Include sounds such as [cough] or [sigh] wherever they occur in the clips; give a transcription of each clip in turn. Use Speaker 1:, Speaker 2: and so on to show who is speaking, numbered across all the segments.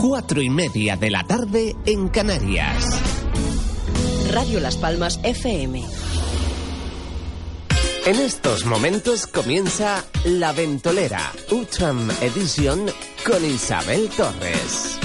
Speaker 1: Cuatro y media de la tarde en Canarias.
Speaker 2: Radio Las Palmas FM.
Speaker 1: En estos momentos comienza La Ventolera, Utram Edition con Isabel Torres.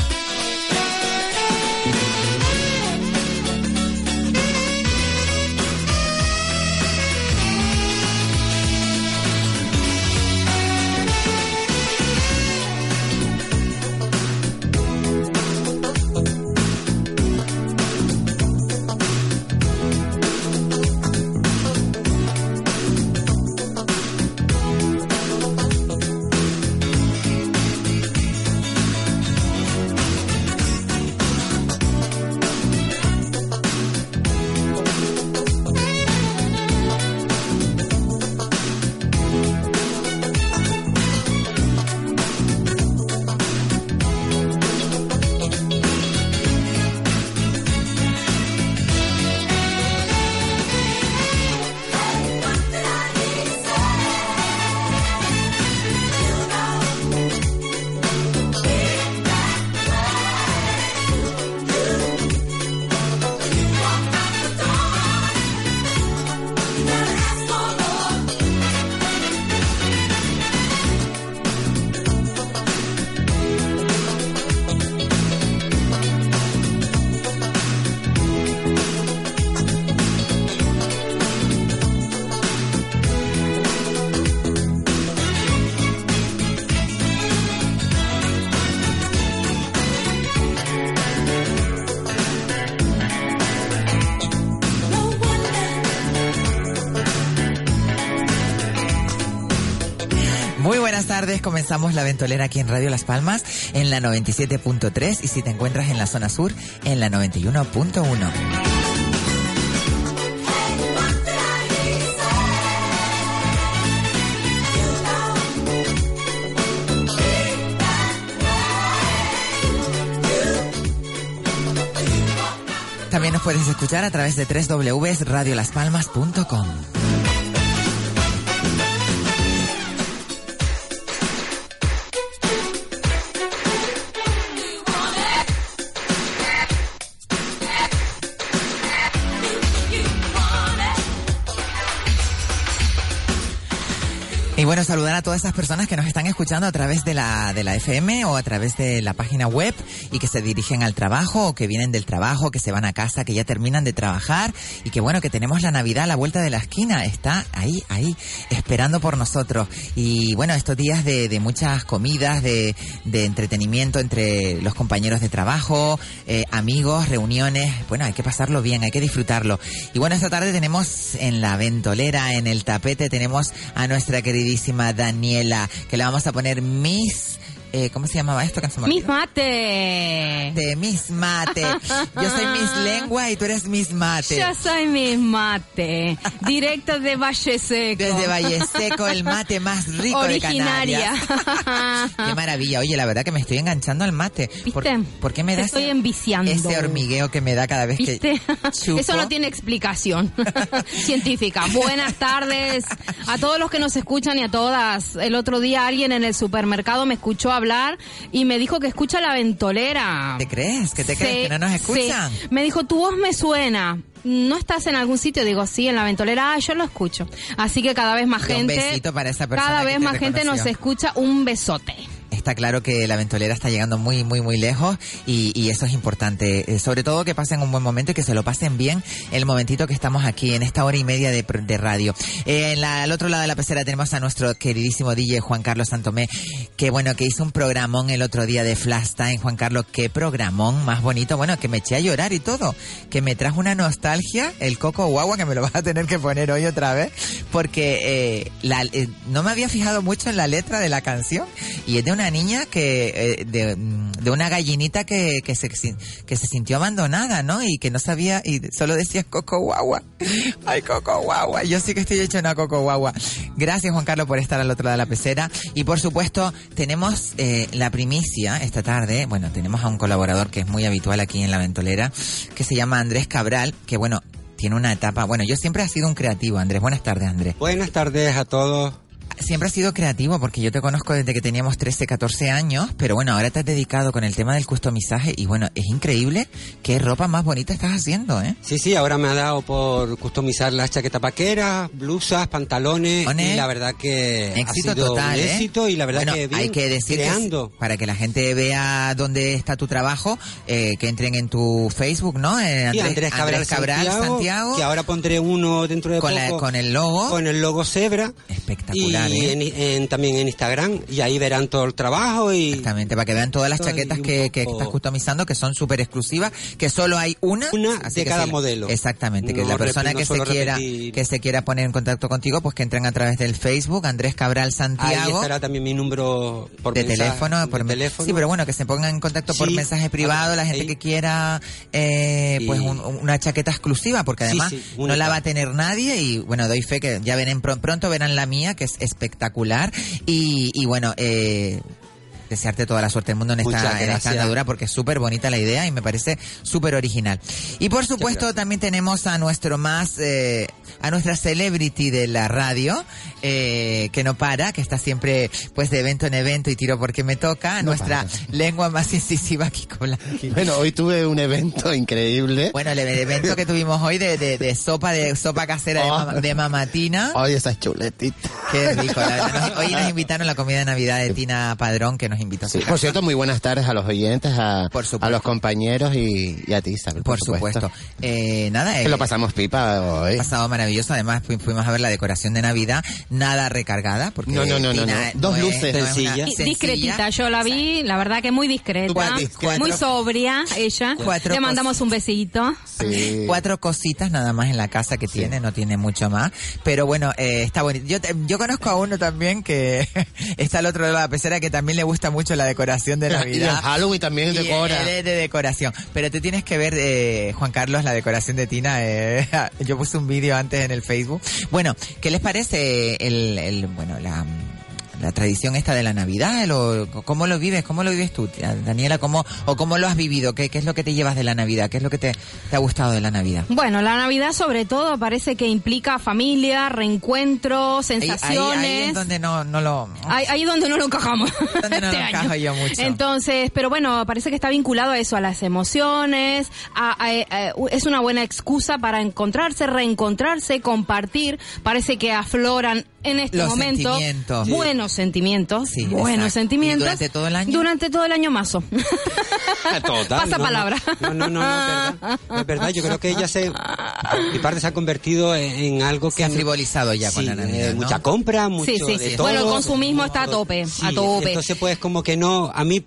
Speaker 3: tardes, comenzamos la ventolera aquí en Radio Las Palmas en la 97.3 y si te encuentras en la zona sur en la 91.1. También nos puedes escuchar a través de www.radiolaspalmas.com. bueno, saludar a todas esas personas que nos están escuchando a través de la, de la FM o a través de la página web y que se dirigen al trabajo o que vienen del trabajo, que se van a casa, que ya terminan de trabajar y que bueno, que tenemos la Navidad a la vuelta de la esquina. Está ahí, ahí, esperando por nosotros. Y bueno, estos días de, de muchas comidas, de, de, entretenimiento entre los compañeros de trabajo, eh, amigos, reuniones. Bueno, hay que pasarlo bien, hay que disfrutarlo. Y bueno, esta tarde tenemos en la ventolera, en el tapete, tenemos a nuestra queridísima Daniela, que le vamos a poner Miss. Eh, ¿Cómo se llamaba esto?
Speaker 4: Se Miss Mate.
Speaker 3: De Miss Mate. este, Yo soy
Speaker 4: [laughs]
Speaker 3: Miss Lengua y tú eres Miss Mate.
Speaker 4: Yo soy Miss Mate. Directo de Valle Seco.
Speaker 3: Desde Valle Seco, el mate más rico
Speaker 4: Originaria.
Speaker 3: de
Speaker 4: [laughs]
Speaker 3: Canarias. Qué maravilla. Oye, la verdad que me estoy enganchando al mate.
Speaker 4: ¿Viste?
Speaker 3: ¿Por, ¿por qué me
Speaker 4: Te
Speaker 3: da
Speaker 4: estoy
Speaker 3: ese,
Speaker 4: enviciando.
Speaker 3: ese hormigueo que me da cada vez
Speaker 4: ¿Viste?
Speaker 3: que [laughs] chupo?
Speaker 4: Eso no tiene explicación [laughs] científica. Buenas tardes a todos los que nos escuchan y a todas. El otro día alguien en el supermercado me escuchó hablar y me dijo que escucha la ventolera.
Speaker 3: ¿Te crees? ¿Que te crees?
Speaker 4: Sí,
Speaker 3: ¿Que no nos escuchan?
Speaker 4: sí. Me dijo, tu voz me suena. ¿No estás en algún sitio? Digo, sí, en la ventolera. Ah, yo lo escucho. Así que cada vez más
Speaker 3: Oye,
Speaker 4: gente.
Speaker 3: un besito para esa persona
Speaker 4: Cada
Speaker 3: que
Speaker 4: vez
Speaker 3: te
Speaker 4: más gente nos
Speaker 3: reconoció.
Speaker 4: escucha. Un besote.
Speaker 3: Está claro que la ventolera está llegando muy, muy, muy lejos y, y eso es importante. Eh, Sobre todo que pasen un buen momento y que se lo pasen bien el momentito que estamos aquí en esta hora y media de, pr- de radio. Eh, en la- al otro lado de la pecera tenemos a nuestro queridísimo DJ Juan Carlos Santomé, que bueno, que hizo un programón el otro día de Flash Time. Juan Carlos, qué programón más bonito. Bueno, que me eché a llorar y todo. Que me trajo una nostalgia, el coco guagua, que me lo vas a tener que poner hoy otra vez, porque eh, la- eh, no me había fijado mucho en la letra de la canción y es de una niña que eh, de, mm, de una gallinita que, que se sin- que se sintió abandonada, ¿no? Y que no sabía y solo decía Coco Guagua. Ay, Coco Guagua. Yo sí que estoy hecho una Coco Guagua. Gracias, Juan Carlos, por estar al otro lado de la pecera. Y por supuesto, tenemos eh, la primicia esta tarde. Bueno, tenemos a un colaborador que es muy habitual aquí en La Ventolera, que se llama Andrés Cabral, que bueno, tiene una etapa. Bueno, yo siempre he sido un creativo, Andrés. Buenas tardes, Andrés.
Speaker 5: Buenas tardes a todos.
Speaker 3: siempre has sido creativo porque yo te conozco desde que teníamos 13, 14 años, pero bueno, ahora te has dedicado con el tema del customizaje y bueno, es increíble qué ropa más bonita estás haciendo, ¿eh?
Speaker 5: Sí, sí, ahora me ha dado por customizar las chaquetas vaqueras, blusas, pantalones
Speaker 3: One.
Speaker 5: y la verdad que
Speaker 3: Éxito
Speaker 5: ha sido
Speaker 3: total,
Speaker 5: un
Speaker 3: ¿eh?
Speaker 5: éxito y la verdad
Speaker 3: Bueno,
Speaker 5: que bien
Speaker 3: hay que decir que
Speaker 5: creando.
Speaker 3: s- para que la gente vea dónde está tu trabajo, eh, que entren en tu Facebook, ¿no? Eh,
Speaker 5: Sí, Andrés, Cabral, Santiago,
Speaker 3: Santiago,
Speaker 5: que ahora pondré uno dentro de
Speaker 3: con, la-
Speaker 5: poco
Speaker 3: con el logo.
Speaker 5: con el logo Zebra
Speaker 3: Espectacular,
Speaker 5: y
Speaker 3: ¿eh?
Speaker 5: en- en- también en Instagram y ahí verán todo el trabajo y
Speaker 3: Exactamente, para que vean todas las
Speaker 5: Estoy
Speaker 3: chaquetas
Speaker 5: un
Speaker 3: que, que
Speaker 5: poco-
Speaker 3: estás customizando, que son súper exclusivas, que solo hay una.
Speaker 5: Una de
Speaker 3: que
Speaker 5: cada
Speaker 3: sí,
Speaker 5: modelo.
Speaker 3: Exactamente, que
Speaker 5: No
Speaker 3: la persona
Speaker 5: repi- no
Speaker 3: que, se
Speaker 5: suelo
Speaker 3: quiera,
Speaker 5: repetir.
Speaker 3: que se quiera poner en contacto contigo, pues que entren a través del Facebook, Andrés Cabral
Speaker 5: ahí
Speaker 3: Santiago.
Speaker 5: estará también mi número por
Speaker 3: de
Speaker 5: mensaje,
Speaker 3: teléfono,
Speaker 5: de
Speaker 3: por me-
Speaker 5: teléfono.
Speaker 3: Sí, pero bueno, que se pongan en contacto por
Speaker 5: Sí,
Speaker 3: mensaje privado,
Speaker 5: ahí-
Speaker 3: la gente
Speaker 5: ahí.
Speaker 3: que quiera eh,
Speaker 5: Y-
Speaker 3: pues un- una chaqueta exclusiva, porque
Speaker 5: Sí,
Speaker 3: además
Speaker 5: sí,
Speaker 3: no la
Speaker 5: única.
Speaker 3: va a tener nadie y bueno, doy fe que ya verán pron- pronto verán la mía, que es espectacular y, y bueno, eh, desearte toda la suerte del mundo en
Speaker 5: Muchas
Speaker 3: esta, en esta
Speaker 5: gracias.
Speaker 3: andadura porque es súper bonita la idea y me parece súper original. Y por supuesto también tenemos a nuestro más, eh, a nuestra celebrity de la radio, eh, que no para, que está siempre pues de evento en evento y tiro porque me toca, nuestra lengua más incisiva Kiko Blanqui.
Speaker 6: Bueno, hoy tuve un evento increíble.
Speaker 3: Bueno, el evento que tuvimos hoy de, de- de sopa de sopa casera de,
Speaker 6: Oh.
Speaker 3: mama- de mamatina.
Speaker 6: Hoy esas chuletitas.
Speaker 3: Qué rico, la verdad. Nos- Hoy nos invitaron a la comida de Navidad de Tina Padrón, que nos invitó. a su
Speaker 6: Sí. Por cierto, muy buenas tardes a los oyentes, a,
Speaker 3: Por supuesto.
Speaker 6: a los compañeros y, y a ti, Isabel.
Speaker 3: Por supuesto. Eh, nada, eh,
Speaker 6: Que Lo pasamos pipa hoy.
Speaker 3: pasado maravilloso. Además, fu- fuimos a ver la decoración de Navidad, nada recargada. Porque
Speaker 6: No, no, no, no,
Speaker 3: Tina
Speaker 6: no. Dos
Speaker 3: es-
Speaker 6: luces.
Speaker 3: no es una-
Speaker 5: Sencilla.
Speaker 3: sencilla.
Speaker 4: Discretita, yo la vi, la verdad que muy discreta,
Speaker 3: Cuatro- cuatro-
Speaker 4: muy sobria ella.
Speaker 3: Cuatro
Speaker 4: Le mandamos un besito.
Speaker 6: Sí.
Speaker 3: Cuatro cositas nada más en la casa que tiene, no tiene mucho más. Pero bueno, eh, está bonito. Yo, te- yo conozco a uno también que [laughs] está al otro lado de la pecera que también le gusta mucho la decoración de
Speaker 6: [laughs] Y en
Speaker 3: Navidad.
Speaker 6: Halloween también
Speaker 3: Y
Speaker 6: decora.
Speaker 3: él es de decoración. Pero tú tienes que ver, eh, Juan Carlos, la decoración de Tina. eh, [laughs] yo puse un vídeo antes en el Facebook. Bueno, ¿qué les parece el, el- bueno, la, la tradición esta de la Navidad? Lo- ¿Cómo lo vives? ¿Cómo lo vives tú, tía? Daniela? ¿Cómo, ¿O cómo lo has vivido? ¿Qué, ¿Qué es lo que te llevas de la Navidad? ¿Qué es lo que te, te ha gustado de la Navidad?
Speaker 4: Bueno, la Navidad sobre todo parece que implica familia,
Speaker 3: Ahí-
Speaker 4: reencuentro,
Speaker 3: ahí-
Speaker 4: sensaciones.
Speaker 3: ahí es donde no, no lo...
Speaker 4: Ahí, ahí donde no lo encajamos.
Speaker 3: [laughs] Donde no lo
Speaker 4: este
Speaker 3: encajo
Speaker 4: año.
Speaker 3: yo mucho.
Speaker 4: Entonces, pero bueno, parece que está vinculado a eso, a las emociones, a- a- a- es una buena excusa para encontrarse, reencontrarse, compartir. Parece que afloran en este
Speaker 3: Los
Speaker 4: momento
Speaker 3: sentimientos.
Speaker 4: buenos sentimientos,
Speaker 3: Sí,
Speaker 4: buenos
Speaker 3: exacto.
Speaker 4: sentimientos.
Speaker 3: ¿Y durante todo el año?
Speaker 4: Durante todo el año mazo. [laughs]
Speaker 5: [laughs] Total,
Speaker 4: Pasa
Speaker 5: no,
Speaker 4: palabra.
Speaker 5: No, no, no, no, es verdad. Es verdad, yo creo que ella se. por Mi parte se ha convertido en, en algo que.
Speaker 3: Se ha
Speaker 5: no-
Speaker 3: frivolizado ya con
Speaker 5: Sí,
Speaker 3: la Navidad,
Speaker 5: eh,
Speaker 3: ¿no?
Speaker 5: Mucha compra, mucho.
Speaker 4: Sí, sí,
Speaker 5: de
Speaker 4: sí.
Speaker 5: todo.
Speaker 4: Bueno, el consumismo está a tope, a
Speaker 5: Sí,
Speaker 4: tope.
Speaker 5: Entonces, pues, como que no. A mí,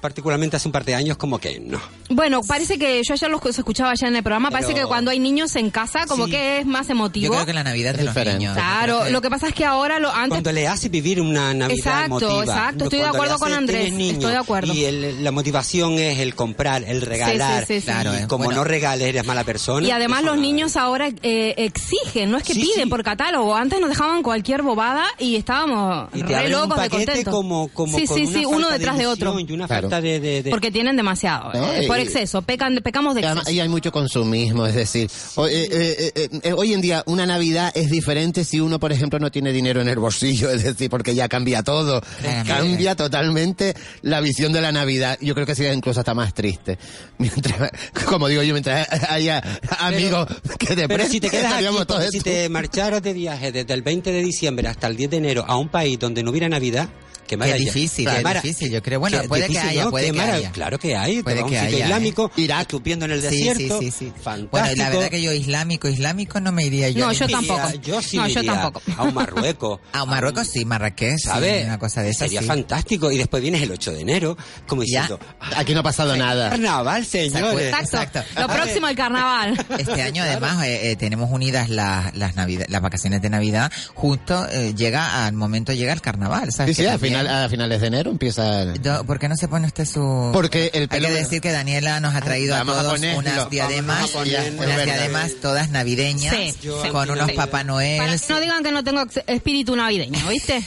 Speaker 5: particularmente hace un par de años, como que no.
Speaker 4: Bueno, parece que yo ayer los escuchaba ya en el programa, parece
Speaker 5: Pero-
Speaker 4: que cuando hay niños en casa como
Speaker 5: Sí.
Speaker 4: que es más
Speaker 3: Yo
Speaker 4: emotivo.
Speaker 3: creo que la Navidad de los
Speaker 6: Diferente.
Speaker 3: niños.
Speaker 4: Claro, lo que pasa es que ahora lo antes
Speaker 5: Cuando le hace vivir una Navidad
Speaker 4: Exacto,
Speaker 5: emotiva.
Speaker 4: exacto, estoy de
Speaker 5: Cuando le
Speaker 4: acuerdo
Speaker 5: hace-
Speaker 4: con Andrés,
Speaker 5: tienes niños
Speaker 4: estoy de acuerdo.
Speaker 5: Y el- la motivación es el comprar, el regalar.
Speaker 4: sí, sí, sí.
Speaker 3: Claro,
Speaker 5: Y
Speaker 3: eh,
Speaker 5: como
Speaker 3: bueno.
Speaker 5: no regales, eres mala persona.
Speaker 4: Y además
Speaker 5: Eso
Speaker 4: los
Speaker 5: no-
Speaker 4: niños ahora eh, exigen, no es que
Speaker 5: Sí,
Speaker 4: piden
Speaker 5: sí.
Speaker 4: por catálogo. Antes nos dejaban cualquier bobada y estábamos
Speaker 5: Y te
Speaker 4: re
Speaker 5: abren un
Speaker 4: locos de
Speaker 5: paquete
Speaker 4: contento.
Speaker 5: como, como
Speaker 4: sí,
Speaker 5: con
Speaker 4: sí,
Speaker 5: una
Speaker 4: sí, uno
Speaker 5: falta
Speaker 4: detrás de, otro.
Speaker 5: ilusión Y una
Speaker 6: Claro.
Speaker 5: falta de, de- de-
Speaker 4: Porque tienen demasiado. eh,
Speaker 6: No,
Speaker 4: por
Speaker 6: y-
Speaker 4: exceso, pecan, pecamos de
Speaker 6: Y además-
Speaker 4: exceso.
Speaker 6: Y hay mucho consumismo, es decir, hoy, eh, eh, eh, eh, hoy en día una Navidad es diferente si uno, por ejemplo, no tiene dinero en el bolsillo, [laughs] es decir, porque ya cambia todo,
Speaker 3: Claramente.
Speaker 6: cambia totalmente la visión de la Navidad. Yo creo que sería incluso hasta más triste. [laughs] Mientras, como digo yo, mientras haya amigos que te
Speaker 5: Pero si te
Speaker 6: presten,
Speaker 5: quedas aquí,
Speaker 6: estaríamos todos
Speaker 5: porque si
Speaker 6: estu-
Speaker 5: te marcharas de viaje desde el 20 de diciembre hasta el 10 de enero a un país donde no hubiera Navidad, qué
Speaker 3: Qué
Speaker 5: maravilla.
Speaker 3: difícil, qué
Speaker 5: mara-
Speaker 3: difícil, yo creo. Bueno,
Speaker 5: qué
Speaker 3: puede que
Speaker 5: difícil,
Speaker 3: haya,
Speaker 5: ¿no?
Speaker 3: puede
Speaker 5: Qué
Speaker 3: que
Speaker 5: mara-
Speaker 3: haya.
Speaker 5: Claro que hay, te
Speaker 3: Puede
Speaker 5: vas a un
Speaker 3: que
Speaker 5: sitio
Speaker 3: haya,
Speaker 5: islámico,
Speaker 6: ¿eh? Irak.
Speaker 5: estupendo en el
Speaker 3: Sí,
Speaker 5: desierto,
Speaker 3: sí, sí, sí.
Speaker 5: fantástico.
Speaker 3: Bueno, y la verdad que yo islámico, islámico no me iría yo.
Speaker 4: No,
Speaker 3: ni
Speaker 4: yo
Speaker 3: de-
Speaker 5: Iría-
Speaker 4: tampoco.
Speaker 5: Yo sí
Speaker 4: No, yo
Speaker 5: iría
Speaker 4: tampoco.
Speaker 5: a un [laughs] Marruecos.
Speaker 3: A Marruecos sí, Marrakech, sí,
Speaker 5: ¿Sabes?
Speaker 3: una cosa de esas.
Speaker 5: Sería
Speaker 3: sí.
Speaker 5: fantástico. Y después vienes el 8 de enero, como
Speaker 3: Ya.
Speaker 5: diciendo, "Ah,
Speaker 6: Aquí no ha pasado nada.
Speaker 5: carnaval, señores.
Speaker 4: Exacto.
Speaker 3: Exacto.
Speaker 4: Lo próximo el carnaval.
Speaker 3: Este año además eh, eh, tenemos unidas las las, Navidad- las vacaciones de Navidad, justo eh, llega al momento llega el carnaval, ¿sabes?
Speaker 6: Sí, sí,
Speaker 3: Que
Speaker 6: Ah, a
Speaker 3: también
Speaker 6: final, a finales de enero empieza. el-
Speaker 3: Do- ¿Por qué no se pone usted su...?
Speaker 6: Porque el
Speaker 3: Hay
Speaker 6: pelo Ah,
Speaker 3: que decir que Daniela nos ha traído a
Speaker 6: Vamos a
Speaker 3: todos
Speaker 6: ponerlo, vamos
Speaker 3: unas
Speaker 6: a
Speaker 3: diademas,
Speaker 6: ponerlo, es
Speaker 3: unas
Speaker 6: verdad.
Speaker 3: diademas todas navideñas,
Speaker 4: Sí, sí,
Speaker 3: con
Speaker 5: sí,
Speaker 3: unos
Speaker 5: sí.
Speaker 3: Papá Noel.
Speaker 4: Para que no digan que no tengo ex- espíritu navideño, ¿viste?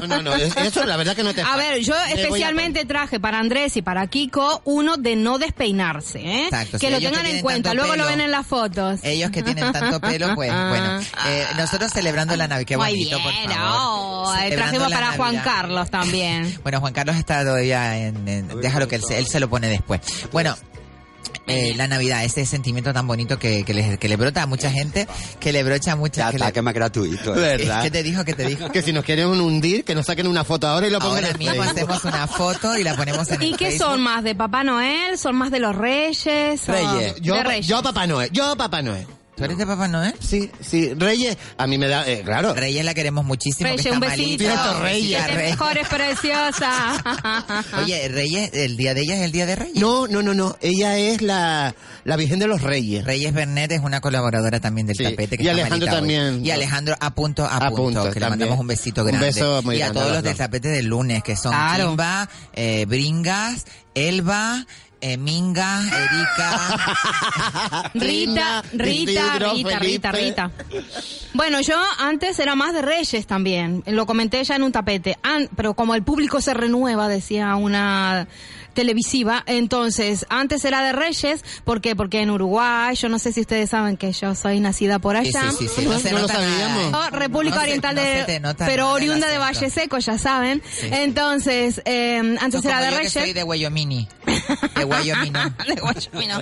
Speaker 6: No, no, no, es- eso la verdad que no
Speaker 4: [laughs]
Speaker 6: te
Speaker 4: A ver, yo
Speaker 6: Me voy a-
Speaker 4: especialmente traje para Andrés y para Kiko uno de no despeinarse, ¿eh?
Speaker 3: Exacto,
Speaker 4: que
Speaker 3: sí,
Speaker 4: lo
Speaker 3: ellos
Speaker 4: tengan
Speaker 3: que
Speaker 4: en
Speaker 3: tienen
Speaker 4: cuenta,
Speaker 3: tanto
Speaker 4: luego lo
Speaker 3: pelo. Eh,
Speaker 4: ven en las fotos.
Speaker 3: Ellos que tienen tanto pelo, pues bueno. Eh, nosotros celebrando la Navidad, qué
Speaker 4: Muy
Speaker 3: bonito, por
Speaker 4: bien,
Speaker 3: favor.
Speaker 4: oh, eh,
Speaker 3: Celebrando
Speaker 4: trajimos
Speaker 3: la
Speaker 4: para Juan
Speaker 3: Navidad. [laughs]
Speaker 4: Carlos también.
Speaker 3: Bueno, Juan Carlos está todavía en... en- déjalo que él, se- él se lo pone después. Bueno... eh, la Navidad, ese sentimiento tan bonito que, que, le, que le brota a mucha gente, que le brocha a mucha
Speaker 5: Ya
Speaker 3: que
Speaker 5: está,
Speaker 3: le-
Speaker 5: que más gratuito. eh.
Speaker 6: ¿Verdad?
Speaker 3: ¿Qué te dijo? ¿Qué te
Speaker 6: [laughs]
Speaker 3: dijo?
Speaker 6: Que si nos quieren hundir, que nos saquen una foto ahora y lo pongan
Speaker 3: Ahora
Speaker 6: en
Speaker 3: mismo
Speaker 6: Facebook.
Speaker 3: hacemos una foto y la ponemos en
Speaker 4: ¿Y
Speaker 3: el
Speaker 4: qué
Speaker 3: Facebook.
Speaker 4: son más? ¿De Papá Noel? ¿Son más de los Reyes? ¿O
Speaker 5: Reyes.
Speaker 4: de
Speaker 6: Yo,
Speaker 4: Reyes?
Speaker 6: yo Papá Noel, yo Papá Noel.
Speaker 3: ¿Tú eres de Papá Noel?
Speaker 6: eh. Sí, sí, Reyes, a mí me da, eh, claro.
Speaker 3: Reyes la queremos muchísimo.
Speaker 4: Reyes,
Speaker 3: que está
Speaker 4: un besito.
Speaker 3: malita.
Speaker 6: Cierto, Reyes.
Speaker 4: Que te
Speaker 3: Reyes.
Speaker 4: mejores, preciosa.
Speaker 3: Oye, Reyes, el día de ella es el día de Reyes.
Speaker 6: No, no, no, no, ella es la, la Virgen de los Reyes.
Speaker 3: Reyes Bernet es una colaboradora también del
Speaker 6: Sí,
Speaker 3: tapete. Que
Speaker 6: y
Speaker 3: está
Speaker 6: Alejandro
Speaker 3: malita hoy.
Speaker 6: también.
Speaker 3: Y Alejandro a punto, a,
Speaker 6: A
Speaker 3: punto,
Speaker 6: punto,
Speaker 3: que le
Speaker 6: también.
Speaker 3: mandamos un besito
Speaker 6: Un
Speaker 3: grande.
Speaker 6: beso muy
Speaker 3: y a
Speaker 6: grande
Speaker 3: todos
Speaker 6: a
Speaker 3: los
Speaker 6: los
Speaker 3: del
Speaker 6: dos.
Speaker 3: tapete del lunes, que son
Speaker 4: Claro.
Speaker 3: Kimba, eh, Bringas, Elba, eh, Minga,
Speaker 6: [laughs]
Speaker 3: Erika.
Speaker 4: Rita, Rita,
Speaker 6: Isidro,
Speaker 4: Rita, Rita,
Speaker 6: Felipe.
Speaker 4: Rita. Bueno, yo antes era más de Reyes también. Lo comenté ya en un tapete. An- pero como el público se renueva, decía una televisiva, entonces antes era de Reyes. ¿Por qué? Porque en Uruguay, yo no sé si ustedes saben que yo soy nacida por
Speaker 3: Sí,
Speaker 4: allá.
Speaker 3: sí, sí, sí,
Speaker 6: No,
Speaker 3: se
Speaker 6: no lo
Speaker 3: nota nada,
Speaker 6: sabíamos.
Speaker 3: ¿eh?
Speaker 4: Oh, República
Speaker 3: No se-
Speaker 4: Oriental
Speaker 3: no se
Speaker 4: de...
Speaker 3: te nota
Speaker 4: pero
Speaker 3: nada el
Speaker 4: oriunda de
Speaker 3: acento.
Speaker 4: Valle Seco, ya saben.
Speaker 3: Sí.
Speaker 4: Entonces, eh, antes
Speaker 3: No, como
Speaker 4: era
Speaker 3: yo
Speaker 4: de
Speaker 3: que
Speaker 4: Reyes.
Speaker 3: soy de Guayomini. De Guayomini.
Speaker 4: [laughs] De Guayomino.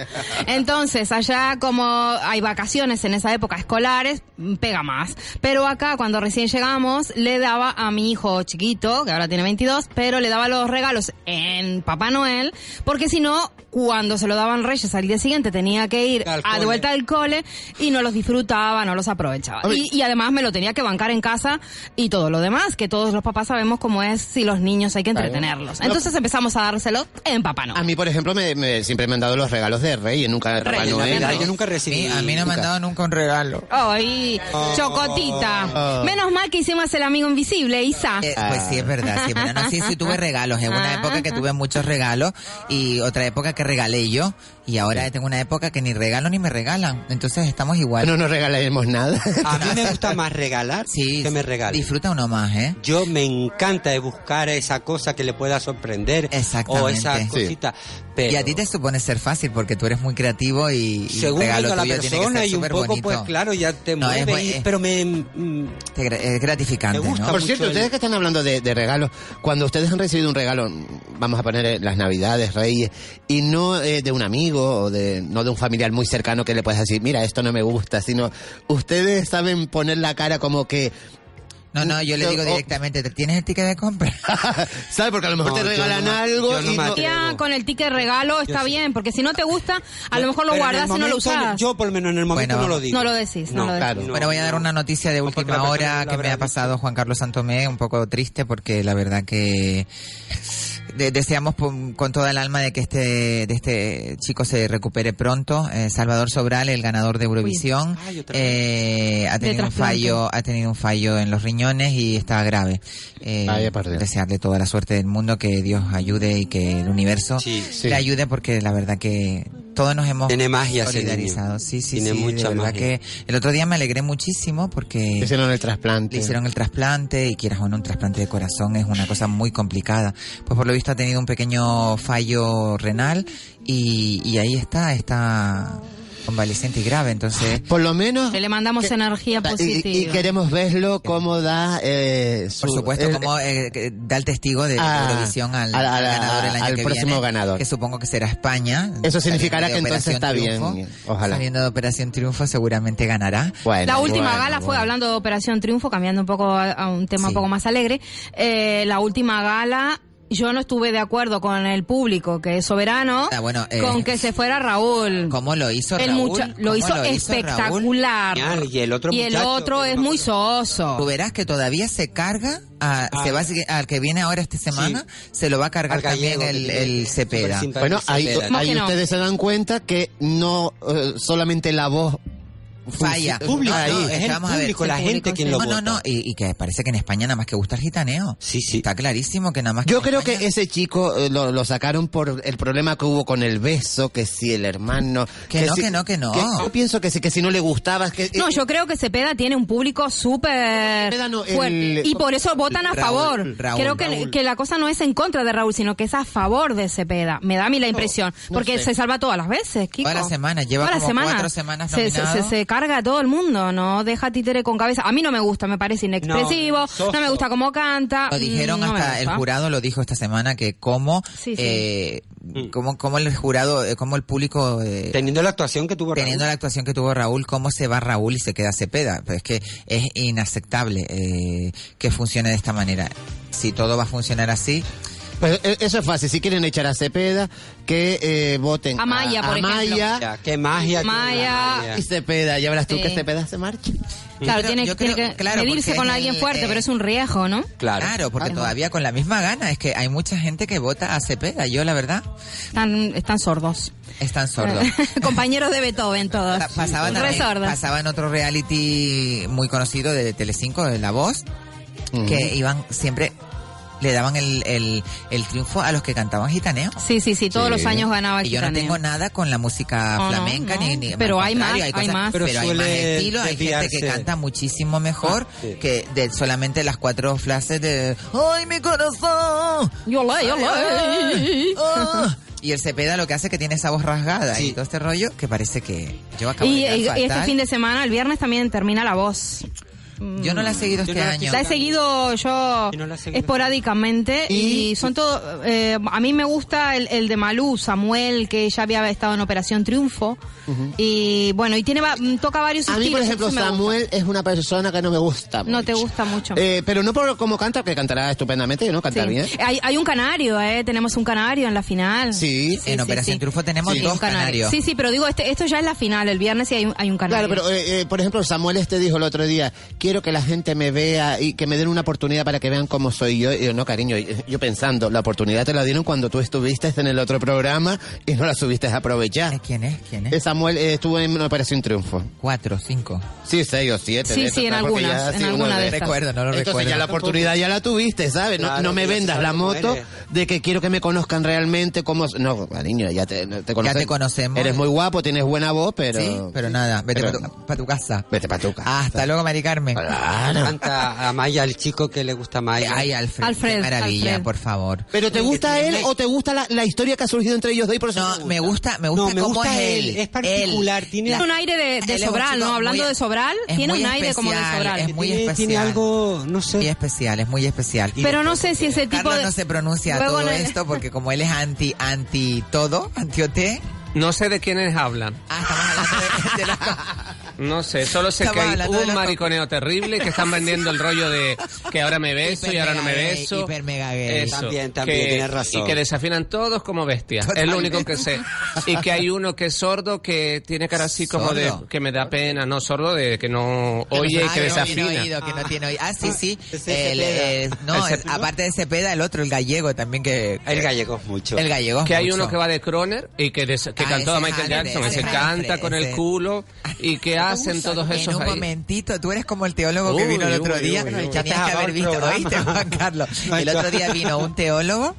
Speaker 4: Entonces, allá como hay vacaciones en esa época escolares, mm, pega más. Pero acá, cuando recién llegamos, le daba a mi hijo chiquito, que ahora tiene 22, pero le daba los regalos en Papá Noel, porque si no, cuando se lo daban Reyes al día siguiente, tenía que ir
Speaker 5: Al
Speaker 4: a de
Speaker 5: cole.
Speaker 4: vuelta al cole y no los disfrutaba, no los aprovechaba.
Speaker 6: Oye.
Speaker 4: Y, y además me lo tenía que bancar en casa y todo lo demás, que todos los papás sabemos cómo es si los niños hay que
Speaker 6: Claro.
Speaker 4: entretenerlos.
Speaker 6: No.
Speaker 4: Entonces empezamos a dárselo en Papá Noel.
Speaker 6: A mí, por ejemplo, me, me- siempre me han dado los regalos de Reyes, nunca de Papá
Speaker 4: Reyes,
Speaker 6: Noel.
Speaker 5: Navidad, yo
Speaker 6: ¿no?
Speaker 5: nunca
Speaker 3: A
Speaker 5: recibí.
Speaker 3: mí, a mí no me han dado nunca un regalo.
Speaker 4: Ay, chocotita. Menos mal que hicimos el amigo invisible, Isa.
Speaker 3: Eh, pues sí, es verdad, sí, pero no, sí, sí [laughs] tuve regalos. En una
Speaker 4: Ah.
Speaker 3: época que tuve muchos regalos y otra época que regalé yo. Y ahora tengo una época que ni regalo ni me regalan. Entonces estamos igual.
Speaker 6: No nos regalaremos nada.
Speaker 5: A mí me gusta más regalar
Speaker 3: sí,
Speaker 5: que me regalen.
Speaker 3: disfruta uno más, ¿eh?
Speaker 5: Yo me encanta de buscar esa cosa que le pueda sorprender o
Speaker 3: Exactamente.
Speaker 5: esa
Speaker 3: Sí.
Speaker 5: cosita. Pero
Speaker 3: Y a ti te supone ser fácil porque tú eres muy creativo y, y
Speaker 5: según
Speaker 3: el regalo
Speaker 5: venga la
Speaker 3: tuyo tiene que
Speaker 5: persona
Speaker 3: ser
Speaker 5: y un poco,
Speaker 3: superbonito.
Speaker 5: pues claro, ya te
Speaker 3: No, es
Speaker 5: mueve.
Speaker 3: bu-
Speaker 5: y-
Speaker 3: es-
Speaker 5: pero me mm,
Speaker 3: Te gra- es gratificante,
Speaker 5: Me gusta
Speaker 3: ¿no?
Speaker 5: mucho.
Speaker 6: Por cierto,
Speaker 5: el-
Speaker 6: ustedes que están hablando de, de regalos, cuando ustedes han recibido un regalo, vamos a poner eh, las Navidades, Reyes, y no eh, de un amigo o de no de un familiar muy cercano que le puedes decir, mira, esto no me gusta, sino ustedes saben poner la cara como que,
Speaker 3: No, no, yo le
Speaker 6: Yo-
Speaker 3: digo
Speaker 6: oh.
Speaker 3: directamente, ¿te- ¿tienes el ticket de compra?
Speaker 6: [laughs] ¿sabes? Porque a lo mejor
Speaker 5: No,
Speaker 6: te
Speaker 5: yo
Speaker 6: regalan
Speaker 5: no me-
Speaker 6: algo
Speaker 5: yo no
Speaker 6: y
Speaker 5: me
Speaker 6: no-
Speaker 5: atrevo.
Speaker 4: Ya, con el ticket regalo está bien, porque si no te gusta, a lo mejor lo
Speaker 5: pero en
Speaker 4: guardas
Speaker 5: el
Speaker 4: y no lo
Speaker 5: momento,
Speaker 4: usas.
Speaker 5: Yo por lo menos en el momento
Speaker 3: Bueno.
Speaker 5: no lo digo.
Speaker 4: No lo decís, no lo decís.
Speaker 6: claro.
Speaker 3: bueno, voy a dar una noticia de
Speaker 5: No, porque
Speaker 3: última
Speaker 5: la persona
Speaker 3: hora
Speaker 5: no la
Speaker 3: que me
Speaker 5: habrá
Speaker 3: ha pasado Juan Carlos Santomé, un poco triste porque la verdad que de- deseamos pon- con toda el alma de que este de este chico se recupere pronto. Eh, Salvador Sobral, el ganador de Eurovisión,
Speaker 5: Ay, otra vez.
Speaker 3: eh, ha tenido un
Speaker 4: trasplante.
Speaker 3: fallo, ha tenido un fallo en los riñones y está grave. Eh,
Speaker 6: Vaya por Dios.
Speaker 3: desearle toda la suerte del mundo, que Dios ayude y que el universo
Speaker 5: Sí,
Speaker 6: sí.
Speaker 3: le ayude porque la verdad que todos nos hemos
Speaker 5: Tiene magia ese
Speaker 3: solidarizado.
Speaker 5: niño.
Speaker 3: Sí, sí,
Speaker 5: Tiene
Speaker 3: sí, de
Speaker 5: mucha
Speaker 3: verdad
Speaker 5: magia.
Speaker 3: que el otro día me alegré muchísimo porque
Speaker 6: hicieron el
Speaker 3: le
Speaker 6: trasplante.
Speaker 3: hicieron el trasplante y quieras o no, un trasplante de corazón es una cosa muy complicada. Pues por lo visto ha tenido un pequeño fallo renal y, y ahí está, está convaleciente y grave. Entonces,
Speaker 6: Por lo menos...
Speaker 4: Que le mandamos
Speaker 6: que-
Speaker 4: energía
Speaker 6: Y,
Speaker 4: positiva.
Speaker 6: y queremos verlo cómo da eh, su-
Speaker 3: por supuesto,
Speaker 6: el-
Speaker 3: como eh, que da el testigo de
Speaker 6: Ah,
Speaker 3: Eurovisión al,
Speaker 6: al- al-
Speaker 3: ganador el año
Speaker 6: al
Speaker 3: que
Speaker 6: próximo
Speaker 3: viene,
Speaker 6: ganador.
Speaker 3: Que supongo que será España.
Speaker 6: Eso significará
Speaker 3: Saliendo de
Speaker 6: que
Speaker 3: Operación
Speaker 6: entonces está bien,
Speaker 3: Triunfo.
Speaker 6: ojalá.
Speaker 3: Saliendo de Operación Triunfo seguramente ganará.
Speaker 6: Bueno,
Speaker 4: La última
Speaker 6: bueno,
Speaker 4: gala fue,
Speaker 6: bueno.
Speaker 4: hablando de Operación Triunfo, cambiando un poco a, a un tema
Speaker 3: Sí.
Speaker 4: un poco más alegre, eh, la última gala... Yo no estuve de acuerdo con el público, que es soberano,
Speaker 3: Ah, bueno, eh,
Speaker 4: con que se fuera Raúl.
Speaker 3: ¿Cómo lo hizo
Speaker 4: El
Speaker 3: Raúl?
Speaker 4: mucha-
Speaker 3: ¿Cómo
Speaker 4: lo hizo
Speaker 3: Raúl?
Speaker 4: espectacular.
Speaker 5: Genial, y el otro
Speaker 4: Y el
Speaker 5: muchacho,
Speaker 4: otro
Speaker 5: que
Speaker 4: es
Speaker 5: no me
Speaker 4: muy
Speaker 3: Tú
Speaker 4: soso.
Speaker 3: verás que todavía se carga, a,
Speaker 5: Ah.
Speaker 3: se va a seguir- al que viene ahora esta semana, se lo va a cargar
Speaker 5: Al gallego,
Speaker 3: también el,
Speaker 5: que tiene-
Speaker 3: el Cepeda.
Speaker 5: Supercinta.
Speaker 6: Bueno, ahí,
Speaker 5: Espera.
Speaker 4: ¿Cómo
Speaker 6: ahí
Speaker 4: que no?
Speaker 6: ustedes se dan cuenta que no eh, solamente la voz
Speaker 3: falla.
Speaker 5: Público,
Speaker 3: Ah, no,
Speaker 5: es
Speaker 3: que
Speaker 5: el
Speaker 3: vamos a ver.
Speaker 5: público, la
Speaker 4: El público,
Speaker 5: gente quien
Speaker 4: sí.
Speaker 5: lo
Speaker 3: No, no,
Speaker 5: vota.
Speaker 3: no, y, y que parece que en España nada más que gusta el gitaneo.
Speaker 5: Sí, sí.
Speaker 3: Está clarísimo que nada más
Speaker 6: Yo
Speaker 3: en
Speaker 6: creo
Speaker 3: España-
Speaker 6: que ese chico eh, lo, lo sacaron por el problema que hubo con el beso, que si el hermano...
Speaker 3: Que no,
Speaker 6: si-
Speaker 3: que no, que no.
Speaker 6: yo pienso que si, que si no le gustaba... Que,
Speaker 4: No, yo creo que Cepeda tiene un público súper
Speaker 6: Cepeda no, el-
Speaker 4: fuerte y por eso votan a
Speaker 3: Raúl,
Speaker 4: favor.
Speaker 3: Raúl,
Speaker 4: creo que,
Speaker 3: Raúl.
Speaker 4: que la cosa no es en contra de Raúl, sino que es a favor de Cepeda. Me da a mí la impresión.
Speaker 6: no
Speaker 4: porque
Speaker 6: sé.
Speaker 4: se salva todas las veces, Kiko.
Speaker 3: Todas las semanas, lleva
Speaker 4: Todas las
Speaker 3: como cuatro semanas
Speaker 4: Se, se,
Speaker 3: nominado.
Speaker 4: se- se carga a todo el mundo, ¿no? Deja títere con cabeza. A mí no me gusta, me parece inexpresivo. No,
Speaker 5: soso.
Speaker 4: me gusta cómo canta.
Speaker 3: Lo dijeron
Speaker 4: mm, no me
Speaker 3: hasta el
Speaker 4: gusta.
Speaker 3: jurado lo dijo esta semana que cómo
Speaker 4: Sí, sí.
Speaker 3: eh, cómo cómo el jurado eh, cómo el público eh,
Speaker 5: Mm. Teniendo la actuación que tuvo Raúl.
Speaker 3: teniendo la actuación que tuvo Raúl cómo se va Raúl y se queda Cepeda pero es que es inaceptable eh, que funcione de esta manera si todo va a funcionar así
Speaker 6: Pues, eh, eso es fácil, si quieren echar a Cepeda, que eh, voten
Speaker 4: A Maya, por ejemplo.
Speaker 6: Maya,
Speaker 5: Ya, Qué magia. tiene la
Speaker 4: Maya.
Speaker 5: Maya.
Speaker 6: y Cepeda, ya verás tú
Speaker 4: Sí.
Speaker 6: que Cepeda se marcha.
Speaker 4: Claro,
Speaker 3: Yo creo-
Speaker 4: tiene,
Speaker 3: yo
Speaker 4: tiene
Speaker 3: creo-
Speaker 4: que
Speaker 3: claro,
Speaker 4: medirse
Speaker 3: porque
Speaker 4: con
Speaker 3: es
Speaker 4: alguien
Speaker 3: el-
Speaker 4: fuerte,
Speaker 3: eh,
Speaker 4: pero es un riesgo, ¿no?
Speaker 5: Claro.
Speaker 3: porque todavía con la misma gana es que hay mucha gente que vota a Cepeda yo la verdad
Speaker 4: Están, están sordos.
Speaker 3: están
Speaker 4: [laughs]
Speaker 3: sordos
Speaker 4: Compañeros de Beethoven todos.
Speaker 3: Pa- pasaba,
Speaker 4: Re
Speaker 3: también-
Speaker 4: sordos.
Speaker 3: pasaba en otro reality muy conocido de Telecinco, de La Voz, que iban siempre le daban el, el, el triunfo a los que cantaban gitaneo.
Speaker 4: Sí, sí, sí, todos los años ganaba
Speaker 3: Y yo no
Speaker 4: Gitaneo.
Speaker 3: tengo nada con la música
Speaker 4: No, no,
Speaker 3: flamenca
Speaker 4: no.
Speaker 3: ni, ni-
Speaker 4: Pero
Speaker 3: al
Speaker 4: hay
Speaker 3: contrario,
Speaker 4: más, hay
Speaker 3: cosas-
Speaker 4: más.
Speaker 3: pero,
Speaker 5: Pero
Speaker 3: hay más
Speaker 5: suele
Speaker 3: estilo, hay gente que
Speaker 5: desviarse.
Speaker 3: canta muchísimo mejor
Speaker 5: Ah, sí.
Speaker 3: que de solamente las cuatro frases de ¡Ay, mi corazón!
Speaker 4: Yo la, yo la.
Speaker 3: Ah". Y el Cepeda lo que hace es que tiene esa voz rasgada
Speaker 5: Sí.
Speaker 3: y todo este rollo que parece que yo acabo
Speaker 4: Y,
Speaker 3: de
Speaker 4: y- y
Speaker 3: llegar
Speaker 4: este
Speaker 3: fatal.
Speaker 4: fin de semana, el viernes, también termina La Voz.
Speaker 3: Yo no la he seguido
Speaker 5: Yo
Speaker 3: este
Speaker 5: no la
Speaker 3: año.
Speaker 5: quise-
Speaker 4: La he seguido yo
Speaker 5: Y no la he seguido.
Speaker 4: esporádicamente y,
Speaker 6: Y-
Speaker 4: son todos... eh, a mí me gusta el, el de Malú, Samuel, que ya había estado en Operación Triunfo. Y bueno, y tiene va- mm, toca varios
Speaker 6: A mí,
Speaker 4: estilos,
Speaker 6: por ejemplo,
Speaker 4: eso me gusta.
Speaker 6: Samuel es una persona que no me gusta
Speaker 4: No te gusta mucho.
Speaker 6: Eh, pero no por cómo canta, que cantará estupendamente, ¿no? Canta
Speaker 4: Sí.
Speaker 6: bien.
Speaker 4: Hay, hay un canario, ¿eh? Tenemos un canario en la final.
Speaker 6: Sí.
Speaker 3: En Operación Triunfo tenemos
Speaker 4: Sí,
Speaker 3: dos
Speaker 4: un canario.
Speaker 3: canarios.
Speaker 4: Sí, sí, pero digo, este, esto ya es la final, el viernes sí hay, un- hay un canario.
Speaker 6: Claro, pero eh, eh, por ejemplo Samuel este dijo el otro día, quiero que la gente me vea y que me den una oportunidad para que vean cómo soy yo. Y yo no, cariño, eh, yo pensando, la oportunidad te la dieron cuando tú estuviste en el otro programa y no la subiste a
Speaker 3: Eh,
Speaker 6: aprovechar.
Speaker 3: ¿Quién es? ¿Quién es?
Speaker 6: Eh, Samuel eh, estuvo en Operación Triunfo.
Speaker 3: Cuatro, cinco.
Speaker 6: Sí, seis o siete.
Speaker 4: Sí,
Speaker 6: de
Speaker 4: sí,
Speaker 6: esas,
Speaker 4: en
Speaker 6: porque
Speaker 4: algunas,
Speaker 6: ya,
Speaker 4: en
Speaker 6: sí, uno
Speaker 4: alguna de
Speaker 6: de-
Speaker 4: estas.
Speaker 3: Recuerdo, no lo
Speaker 6: Entonces
Speaker 3: recuerdo.
Speaker 6: ya la oportunidad ya la tuviste, ¿sabes? No,
Speaker 5: Claro,
Speaker 6: no me
Speaker 5: ya
Speaker 6: vendas
Speaker 5: sabes
Speaker 6: la
Speaker 5: cómo
Speaker 6: moto
Speaker 5: eres.
Speaker 6: de que quiero que me conozcan realmente como... No, cariño, ya te, no, te conocen.
Speaker 3: te conocemos.
Speaker 6: Eres muy guapo, tienes buena voz, pero...
Speaker 3: sí, pero nada, vete
Speaker 6: pero-
Speaker 3: para tu, pa' tu casa. Ah,
Speaker 6: Vete pa' tu casa.
Speaker 3: Hasta luego, Mari Carmen.
Speaker 6: Claro.
Speaker 5: Canta a Maya, el chico que le gusta a Maya.
Speaker 3: Ay, Alfred,
Speaker 4: Alfred,
Speaker 3: qué maravilla,
Speaker 4: Alfred.
Speaker 3: por favor.
Speaker 6: ¿Pero te gusta él o te gusta la, la historia que ha surgido entre ellos dos y por eso
Speaker 3: No,
Speaker 6: te
Speaker 3: me gusta, me gusta
Speaker 5: No, me
Speaker 3: cómo es
Speaker 5: gusta
Speaker 3: él.
Speaker 5: él, es particular,
Speaker 3: Él.
Speaker 5: tiene-
Speaker 4: Tiene un aire de, de
Speaker 3: Él es un
Speaker 4: Sobral,
Speaker 3: chico
Speaker 4: ¿no? Hablando
Speaker 3: muy-
Speaker 4: de Sobral,
Speaker 3: es
Speaker 4: tiene un
Speaker 3: muy
Speaker 4: aire como de
Speaker 3: especial,
Speaker 4: Sobral.
Speaker 3: es muy
Speaker 5: tiene,
Speaker 3: especial.
Speaker 5: Tiene algo, no
Speaker 3: Muy
Speaker 5: sé.
Speaker 3: especial, es muy especial.
Speaker 4: Pero no sé si ese tipo
Speaker 3: Carlos
Speaker 4: de...
Speaker 3: no se pronuncia a
Speaker 4: Luego
Speaker 3: todo
Speaker 4: no-
Speaker 3: esto porque como él es anti, anti todo, anti OT,
Speaker 7: No sé de quiénes hablan.
Speaker 3: ah, estamos hablando de, de las cosas.
Speaker 7: [laughs] No sé, solo sé
Speaker 3: Estamos
Speaker 7: que hay
Speaker 3: hablando de
Speaker 7: un
Speaker 3: la-
Speaker 7: mariconeo terrible y que están vendiendo el rollo de que ahora me beso y ahora no me
Speaker 3: Hiper mega gay,
Speaker 7: beso.
Speaker 3: hiper mega gay.
Speaker 5: También, también,
Speaker 7: que-
Speaker 5: tienes razón.
Speaker 7: Y que desafinan todos como bestias. [laughs] Es lo único que sé. Y que hay uno que es sordo que tiene cara así como
Speaker 3: Sordo.
Speaker 7: de que me da pena, no sordo, de que no oye y
Speaker 3: Ah,
Speaker 7: que
Speaker 3: no tiene
Speaker 7: desafina.
Speaker 3: oído, que no tiene oído. Ah, sí, sí.
Speaker 5: Ese
Speaker 3: El,
Speaker 5: Cepeda.
Speaker 3: eh, no,
Speaker 7: Ese-
Speaker 3: es- aparte de Cepeda, el otro, el gallego también que...
Speaker 5: El gallego es mucho.
Speaker 3: El gallego. es
Speaker 7: Que hay
Speaker 3: mucho.
Speaker 7: uno que va de Croner y que, des- que
Speaker 3: Ah,
Speaker 7: cantó a
Speaker 3: ese
Speaker 7: Michael
Speaker 3: Jared,
Speaker 7: Jackson,
Speaker 3: ese
Speaker 7: ese
Speaker 3: Jared,
Speaker 7: canta con
Speaker 3: ese.
Speaker 7: el culo y que hacen todos
Speaker 3: En
Speaker 7: esos
Speaker 3: un
Speaker 7: ahí.
Speaker 3: momentito, tú eres como el teólogo que
Speaker 7: Uy,
Speaker 3: vino el otro
Speaker 7: uy,
Speaker 3: día.
Speaker 7: uy,
Speaker 3: Tenías
Speaker 7: uy.
Speaker 3: que
Speaker 5: Ya te has
Speaker 3: haber visto,
Speaker 5: acabado el
Speaker 3: ¿oíste,
Speaker 5: programa.
Speaker 3: Juan Carlos?
Speaker 5: No,
Speaker 3: El
Speaker 5: yo-
Speaker 3: otro día vino un teólogo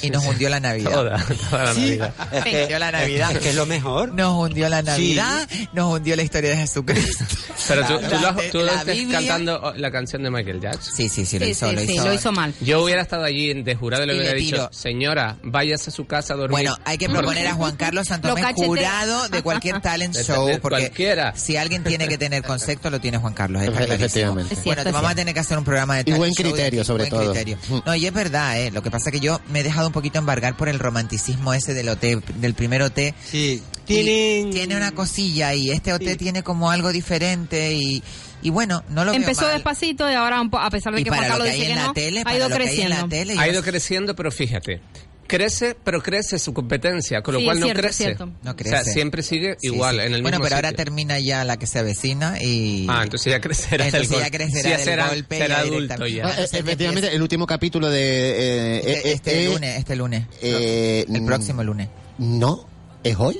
Speaker 3: y nos hundió la Navidad.
Speaker 7: Toda, toda la Navidad.
Speaker 5: Es que,
Speaker 3: Venció la Navidad.
Speaker 5: Es que es lo mejor.
Speaker 3: Nos hundió la Navidad, nos hundió la historia de Jesucristo.
Speaker 7: Pero tú,
Speaker 3: La-
Speaker 7: tú lo-
Speaker 3: la-
Speaker 7: tú lo
Speaker 3: la
Speaker 7: estés
Speaker 3: Biblia.
Speaker 7: cantando oh, la canción de Michael Jackson.
Speaker 3: Sí, sí, sí, lo
Speaker 4: Sí,
Speaker 3: hizo,
Speaker 4: sí,
Speaker 3: lo
Speaker 4: sí,
Speaker 3: hizo.
Speaker 4: lo hizo mal.
Speaker 7: Yo hubiera estado allí de jurado y le
Speaker 3: Y
Speaker 7: hubiera
Speaker 3: le
Speaker 7: dicho,
Speaker 3: tiro.
Speaker 7: señora, váyase a su casa a dormir.
Speaker 3: Bueno, hay que proponer a
Speaker 7: [laughs]
Speaker 3: Juan Carlos
Speaker 4: Lo
Speaker 3: Santomé
Speaker 4: cachetea.
Speaker 3: jurado de cualquier talent
Speaker 7: De
Speaker 3: show,
Speaker 7: tener
Speaker 3: porque
Speaker 7: cualquiera.
Speaker 3: si alguien tiene que
Speaker 7: [laughs]
Speaker 3: tener concepto, lo tiene Juan Carlos. está
Speaker 6: Efe-
Speaker 3: clarísimo.
Speaker 6: efectivamente.
Speaker 4: Es cierto,
Speaker 3: bueno, te
Speaker 4: es
Speaker 3: vamos a
Speaker 4: cierto.
Speaker 3: tener que hacer un programa de
Speaker 6: Y buen
Speaker 3: talent show
Speaker 6: criterio,
Speaker 3: de-
Speaker 6: sobre
Speaker 3: buen
Speaker 6: todo. Mm.
Speaker 3: criterio. No, y es verdad, ¿eh? Lo que pasa es que yo me he dejado un poquito embargar por el romanticismo ese del OT, del primer OT.
Speaker 5: Sí.
Speaker 3: Y
Speaker 5: Tienen...
Speaker 3: Tiene una cosilla y este OT
Speaker 5: Sí.
Speaker 3: tiene como algo diferente y, y bueno, no lo
Speaker 4: Empezó
Speaker 3: veo mal.
Speaker 4: despacito y ahora, un po- a pesar de
Speaker 3: Y
Speaker 4: que Juan
Speaker 3: para lo
Speaker 4: Carlos
Speaker 3: que hay
Speaker 4: dice
Speaker 3: en
Speaker 4: que
Speaker 3: la
Speaker 4: no,
Speaker 3: tele,
Speaker 4: ha
Speaker 3: para
Speaker 4: ido
Speaker 3: lo que hay en
Speaker 4: creciendo.
Speaker 3: la tele... yo
Speaker 7: ha
Speaker 3: no
Speaker 7: ido
Speaker 3: sé.
Speaker 7: creciendo, pero fíjate, crece, pero crece su competencia, con lo
Speaker 4: Sí,
Speaker 7: cual
Speaker 4: es
Speaker 7: no
Speaker 4: cierto, es
Speaker 7: crece.
Speaker 4: cierto.
Speaker 3: No
Speaker 7: O
Speaker 3: crece.
Speaker 7: sea, siempre sigue
Speaker 3: Sí,
Speaker 7: igual,
Speaker 3: sí.
Speaker 7: en el
Speaker 3: Bueno,
Speaker 7: mismo
Speaker 3: pero ahora
Speaker 7: sitio.
Speaker 3: termina ya la que se avecina y...
Speaker 7: Ah, entonces ya crecerá
Speaker 3: Entonces
Speaker 7: del
Speaker 3: ya
Speaker 7: golpe.
Speaker 3: crecerá
Speaker 7: Sí, ya
Speaker 3: del
Speaker 7: será,
Speaker 3: golpe
Speaker 7: será
Speaker 3: ya
Speaker 7: adulto
Speaker 3: directamente.
Speaker 7: ya.
Speaker 6: Ah, eh, efectivamente, el último capítulo de... eh, eh,
Speaker 3: Este, este
Speaker 6: eh,
Speaker 3: lunes, este lunes.
Speaker 6: eh,
Speaker 3: el
Speaker 6: mm,
Speaker 3: próximo lunes.
Speaker 6: No, es hoy.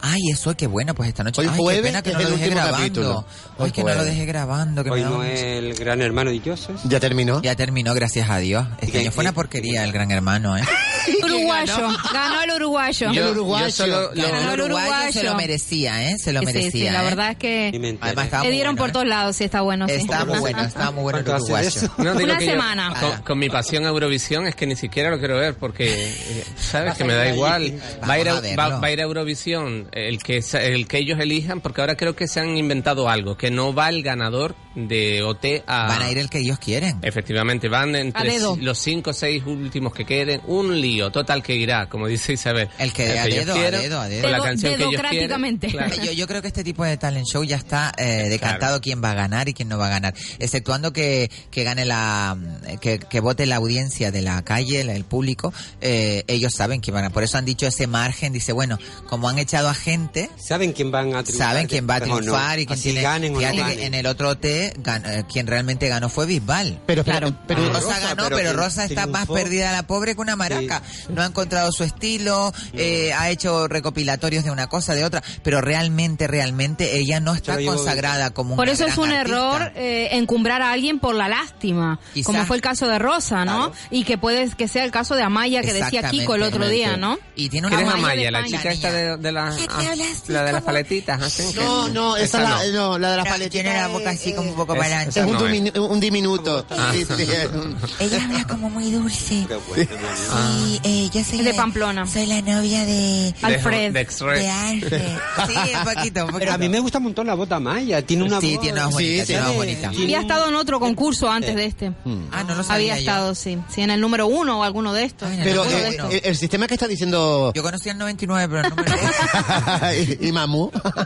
Speaker 3: Ay, eso qué bueno, pues esta noche.
Speaker 6: Hoy
Speaker 3: Ay, qué
Speaker 6: jueves
Speaker 3: pena que
Speaker 6: es
Speaker 3: no lo
Speaker 6: el
Speaker 3: dejé
Speaker 6: último
Speaker 3: grabando.
Speaker 6: capítulo.
Speaker 3: Ay,
Speaker 6: Hoy
Speaker 3: que no lo
Speaker 6: jueves.
Speaker 3: dejé grabando. Que me
Speaker 5: Hoy
Speaker 3: da
Speaker 5: no
Speaker 3: mucho-
Speaker 5: es el gran hermano de ¿eh? Joseph.
Speaker 6: ¿Ya terminó?
Speaker 3: Ya terminó, gracias a Dios. Este
Speaker 5: ¿Y qué-
Speaker 3: año fue
Speaker 5: qué-
Speaker 3: una porquería el gran hermano, ¿eh?
Speaker 4: Uruguayo. Ganó el uruguayo.
Speaker 6: Yo- uruguayo.
Speaker 7: solo lo-
Speaker 4: Ganó el uruguayo.
Speaker 3: se lo merecía, ¿eh? Se lo
Speaker 4: Sí,
Speaker 3: merecía.
Speaker 4: sí, sí, la
Speaker 3: ¿eh?
Speaker 4: verdad es
Speaker 5: Ni me
Speaker 4: que
Speaker 5: enteré.
Speaker 3: Además, estaba
Speaker 4: le
Speaker 3: muy
Speaker 4: dieron
Speaker 3: bueno,
Speaker 4: por
Speaker 3: ¿eh?
Speaker 4: todos lados, sí, está bueno. sí.
Speaker 3: Está muy bueno, está muy bueno el
Speaker 5: ¿Cuánto hace
Speaker 3: uruguayo.
Speaker 5: eso?
Speaker 7: No, digo
Speaker 4: Una
Speaker 7: que yo-
Speaker 4: semana.
Speaker 7: con, con mi pasión a Eurovisión es que ni siquiera lo quiero ver porque, eh, ¿sabes? Que me da igual. Va a ir a,
Speaker 3: Vamos a
Speaker 7: va-
Speaker 3: verlo.
Speaker 7: va a ir a Eurovisión el que, sa- el que ellos elijan porque ahora creo que se han inventado algo, que no va el ganador de OT a...
Speaker 3: Van a ir el que ellos quieren.
Speaker 7: Efectivamente, van entre
Speaker 4: A dedo.
Speaker 7: si- los cinco o seis últimos que queden. Un lío total que irá, como dice Isabel.
Speaker 3: El que a
Speaker 7: yo
Speaker 3: dedo, a
Speaker 7: quiero,
Speaker 3: dedo, a dedo.
Speaker 7: Con la
Speaker 4: Dedo-
Speaker 7: canción que ellos quieren.
Speaker 4: dedocráticamente.
Speaker 7: Claro.
Speaker 3: Yo, yo creo que este tipo de talent show ya está eh, decantado quién va a ganar y quién no va a ganar, exceptuando que, que gane la que, que vote la audiencia de la calle, la- el público, eh, ellos saben quién va a ganar. Por eso han dicho ese margen, dice, bueno, como han echado a gente,
Speaker 5: ¿Saben quién van a triunfar?
Speaker 3: saben quién va a
Speaker 5: después o no?
Speaker 3: triunfar y quién
Speaker 5: Así
Speaker 3: tiene-
Speaker 5: ganen o no
Speaker 3: Fíjate que
Speaker 5: ganen.
Speaker 3: en el otro T gan- eh, quien realmente ganó fue Bisbal.
Speaker 6: Pero, espérate, pero,
Speaker 3: Rosa,
Speaker 5: Rosa,
Speaker 3: ganó, pero,
Speaker 5: pero que
Speaker 3: Rosa está más
Speaker 5: triunfó.
Speaker 3: perdida la pobre que una maraca. No ha encontrado su estilo, eh, ha hecho recopilatorios de una cosa, de otra, pero realmente, realmente ella no está
Speaker 5: lo llevo
Speaker 3: consagrada como una
Speaker 4: Por eso es
Speaker 3: gran
Speaker 4: un
Speaker 3: artista.
Speaker 4: error eh, encumbrar a alguien por la lástima,
Speaker 3: Quizás.
Speaker 4: como fue el caso de Rosa, ¿no?
Speaker 5: Claro.
Speaker 4: Y que puede que sea el caso de Amaya que decía Kiko el otro día, ¿no?
Speaker 3: Y tiene una
Speaker 7: ¿Quién es
Speaker 4: Amaya
Speaker 7: Amaya?
Speaker 4: de
Speaker 7: La
Speaker 4: España,
Speaker 7: chica esta de, de la,
Speaker 3: La que habla así
Speaker 7: la de las
Speaker 3: como-
Speaker 7: paletitas. así que-
Speaker 6: No, no, esa,
Speaker 7: Esa
Speaker 6: la,
Speaker 7: no.
Speaker 6: no, la de las
Speaker 3: Claro,
Speaker 6: paletitas.
Speaker 3: tiene la boca así como un poco
Speaker 7: es-
Speaker 3: para Ah.
Speaker 6: Es
Speaker 7: Esa
Speaker 6: un,
Speaker 7: no es.
Speaker 6: diminu- un diminuto. Sí, sí, es un-
Speaker 3: Ella habla como muy dulce.
Speaker 5: Pero bueno, mi amigo.
Speaker 3: Sí, eh, yo soy
Speaker 4: Es de Pamplona.
Speaker 3: Soy la novia de,
Speaker 7: de-
Speaker 4: Alfred.
Speaker 7: de X-Ray.
Speaker 3: Alfred. Sí, un poquito, un poquito.
Speaker 5: Pero a mí me gusta un montón la bota maya. Tiene una
Speaker 3: Sí,
Speaker 5: voz-
Speaker 3: tiene una voz
Speaker 6: Sí,
Speaker 3: bonita, tiene una voz bonita.
Speaker 5: tiene-
Speaker 4: Había estado en otro concurso antes de este.
Speaker 6: Mm.
Speaker 3: Ah, no lo sabía
Speaker 4: Había
Speaker 3: yo.
Speaker 4: estado, sí. Sí, en el número uno o alguno de estos.
Speaker 3: Ay, en el
Speaker 6: Pero
Speaker 3: número
Speaker 6: eh,
Speaker 3: uno.
Speaker 6: el, el sistema que está diciendo
Speaker 3: Yo conocí el 99, pero el número uno.
Speaker 6: [laughs] y, y Mamú
Speaker 4: [laughs]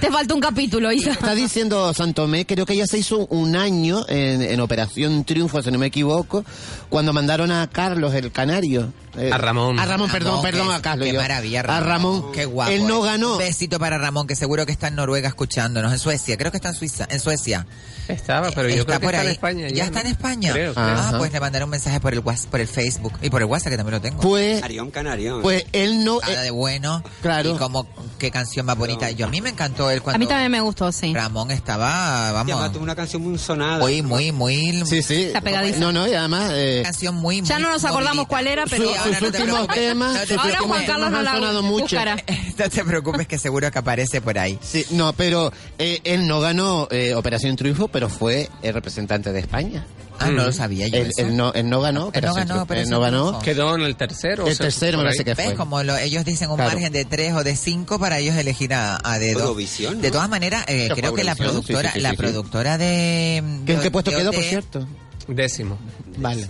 Speaker 4: Te falta un capítulo, Isa.
Speaker 6: está diciendo Santomé, creo que ya se hizo un año en, en Operación Triunfo, si no me equivoco, cuando mandaron a Carlos el Canario. eh,
Speaker 7: A Ramón.
Speaker 6: A Ramón, perdón,
Speaker 3: Ramón,
Speaker 6: perdón,
Speaker 3: qué-
Speaker 6: a Carlos.
Speaker 3: Qué
Speaker 6: yo.
Speaker 3: maravilla,
Speaker 6: A Ramón.
Speaker 3: Qué guapo.
Speaker 6: Él no
Speaker 3: eh.
Speaker 6: ganó.
Speaker 3: Un besito para Ramón, que seguro que está en Noruega escuchándonos, en Suecia. Creo que está en Suiza, en Suecia. Eh,
Speaker 7: Estaba, pero yo
Speaker 3: está
Speaker 7: creo que
Speaker 3: por
Speaker 7: está en
Speaker 3: ahí.
Speaker 7: España.
Speaker 3: Ya, está en
Speaker 7: ¿no?
Speaker 3: España.
Speaker 7: Creo, creo.
Speaker 3: Ah,
Speaker 6: Ajá.
Speaker 3: pues le mandaré un mensaje por el WhatsApp, por el Facebook y por el WhatsApp que también lo tengo.
Speaker 6: Pues,
Speaker 5: Arión Canarión.
Speaker 6: pues él no.
Speaker 3: Nada de bueno.
Speaker 6: Claro.
Speaker 3: Y como qué canción más bonita. Yo a mí me encantó él cuando
Speaker 4: A mí también me gustó, sí.
Speaker 3: Ramón estaba,
Speaker 5: Y además tuvo
Speaker 3: vamos,
Speaker 5: una canción muy sonada.
Speaker 3: muy muy muy
Speaker 6: sí, sí.
Speaker 4: Está pegadizo.
Speaker 6: No, no, y además. eh,
Speaker 3: canción muy
Speaker 4: Ya
Speaker 3: muy
Speaker 4: no nos acordamos
Speaker 3: movidita.
Speaker 4: cuál era,
Speaker 6: su-
Speaker 4: pero
Speaker 3: Sí, ahora
Speaker 6: sus
Speaker 3: no te
Speaker 6: últimos
Speaker 3: preocupes.
Speaker 6: temas.
Speaker 3: No te
Speaker 6: sus
Speaker 4: ahora
Speaker 6: últimos
Speaker 4: Juan
Speaker 3: preocupes.
Speaker 4: Carlos
Speaker 6: temas
Speaker 4: no
Speaker 6: han
Speaker 4: la
Speaker 6: sonado mucho.
Speaker 4: buscará.
Speaker 6: [laughs]
Speaker 3: No te preocupes que seguro que aparece por ahí.
Speaker 6: Sí, no, pero eh, él no ganó eh, Operación Triunfo, pero fue el representante de España.
Speaker 3: Ah, no lo sabía yo.
Speaker 6: Él,
Speaker 3: eso.
Speaker 6: él no, él no ganó
Speaker 3: Él no ganó,
Speaker 6: Operación Triunfo. Él
Speaker 3: Operación
Speaker 6: no ganó.
Speaker 3: Triunfo.
Speaker 7: Quedó en el tercero. o
Speaker 6: El
Speaker 7: sea,
Speaker 6: tercero
Speaker 7: por
Speaker 6: me
Speaker 7: ahí.
Speaker 6: parece que
Speaker 3: ¿Ves?
Speaker 6: fue.
Speaker 3: Como lo- ellos dicen un
Speaker 6: Claro.
Speaker 3: margen de tres o de cinco para ellos elegir a, a dedo.
Speaker 5: Eurovisión, ¿no?
Speaker 3: De todas maneras, eh,
Speaker 6: Pero
Speaker 3: creo que la
Speaker 6: Eurovisión, sí,
Speaker 3: productora,
Speaker 6: sí, sí,
Speaker 3: la
Speaker 6: sí.
Speaker 3: productora de...
Speaker 6: ¿Qué- ¿En
Speaker 3: de-
Speaker 6: qué puesto
Speaker 3: de
Speaker 6: quedó,
Speaker 3: OT
Speaker 6: por cierto?
Speaker 7: Décimo.
Speaker 6: Vale.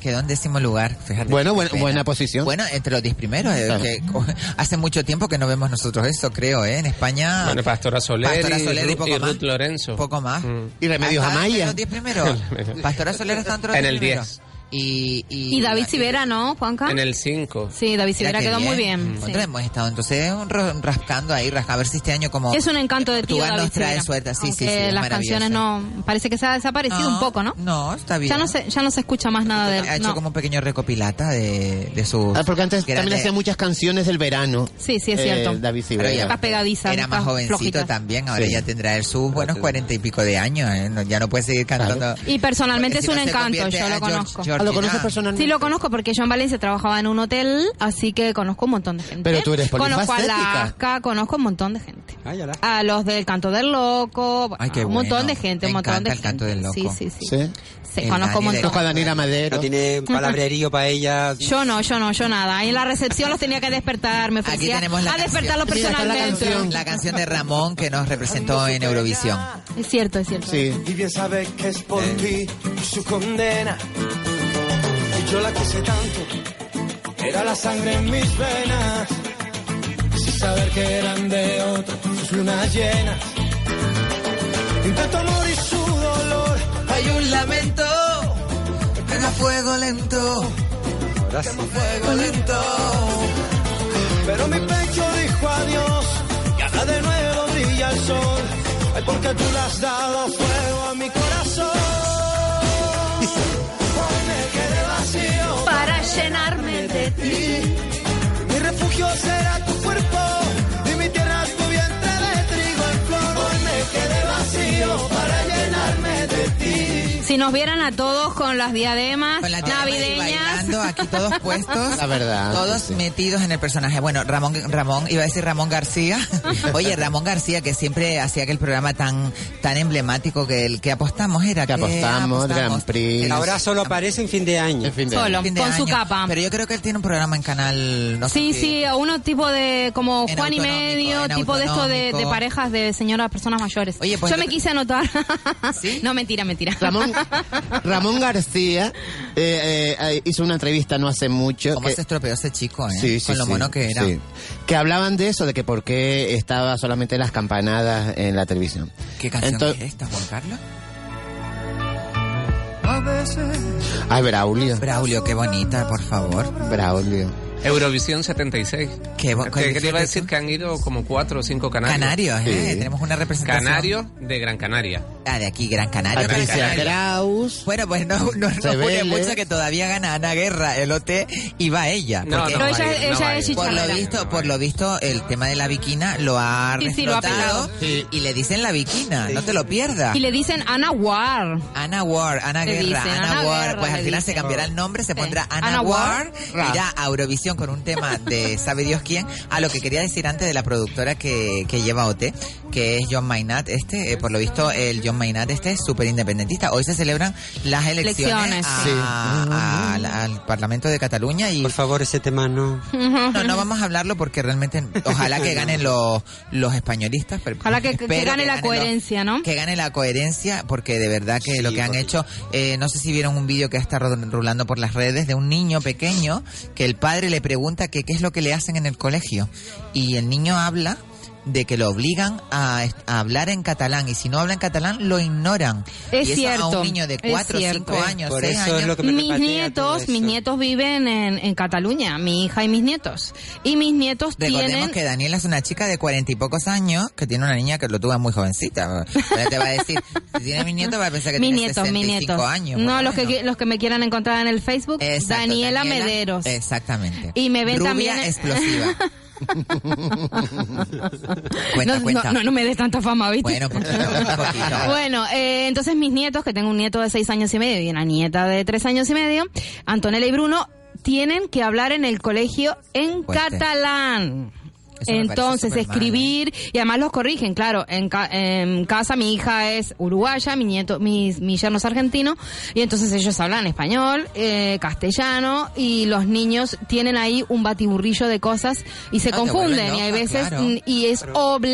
Speaker 3: Quedó en décimo lugar, fíjate.
Speaker 6: Bueno,
Speaker 3: Qué
Speaker 6: buena-
Speaker 3: pena.
Speaker 6: buena posición.
Speaker 3: Bueno, entre los diez primeros. eh,
Speaker 6: Claro.
Speaker 3: que- [laughs] hace mucho tiempo que no vemos nosotros eso, creo, ¿eh? En España...
Speaker 7: Bueno, Pastora Soler,
Speaker 3: Pastora
Speaker 7: y
Speaker 3: Soler y
Speaker 7: Ru-
Speaker 3: poco
Speaker 7: y
Speaker 3: más.
Speaker 7: Ruth Lorenzo.
Speaker 3: Poco más.
Speaker 7: Mm.
Speaker 6: Y Remedios
Speaker 3: Ah, ¿está entre
Speaker 6: Amaya.
Speaker 3: los diez primeros.
Speaker 7: [laughs]
Speaker 3: Pastora Soler está entre los
Speaker 7: En
Speaker 3: diez
Speaker 7: el
Speaker 3: primeros.
Speaker 7: diez.
Speaker 3: Y, y,
Speaker 4: Y David Sivera, ¿no, Juanca?
Speaker 7: En el cinco.
Speaker 4: Sí, David
Speaker 3: Mira
Speaker 4: Sivera
Speaker 3: qué
Speaker 4: quedó muy bien. sí.
Speaker 3: Nosotros hemos estado entonces un ro- rascando ahí, rasca- a ver si este año como...
Speaker 4: Es un encanto de tío
Speaker 3: Portugal
Speaker 4: David
Speaker 3: nos trae
Speaker 4: Sivera.
Speaker 3: suerte, sí, sí,
Speaker 4: Aunque
Speaker 3: sí, es
Speaker 4: las canciones no... Parece que se ha desaparecido un poco, ¿no?
Speaker 3: No, está bien.
Speaker 4: Ya no se, ya no se escucha más nada de
Speaker 3: Ha
Speaker 4: él.
Speaker 3: hecho
Speaker 4: no.
Speaker 3: como un pequeño recopilata de, de sus...
Speaker 6: Ah, porque antes
Speaker 3: que era
Speaker 6: también
Speaker 3: de-
Speaker 6: hacía muchas canciones del verano.
Speaker 4: Sí, sí, es
Speaker 6: eh,
Speaker 4: cierto.
Speaker 6: David
Speaker 3: Pero
Speaker 6: Sivera.
Speaker 3: ya-
Speaker 4: Está pegadiza,
Speaker 3: Era más
Speaker 4: está
Speaker 3: jovencito
Speaker 4: flojita.
Speaker 3: también, ahora
Speaker 6: Sí.
Speaker 3: ya tendrá él sus buenos cuarenta y pico de años, ¿eh? No- ya no puede seguir cantando.
Speaker 4: Y personalmente
Speaker 3: Porque
Speaker 4: es
Speaker 3: si
Speaker 4: un
Speaker 3: no se
Speaker 4: encanto,
Speaker 3: convierte
Speaker 4: yo
Speaker 3: a
Speaker 4: lo
Speaker 3: George-
Speaker 4: conozco.
Speaker 6: Ah, ¿lo conoces
Speaker 3: Georgina.
Speaker 6: personalmente?
Speaker 4: Sí, lo conozco porque yo en Valencia trabajaba en un hotel, así que conozco un montón de gente.
Speaker 6: Pero tú eres
Speaker 4: Conozco a
Speaker 6: polifacética.
Speaker 4: Alaska, conozco un montón de gente.
Speaker 6: Ah,
Speaker 5: Ay, ya la-
Speaker 4: A los del Canto del Loco, bueno,
Speaker 3: Ay, qué
Speaker 4: un montón
Speaker 3: bueno.
Speaker 4: de gente,
Speaker 3: Me
Speaker 4: un montón de
Speaker 3: encanta el Canto
Speaker 4: gente.
Speaker 3: del Loco.
Speaker 4: Sí, sí, sí.
Speaker 6: Sí.
Speaker 4: Sí,
Speaker 3: El
Speaker 4: conozco un
Speaker 3: Dani de-
Speaker 6: Conozco a
Speaker 4: montón.
Speaker 6: Daniela Madero.
Speaker 5: No tiene palabrerío para
Speaker 3: [laughs]
Speaker 5: ella.
Speaker 4: Yo no, yo no, yo nada. Ahí en la recepción los tenía que despertar, me
Speaker 3: Aquí
Speaker 4: ofrecía
Speaker 3: tenemos la
Speaker 4: a despertarlos
Speaker 6: Mira, está la
Speaker 4: personalmente.
Speaker 6: canción.
Speaker 3: La canción de Ramón que nos representó en Eurovisión.
Speaker 4: Es cierto, es cierto.
Speaker 6: Sí.
Speaker 8: Y bien sabe que es por ti su condena. Y yo la quise tanto, era la sangre en mis venas. Sin saber que eran de otro, sus lunas llenas. Intento amor y su dolor.
Speaker 3: Hay un lamento, pero a fuego lento,
Speaker 5: Gracias.
Speaker 3: fuego lento.
Speaker 8: Pero mi pecho dijo adiós y ahora de nuevo brilla el sol. Ay, porque tú le has dado fuego a mi corazón. Hoy me quedé vacío,
Speaker 4: [laughs] Para llenarme de ti.
Speaker 8: mi refugio será tu cuerpo y mi tierra.
Speaker 4: Si nos vieran a todos con las diademas
Speaker 3: Con la diadema y
Speaker 4: navideñas.
Speaker 3: bailando aquí todos puestos.
Speaker 6: [laughs] La verdad,
Speaker 3: Todos
Speaker 6: sí.
Speaker 3: metidos en el personaje. Bueno, Ramón, Ramón, iba a decir Ramón García.
Speaker 6: [laughs]
Speaker 3: Oye, Ramón García, que siempre hacía aquel programa tan, tan emblemático que el que Eh, apostamos era.
Speaker 6: Que apostamos, Grand Prix.
Speaker 3: El
Speaker 5: Ahora solo aparece en fin de año.
Speaker 6: En fin de
Speaker 4: Solo.
Speaker 3: fin de
Speaker 4: con su
Speaker 3: año.
Speaker 4: capa.
Speaker 3: Pero yo creo que él tiene un programa en canal, no sé
Speaker 4: Sí,
Speaker 3: qué.
Speaker 4: sí, a uno tipo de como
Speaker 3: En
Speaker 4: Juan y
Speaker 3: autonómico,
Speaker 4: medio,
Speaker 3: en
Speaker 4: tipo de esto de,
Speaker 3: autonómico.
Speaker 4: de parejas de señoras, personas mayores.
Speaker 3: Oye, pues
Speaker 4: yo
Speaker 3: yo
Speaker 4: me
Speaker 3: te-
Speaker 4: quise anotar.
Speaker 3: [laughs] ¿Sí?
Speaker 4: No, mentira, mentira.
Speaker 6: Ramón, Ramón García eh, eh, hizo una entrevista no hace mucho.
Speaker 3: Cómo
Speaker 6: que-
Speaker 3: se estropeó ese chico, ¿eh?
Speaker 6: Sí, sí,
Speaker 3: Con lo
Speaker 6: sí,
Speaker 3: mono que era.
Speaker 6: sí. Que hablaban de eso, de que por qué estaba solamente las campanadas en la televisión.
Speaker 3: ¿Qué canción
Speaker 6: Entonces-
Speaker 3: es esta, Juan Carlos?
Speaker 8: A veces
Speaker 6: Ay, Ah, Braulio.
Speaker 3: Braulio, qué bonita, por favor.
Speaker 6: Braulio.
Speaker 7: Eurovisión 76.
Speaker 3: Qué bo-
Speaker 7: Te
Speaker 3: ¿cuál
Speaker 7: quería
Speaker 3: dijiste
Speaker 7: decir
Speaker 3: tú?
Speaker 7: Este, que han ido como cuatro o cinco canarios.
Speaker 3: Canarios, ¿eh?
Speaker 6: Sí.
Speaker 3: Tenemos una representación.
Speaker 7: Canarios de Gran Canaria.
Speaker 3: Ah, de aquí, Gran Canaria. Gran
Speaker 6: Patricia
Speaker 3: Canaria.
Speaker 6: Kraus.
Speaker 3: Bueno, pues no, no, no
Speaker 6: Se
Speaker 3: une
Speaker 6: vele.
Speaker 3: mucho que todavía gana Ana Guerra el OT y va ella.
Speaker 7: No,
Speaker 3: porque
Speaker 7: no va
Speaker 4: Pero ella-
Speaker 7: a ir, no
Speaker 4: ella
Speaker 7: va a
Speaker 4: es
Speaker 7: ir.
Speaker 3: por lo
Speaker 4: chicharrera.
Speaker 3: visto, por lo visto, el tema de la viquina lo ha
Speaker 4: Sí, sí, lo ha
Speaker 3: reflotado y le dicen la viquina, no te lo pierdas.
Speaker 4: [laughs] Y le dicen Ana War.
Speaker 3: Ana Ward, Ana
Speaker 4: Le
Speaker 3: Guerra,
Speaker 4: dicen,
Speaker 3: Ana,
Speaker 4: Ana
Speaker 3: Ward,
Speaker 4: Guerra,
Speaker 3: pues al
Speaker 4: le
Speaker 3: final se
Speaker 4: dicen.
Speaker 3: cambiará el nombre, se
Speaker 4: Sí.
Speaker 3: pondrá Ana,
Speaker 4: Ana
Speaker 3: Ward,
Speaker 6: Ward.
Speaker 3: irá a Eurovisión con un tema
Speaker 4: [laughs]
Speaker 3: de sabe Dios quién, a lo que quería decir antes de la productora que, que lleva OT, que es John Maynard, este, eh, por lo visto el John Maynard este es súper independentista, hoy se celebran las elecciones,
Speaker 4: Elecciones,
Speaker 3: a-
Speaker 4: sí.
Speaker 3: a- al- al Parlamento de Cataluña y
Speaker 5: Por favor, ese tema no.
Speaker 3: [laughs] no, no vamos a hablarlo porque realmente ojalá que ganen los, los españolistas. pero
Speaker 4: Ojalá que- que
Speaker 3: espero
Speaker 4: gane la
Speaker 3: ganen [laughs]
Speaker 4: coherencia, ¿no?
Speaker 3: Que gane la coherencia porque de verdad que lo que han hecho, eh, no sé si vieron un vídeo que está ro- rulando por las redes de un niño pequeño que el padre le pregunta que qué es lo que le hacen en el colegio y el niño habla de que lo obligan a, est- a hablar en catalán y si no habla en catalán lo ignoran.
Speaker 4: Es
Speaker 3: y eso a
Speaker 4: cierto,
Speaker 3: un niño de
Speaker 4: es
Speaker 3: cuatro,
Speaker 4: cierto.
Speaker 3: cinco años,
Speaker 5: Por
Speaker 3: seis
Speaker 5: eso
Speaker 3: años.
Speaker 5: es lo que me
Speaker 4: Mis
Speaker 5: repatea todo
Speaker 4: nietos, mis
Speaker 5: eso.
Speaker 4: nietos viven en, en Cataluña, mi hija y mis nietos. Y mis nietos
Speaker 3: Recordemos
Speaker 4: tienen...
Speaker 3: que Daniela es una chica de cuarenta y pocos años que tiene una niña que lo tuvo muy jovencita. [laughs] Ahora te va a decir, si tiene mi
Speaker 4: [laughs]
Speaker 3: nieto, va a pensar que
Speaker 4: mis
Speaker 3: tiene
Speaker 4: nietos, mis
Speaker 3: 65
Speaker 4: nietos.
Speaker 3: años. por
Speaker 4: no,
Speaker 3: lo
Speaker 4: los que,
Speaker 3: menos.
Speaker 4: qui- los que me quieran encontrar en el Facebook,
Speaker 3: Exacto,
Speaker 4: Daniela, Mederos.
Speaker 3: Exactamente.
Speaker 4: Y me ven
Speaker 3: Rubia
Speaker 4: también-
Speaker 3: explosiva.
Speaker 4: [laughs]
Speaker 3: cuenta,
Speaker 4: no,
Speaker 3: cuenta.
Speaker 4: No, no, no me des tanta fama, ¿viste?
Speaker 3: Bueno, poquito, [laughs] un poquito.
Speaker 4: Bueno, eh, entonces mis nietos, que tengo un nieto de seis años y medio y una nieta de tres años y medio, Antonella y Bruno, tienen que hablar en el colegio en
Speaker 3: Fuerte.
Speaker 4: catalán.
Speaker 3: Eso me parece
Speaker 4: Entonces,
Speaker 3: supermal, ¿eh?
Speaker 4: escribir, y además los corrigen, claro, en, ca- en casa mi hija es uruguaya, mi nieto, mi, mi yerno es argentino, y entonces ellos hablan español, eh, castellano, y los niños tienen ahí un batiburrillo de cosas y se
Speaker 3: Ah, No, te
Speaker 4: confunden,
Speaker 3: vuelven
Speaker 4: y hay
Speaker 3: loca,
Speaker 4: veces,
Speaker 3: claro.
Speaker 4: mm, y es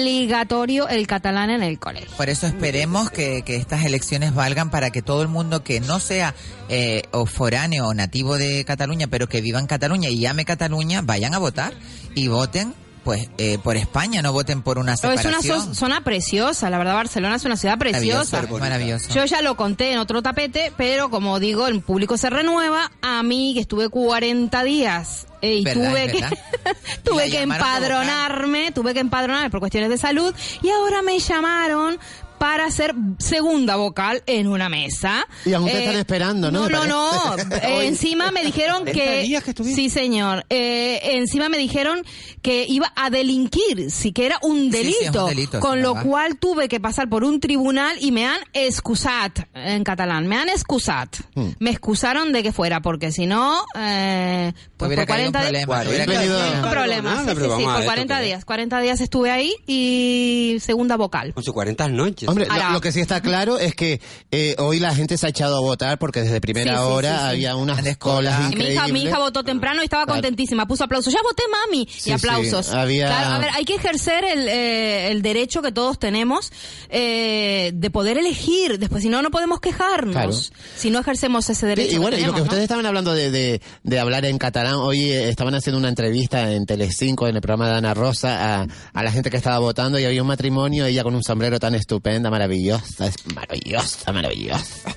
Speaker 4: obligatorio el catalán en el colegio.
Speaker 3: Por eso esperemos que, que estas elecciones valgan para que todo el mundo que no sea eh, o foráneo o nativo de Cataluña, pero que viva en Cataluña y llame Cataluña, vayan a votar y voten pues eh, por España, no voten por una
Speaker 4: Pero Oh, es
Speaker 3: separación.
Speaker 4: una zo- zona preciosa, la verdad Barcelona es una ciudad
Speaker 3: maravillosa.
Speaker 4: preciosa.
Speaker 3: maravilloso.
Speaker 4: Yo ya lo conté en otro tapete, pero como digo, el público se renueva. A mí, que estuve 40 días eh, y
Speaker 3: Verdad,
Speaker 4: tuve
Speaker 3: es
Speaker 4: que,
Speaker 3: verdad.
Speaker 4: [laughs] tuve
Speaker 3: La
Speaker 4: que
Speaker 3: llamaron para
Speaker 4: empadronarme, tuve que empadronarme por cuestiones de salud y ahora me llamaron para ser segunda vocal en una mesa. Eh,
Speaker 6: Y aún te están esperando, ¿no?
Speaker 4: No,
Speaker 6: Me
Speaker 4: no, no.
Speaker 6: [laughs] parece.
Speaker 4: Eh, encima me dijeron que...
Speaker 5: días que estuviste.
Speaker 4: sí, señor. Eh, encima me dijeron que iba a delinquir, sí que era
Speaker 3: Sí,
Speaker 4: un
Speaker 3: sí,
Speaker 4: delito.
Speaker 3: es un delito,
Speaker 4: con
Speaker 3: es
Speaker 4: lo
Speaker 3: verdad.
Speaker 4: cual tuve que pasar por un tribunal y me han excusat, en catalán, me han excusat.
Speaker 3: Hmm.
Speaker 4: Me excusaron de que fuera, porque si no, eh, pues
Speaker 3: Hubiera
Speaker 4: por
Speaker 3: caído un
Speaker 4: 40 días...
Speaker 3: problema, hubiera
Speaker 6: Bienvenido.
Speaker 3: caído un
Speaker 4: Un
Speaker 6: Ah,
Speaker 4: problema,
Speaker 5: nada,
Speaker 4: sí,
Speaker 5: pero
Speaker 4: sí,
Speaker 5: vamos
Speaker 4: sí,
Speaker 5: a
Speaker 4: por
Speaker 5: ver
Speaker 4: 40
Speaker 5: esto que-
Speaker 4: días. 40 días estuve ahí y segunda vocal.
Speaker 5: Con sus 40 noches.
Speaker 6: Hombre,
Speaker 4: Ahora-
Speaker 6: lo, lo que sí está claro es que eh, hoy la gente se ha echado a votar porque desde primera
Speaker 4: Sí, sí,
Speaker 6: hora
Speaker 4: sí, sí.
Speaker 6: había unas
Speaker 3: Grandes
Speaker 6: colas
Speaker 3: colas.
Speaker 4: Y Mi
Speaker 6: increíbles.
Speaker 4: hija, mi hija votó temprano y estaba
Speaker 6: Claro.
Speaker 4: contentísima. Puso aplausos. Ya voté, mami.
Speaker 6: Ah. Sí,
Speaker 4: y aplausos.
Speaker 6: sí, había-
Speaker 4: Claro, a ver, hay que ejercer el, eh, el derecho que todos tenemos eh, de poder elegir. Después, si no, no podemos quejarnos.
Speaker 6: Claro.
Speaker 4: Si no ejercemos ese derecho.
Speaker 6: Y, y bueno,
Speaker 4: que
Speaker 6: y lo que
Speaker 4: tenemos,
Speaker 6: ustedes estaban hablando de, de, de hablar en catalán, hoy eh, estaban haciendo una entrevista en Telecinco, en el programa de Ana Rosa, a, a la gente que estaba votando y había un matrimonio, ella con un sombrero tan estupenda, maravillosa, es maravillosa, maravillosa.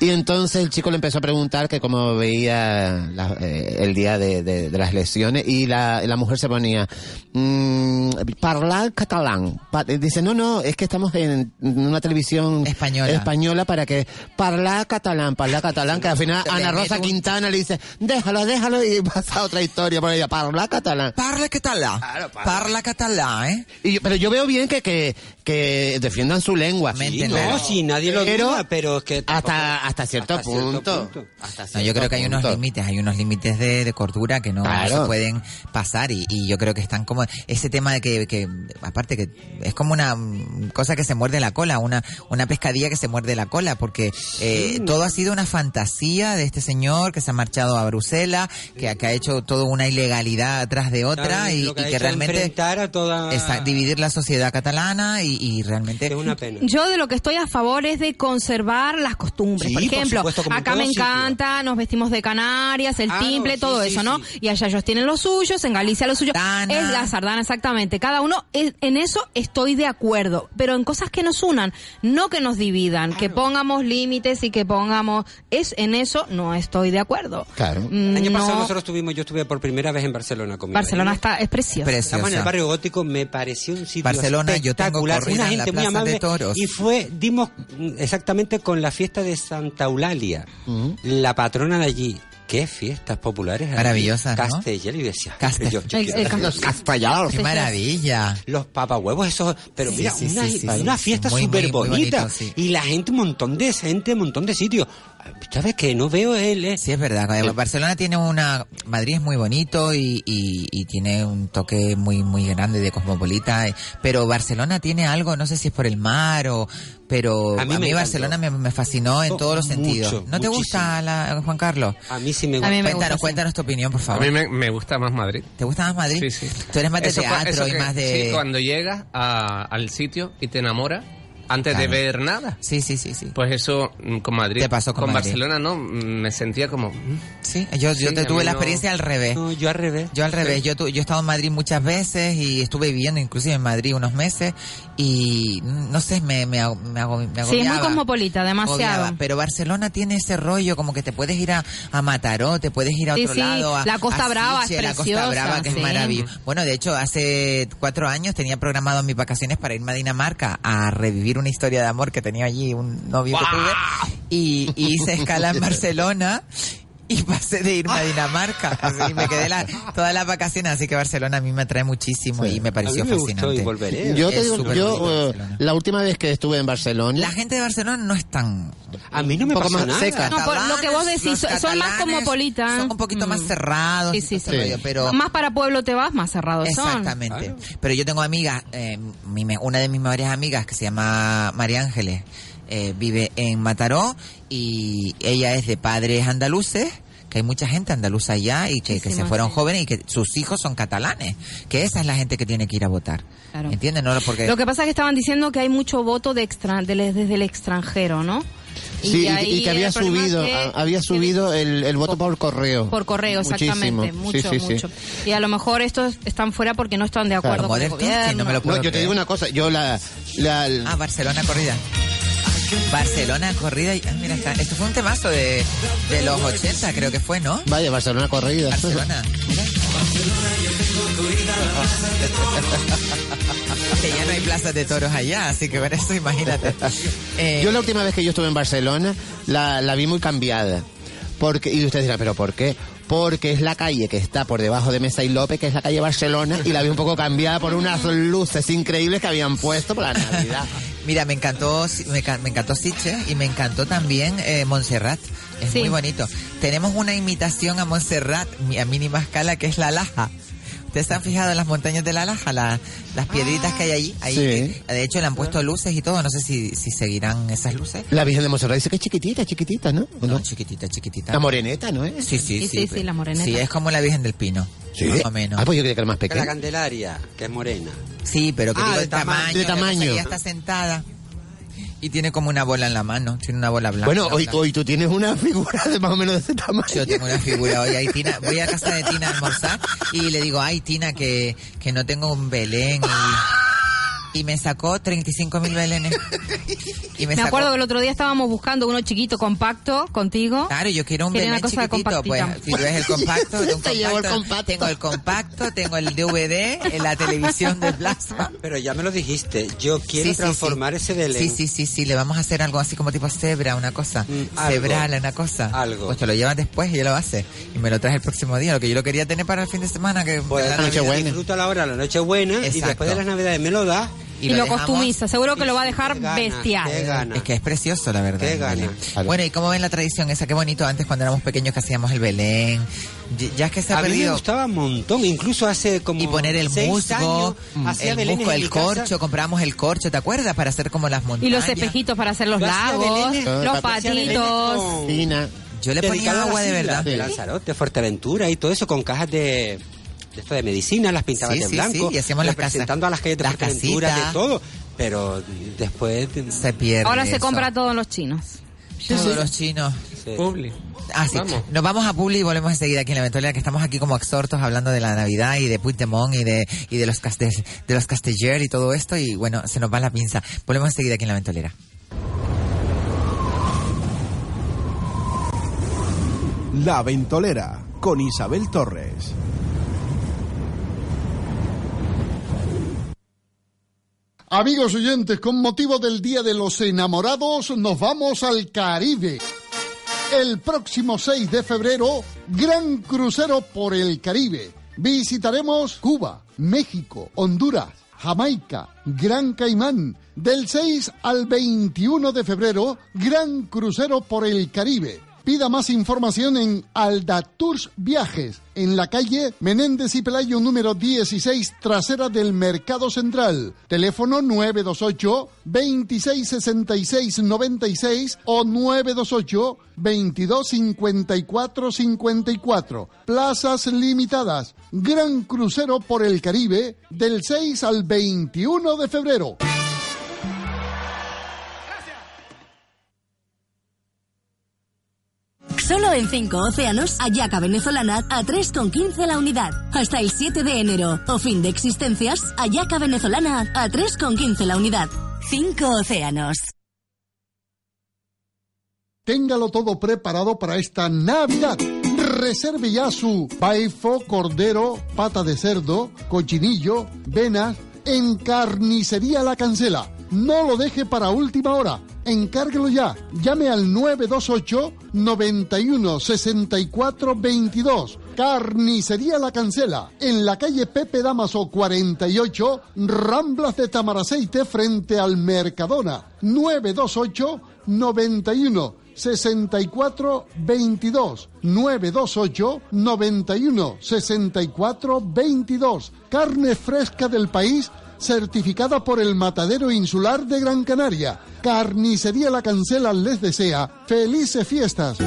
Speaker 6: Y entonces el chico le empezó a preguntar que cómo veía la- eh, el día de, de- de las lesiones y la, la mujer se ponía, mm, parlar catalán. Pa- eh, dice, no, no, es que estamos en una televisión
Speaker 3: Española.
Speaker 6: española para que parlar catalán, parlar catalán, que al final
Speaker 3: Se le
Speaker 6: Ana
Speaker 3: mete
Speaker 6: Rosa
Speaker 3: un-
Speaker 6: Quintana le dice, déjalo, déjalo y pasa otra historia por ella, parlar catalán.
Speaker 3: Parla catalá. parla. catalá, ¿eh?
Speaker 6: Y yo- pero yo veo bien que, que, que defiendan su lengua.
Speaker 3: Me
Speaker 6: Sí,
Speaker 3: entiendo.
Speaker 6: ¿no?
Speaker 5: No, si nadie lo
Speaker 6: Pero-
Speaker 5: duda, pero es que... tampoco-
Speaker 6: Hasta, hasta, cierto,
Speaker 5: hasta cierto
Speaker 6: punto.
Speaker 5: punto.
Speaker 6: Hasta
Speaker 3: No, yo
Speaker 6: cierto
Speaker 3: creo que hay unos
Speaker 6: punto.
Speaker 3: límites, hay unos límites de, de cordura que no, no
Speaker 6: Claro.
Speaker 3: se pueden pasar y, y yo creo que están como ese tema de que, que, aparte que es como una mm, cosa que se muerde la cola, una una pescadilla que se muerde la cola porque eh, todo ha sido una fantasía de este señor que se ha marchado a Bruselas, que, que ha hecho toda una ilegalidad atrás de otra
Speaker 5: Claro,
Speaker 3: y,
Speaker 5: lo que
Speaker 3: y que
Speaker 5: ha hecho es
Speaker 3: realmente
Speaker 5: enfrentar a toda...
Speaker 3: está, dividir la sociedad catalana y, y realmente
Speaker 5: Es una pena.
Speaker 4: Yo de lo que estoy a favor es de conservar las costumbres.
Speaker 5: Sí,
Speaker 4: por
Speaker 5: por
Speaker 4: ejemplo,
Speaker 5: supuesto, como en
Speaker 4: acá
Speaker 5: todo
Speaker 4: me
Speaker 5: sitio.
Speaker 4: encanta, nos vestimos de Canarias, el
Speaker 5: Ah, no,
Speaker 4: timple,
Speaker 5: sí,
Speaker 4: todo
Speaker 5: sí,
Speaker 4: eso, ¿no?
Speaker 5: sí.
Speaker 4: Y allá ellos tienen los suyos, en Galicia los suyos.
Speaker 3: Sardana.
Speaker 4: Es la sardana, exactamente. Cada uno, es- en eso estoy de acuerdo. Pero en cosas que nos unan, no que nos dividan, que pongamos límites y que pongamos... es En eso no estoy de acuerdo.
Speaker 6: Claro.
Speaker 4: Mm,
Speaker 5: El año pasado
Speaker 4: no,
Speaker 5: nosotros tuvimos, yo estuve por primera vez en Barcelona conmigo.
Speaker 4: Barcelona está, es precioso.
Speaker 3: preciosa.
Speaker 5: Estamos en el barrio gótico, me pareció un sitio
Speaker 3: Barcelona, yo tengo
Speaker 5: espectacular,
Speaker 3: corrida
Speaker 5: una
Speaker 3: en la
Speaker 5: gente muy
Speaker 3: Plaza de
Speaker 5: amable
Speaker 3: Toros.
Speaker 5: y fue dimos mm, exactamente con la fiesta de Santa Eulalia,
Speaker 8: Mm.
Speaker 5: la patrona de allí. Qué fiestas populares allí.
Speaker 3: Maravillosas, ¿no?
Speaker 5: Castellano y decía,
Speaker 3: Castell-
Speaker 5: yo- yo
Speaker 4: El-
Speaker 5: quiero
Speaker 4: el
Speaker 5: hacer
Speaker 4: cas-
Speaker 5: eso.
Speaker 6: Castellanos.
Speaker 3: Qué maravilla.
Speaker 5: los papahuevos esos, pero
Speaker 3: Sí,
Speaker 5: mira,
Speaker 3: sí,
Speaker 5: una,
Speaker 3: sí, sí,
Speaker 5: una
Speaker 3: sí.
Speaker 5: fiesta
Speaker 3: Muy, muy,
Speaker 5: súper
Speaker 3: muy bonito,
Speaker 5: bonita.
Speaker 3: sí.
Speaker 5: Y la gente, un montón de gente, un montón de sitios. ¿Sabes qué? No veo él, eh.
Speaker 3: Sí, es verdad. Cuando Barcelona tiene una... Madrid es muy bonito y, y- y tiene un toque muy muy grande de cosmopolita, eh, pero Barcelona tiene algo, no sé si es por el mar o... Pero
Speaker 5: A
Speaker 3: a
Speaker 5: mí
Speaker 3: mí,
Speaker 5: me encantó.
Speaker 3: Barcelona me, me fascinó en
Speaker 5: Oh,
Speaker 3: todos los
Speaker 5: mucho,
Speaker 3: sentidos. ¿No te
Speaker 5: muchísimo.
Speaker 3: gusta, la- Juan Carlos?
Speaker 5: A mí sí me
Speaker 4: A mí
Speaker 5: gusta.
Speaker 4: me
Speaker 3: cuéntanos,
Speaker 4: gusta, sí.
Speaker 3: cuéntanos tu opinión, por
Speaker 7: A
Speaker 3: favor.
Speaker 7: mí me, me gusta más Madrid.
Speaker 3: ¿Te gusta más Madrid?
Speaker 7: Sí, sí.
Speaker 3: Tú eres más de
Speaker 7: Eso cua-
Speaker 3: teatro
Speaker 7: eso
Speaker 3: y
Speaker 7: que-
Speaker 3: más
Speaker 7: Sí,
Speaker 3: de...
Speaker 7: cuando llegas a- al sitio y te enamoras antes
Speaker 3: Claro.
Speaker 7: de ver nada.
Speaker 3: Sí, sí, sí, sí.
Speaker 7: Pues eso mm, con Madrid.
Speaker 3: Te pasó con Madrid.
Speaker 7: Barcelona no, mm, me sentía como... mm,
Speaker 3: Sí, yo, yo
Speaker 7: Sí,
Speaker 3: te
Speaker 7: a
Speaker 3: tuve
Speaker 7: mí
Speaker 3: la
Speaker 7: no-
Speaker 3: experiencia al revés.
Speaker 5: No, yo al revés.
Speaker 3: Yo al revés, yo, tu- yo he estado en Madrid muchas veces y estuve viviendo inclusive en Madrid unos meses y mm, no sé, me, me, ag- me, ago- me
Speaker 4: Sí, es muy
Speaker 3: agobiaba.
Speaker 4: cosmopolita, demasiado.
Speaker 3: Agobiaba, Pero Barcelona tiene ese rollo como que te puedes ir a, a Mataró, te puedes ir a
Speaker 4: Sí,
Speaker 3: otro
Speaker 4: sí,
Speaker 3: lado. A,
Speaker 4: la Costa
Speaker 3: a
Speaker 4: Brava es
Speaker 3: Sitges, La Costa
Speaker 4: preciosa,
Speaker 3: Brava, que
Speaker 4: sí.
Speaker 3: es maravilloso. Bueno, de hecho, hace cuatro años tenía programado mis vacaciones para irme a Dinamarca a revivir una historia de amor que tenía allí, un novio que tuve. Y, y hice
Speaker 4: [laughs]
Speaker 3: escala en Barcelona. Y pasé de irme a Dinamarca. Así me quedé la, todas las vacaciones. Así que Barcelona a mí me atrae muchísimo
Speaker 6: Sí.
Speaker 3: y me pareció
Speaker 5: a mí me
Speaker 3: fascinante.
Speaker 5: gustó y volveré.
Speaker 6: Yo
Speaker 3: Es
Speaker 6: te digo,
Speaker 3: súper bonito
Speaker 6: yo, eh,
Speaker 3: Barcelona.
Speaker 6: la última vez que estuve en Barcelona,
Speaker 3: La gente de Barcelona no es tan
Speaker 5: a mí no me
Speaker 6: un poco
Speaker 5: pasó
Speaker 6: más
Speaker 5: nada.
Speaker 6: seca.
Speaker 4: No, por lo que vos
Speaker 3: catalanes,
Speaker 4: decís,
Speaker 3: los
Speaker 4: son más
Speaker 3: catalanes
Speaker 4: cosmopolitas.
Speaker 3: Son un poquito más
Speaker 4: Mm.
Speaker 3: cerrados.
Speaker 4: Sí, sí,
Speaker 3: y todo
Speaker 4: sí.
Speaker 3: ese rollo, pero
Speaker 4: Más para pueblo te vas, más cerrados son.
Speaker 3: Exactamente. Pero yo tengo amigas, eh, mi me- una de mis mejores amigas que se llama María Ángeles, eh, vive en Mataró y ella es de padres andaluces que hay mucha gente andaluza allá y que, que se
Speaker 4: Muchísima,
Speaker 3: fueron
Speaker 4: sí.
Speaker 3: jóvenes y que sus hijos son catalanes, que esa es la gente que tiene que ir a votar.
Speaker 4: Claro.
Speaker 3: ¿Entiendes? No, porque
Speaker 4: Lo que pasa es que estaban diciendo que hay mucho voto de extra, de- desde el extranjero, ¿no?
Speaker 6: sí, y,
Speaker 4: ahí
Speaker 6: y que
Speaker 4: el
Speaker 6: había
Speaker 4: problema es
Speaker 6: subido,
Speaker 4: que-
Speaker 6: a- había
Speaker 4: que-
Speaker 6: subido el, el voto por correo.
Speaker 4: Por correo, exactamente. Mucho,
Speaker 6: Muchísimo. Sí, sí, sí.
Speaker 4: mucho. Y a lo mejor estos están fuera porque no están de
Speaker 3: Claro,
Speaker 4: acuerdo con el
Speaker 3: Modern Talking, no
Speaker 4: gobierno.
Speaker 3: me lo
Speaker 6: No, yo te digo una cosa, yo la... la-
Speaker 3: ¿eh? Ah, Barcelona corrida. Barcelona corrida. y- ah, mira, está- esto fue un temazo de, de los 80, creo que fue, ¿no?
Speaker 6: Vaya, Barcelona corrida.
Speaker 3: Barcelona. mira. que ya no hay plazas de toros allá, así que por eso
Speaker 6: [laughs]
Speaker 3: imagínate. Eh,
Speaker 6: Yo la última vez que yo estuve en Barcelona la, la vi muy cambiada. Porque, y ustedes dirán, ¿pero por qué? Porque es la calle que está por debajo de Mesa y López, que es la calle Barcelona, y la vi un poco cambiada por unas luces increíbles que habían puesto para la Navidad.
Speaker 3: Mira, me encantó, me, ca- me encantó Sitges y me encantó también eh, Montserrat. Es
Speaker 4: Sí.
Speaker 3: muy bonito. Tenemos una imitación a Montserrat mi- a mínima escala que es la Laja. ¿Ustedes se han fijado en las montañas de la Laja? La- las piedritas que hay allí. ahí,
Speaker 6: Sí.
Speaker 3: eh, De hecho, le han puesto luces y todo. No sé si, si seguirán esas luces.
Speaker 6: La Virgen de Montserrat dice que es chiquitita, chiquitita, ¿no? ¿O
Speaker 3: No,
Speaker 6: no?
Speaker 3: chiquitita, chiquitita.
Speaker 6: La moreneta, ¿no es?
Speaker 3: Sí, sí, sí.
Speaker 4: Sí, sí, sí, la moreneta.
Speaker 3: Sí, es como la Virgen del Pino. Más o menos.
Speaker 6: Ah, pues yo creía que era más
Speaker 5: Que La
Speaker 6: pequeña.
Speaker 5: Candelaria, que es morena.
Speaker 3: Sí, pero que
Speaker 5: Ah,
Speaker 3: digo
Speaker 5: de
Speaker 3: el
Speaker 5: tama-
Speaker 3: tamaño. lo que pasa es
Speaker 6: de
Speaker 3: que
Speaker 6: tamaño.
Speaker 3: Ella está sentada y tiene como una bola en la mano. Tiene una bola blanca.
Speaker 6: Bueno, hoy,
Speaker 3: blanca.
Speaker 6: hoy tú tienes una figura de más o menos de ese tamaño.
Speaker 3: Yo tengo una figura hoy. Ahí Tina, voy a casa de Tina a almorzar y le digo, ay Tina, que, que no tengo un Belén. Y... y me sacó 35 mil belenes. Y
Speaker 4: Me,
Speaker 3: sacó-
Speaker 4: acuerdo que el otro día estábamos buscando uno chiquito, compacto, contigo.
Speaker 3: Claro, yo quiero un
Speaker 4: Quería una
Speaker 3: Belén
Speaker 4: cosa
Speaker 3: chiquitito, pues
Speaker 4: compactita.
Speaker 3: si tú ves el
Speaker 4: [laughs]
Speaker 3: compacto, de un
Speaker 6: Se llevó el compacto.
Speaker 3: tengo el compacto, tengo el DVD, en la televisión de plasma.
Speaker 5: Ah, Pero ya me lo dijiste, yo quiero
Speaker 3: Sí, sí,
Speaker 5: transformar
Speaker 3: sí.
Speaker 5: ese Belén.
Speaker 3: Sí, sí, sí, sí, le vamos a hacer algo así como tipo cebra, una cosa,
Speaker 5: Mm, algo.
Speaker 3: cebral, una cosa.
Speaker 5: Algo.
Speaker 3: Pues te lo llevas después y yo lo hace y me lo traes el próximo día, lo que yo lo quería tener para el fin de semana que
Speaker 5: Pues
Speaker 3: la
Speaker 5: la
Speaker 3: Navidad.
Speaker 5: Navidad, disfruta la hora, la noche buena, y
Speaker 3: Exacto.
Speaker 5: después de las navidades me lo da.
Speaker 4: Y, lo,
Speaker 3: dejamos-
Speaker 4: costumiza. Seguro que lo va a dejar
Speaker 5: Qué ganas, qué
Speaker 4: bestial.
Speaker 5: ganas. Gana.
Speaker 3: Es que es precioso, la verdad.
Speaker 5: Qué
Speaker 3: el
Speaker 5: gana.
Speaker 3: Belén.
Speaker 6: Claro.
Speaker 3: Ah, eh. Bueno, ¿y cómo ven la tradición esa? Qué bonito antes cuando éramos pequeños que hacíamos el Belén. Y- Ya es que se ha
Speaker 5: a mí me
Speaker 3: perdido.
Speaker 5: gustaba un montón, incluso hace como
Speaker 3: Y poner el
Speaker 5: seis
Speaker 3: musgo,
Speaker 5: años, hacía
Speaker 3: el
Speaker 5: Belenes
Speaker 3: musgo,
Speaker 5: en
Speaker 3: el
Speaker 5: mi casa.
Speaker 3: corcho, compramos el corcho, ¿te acuerdas? Para hacer como las
Speaker 4: Y
Speaker 3: montañas.
Speaker 4: los espejitos para hacer los
Speaker 5: Yo hacía
Speaker 4: lagos,
Speaker 5: Belén,
Speaker 6: eh,
Speaker 4: los
Speaker 6: yo
Speaker 5: hacía Belén
Speaker 4: patitos.
Speaker 5: con-
Speaker 6: Fina.
Speaker 3: Yo le ponía
Speaker 5: dedicado a
Speaker 3: agua
Speaker 5: las
Speaker 3: de
Speaker 5: islas
Speaker 3: verdad.
Speaker 5: De Lanzarote, Fuerteventura y todo eso con cajas de de esto de medicina, las pintaba
Speaker 3: Sí,
Speaker 5: de
Speaker 3: sí,
Speaker 5: blanco,
Speaker 3: sí, y hacíamos las
Speaker 5: representando
Speaker 3: casas-
Speaker 5: a las calles de
Speaker 3: las
Speaker 5: Fuerteventura,
Speaker 3: casitas.
Speaker 5: de todo, pero después
Speaker 3: Se pierde.
Speaker 4: Ahora se
Speaker 3: eso.
Speaker 4: compra todo en los chinos.
Speaker 3: Todos los chinos.
Speaker 5: Sí.
Speaker 7: Publi.
Speaker 3: Ah, sí.
Speaker 7: Vamos.
Speaker 3: Nos vamos a Publi y volvemos enseguida aquí en la ventolera, que estamos aquí como exhortos hablando de la Navidad y de Puigdemont y de, y de los, castel, de los Casteller y todo esto. Y bueno, se nos va la pinza. Volvemos enseguida aquí en la ventolera.
Speaker 9: La Ventolera con Isabel Torres.
Speaker 10: Amigos oyentes, con motivo del Día de los Enamorados, nos vamos al Caribe. El próximo 6 de febrero, gran crucero por el Caribe. Visitaremos Cuba, México, Honduras, Jamaica, Gran Caimán. Del 6 al 21 de febrero, gran crucero por el Caribe. Pida más información en Aldatours Viajes, en la calle Menéndez y Pelayo número 16, trasera del Mercado Central. Teléfono 928 2666 96 o 928 2254 54. Plazas limitadas. Gran crucero por el Caribe del 6 al 21 de febrero.
Speaker 11: Solo en 5 océanos, Ayaca venezolana a 3,15 la unidad. Hasta el 7 de enero. O fin de existencias, Ayaca venezolana a 3,15 la unidad. 5 océanos.
Speaker 10: Téngalo todo preparado para esta Navidad. Reserve ya su paifo, cordero, pata de cerdo, cochinillo, venas en Carnicería La Cancela. No lo deje para última hora. Encárguelo ya. Llame al 928 91 64 22. Carnicería La Cancela, en la calle Pepe Damaso 48, Ramblas de Tamaraceite frente al Mercadona. 928 91 64 22 928 91 64 22 Carne fresca del país certificada por el Matadero Insular de Gran Canaria. Carnicería La Cancela les desea felices fiestas.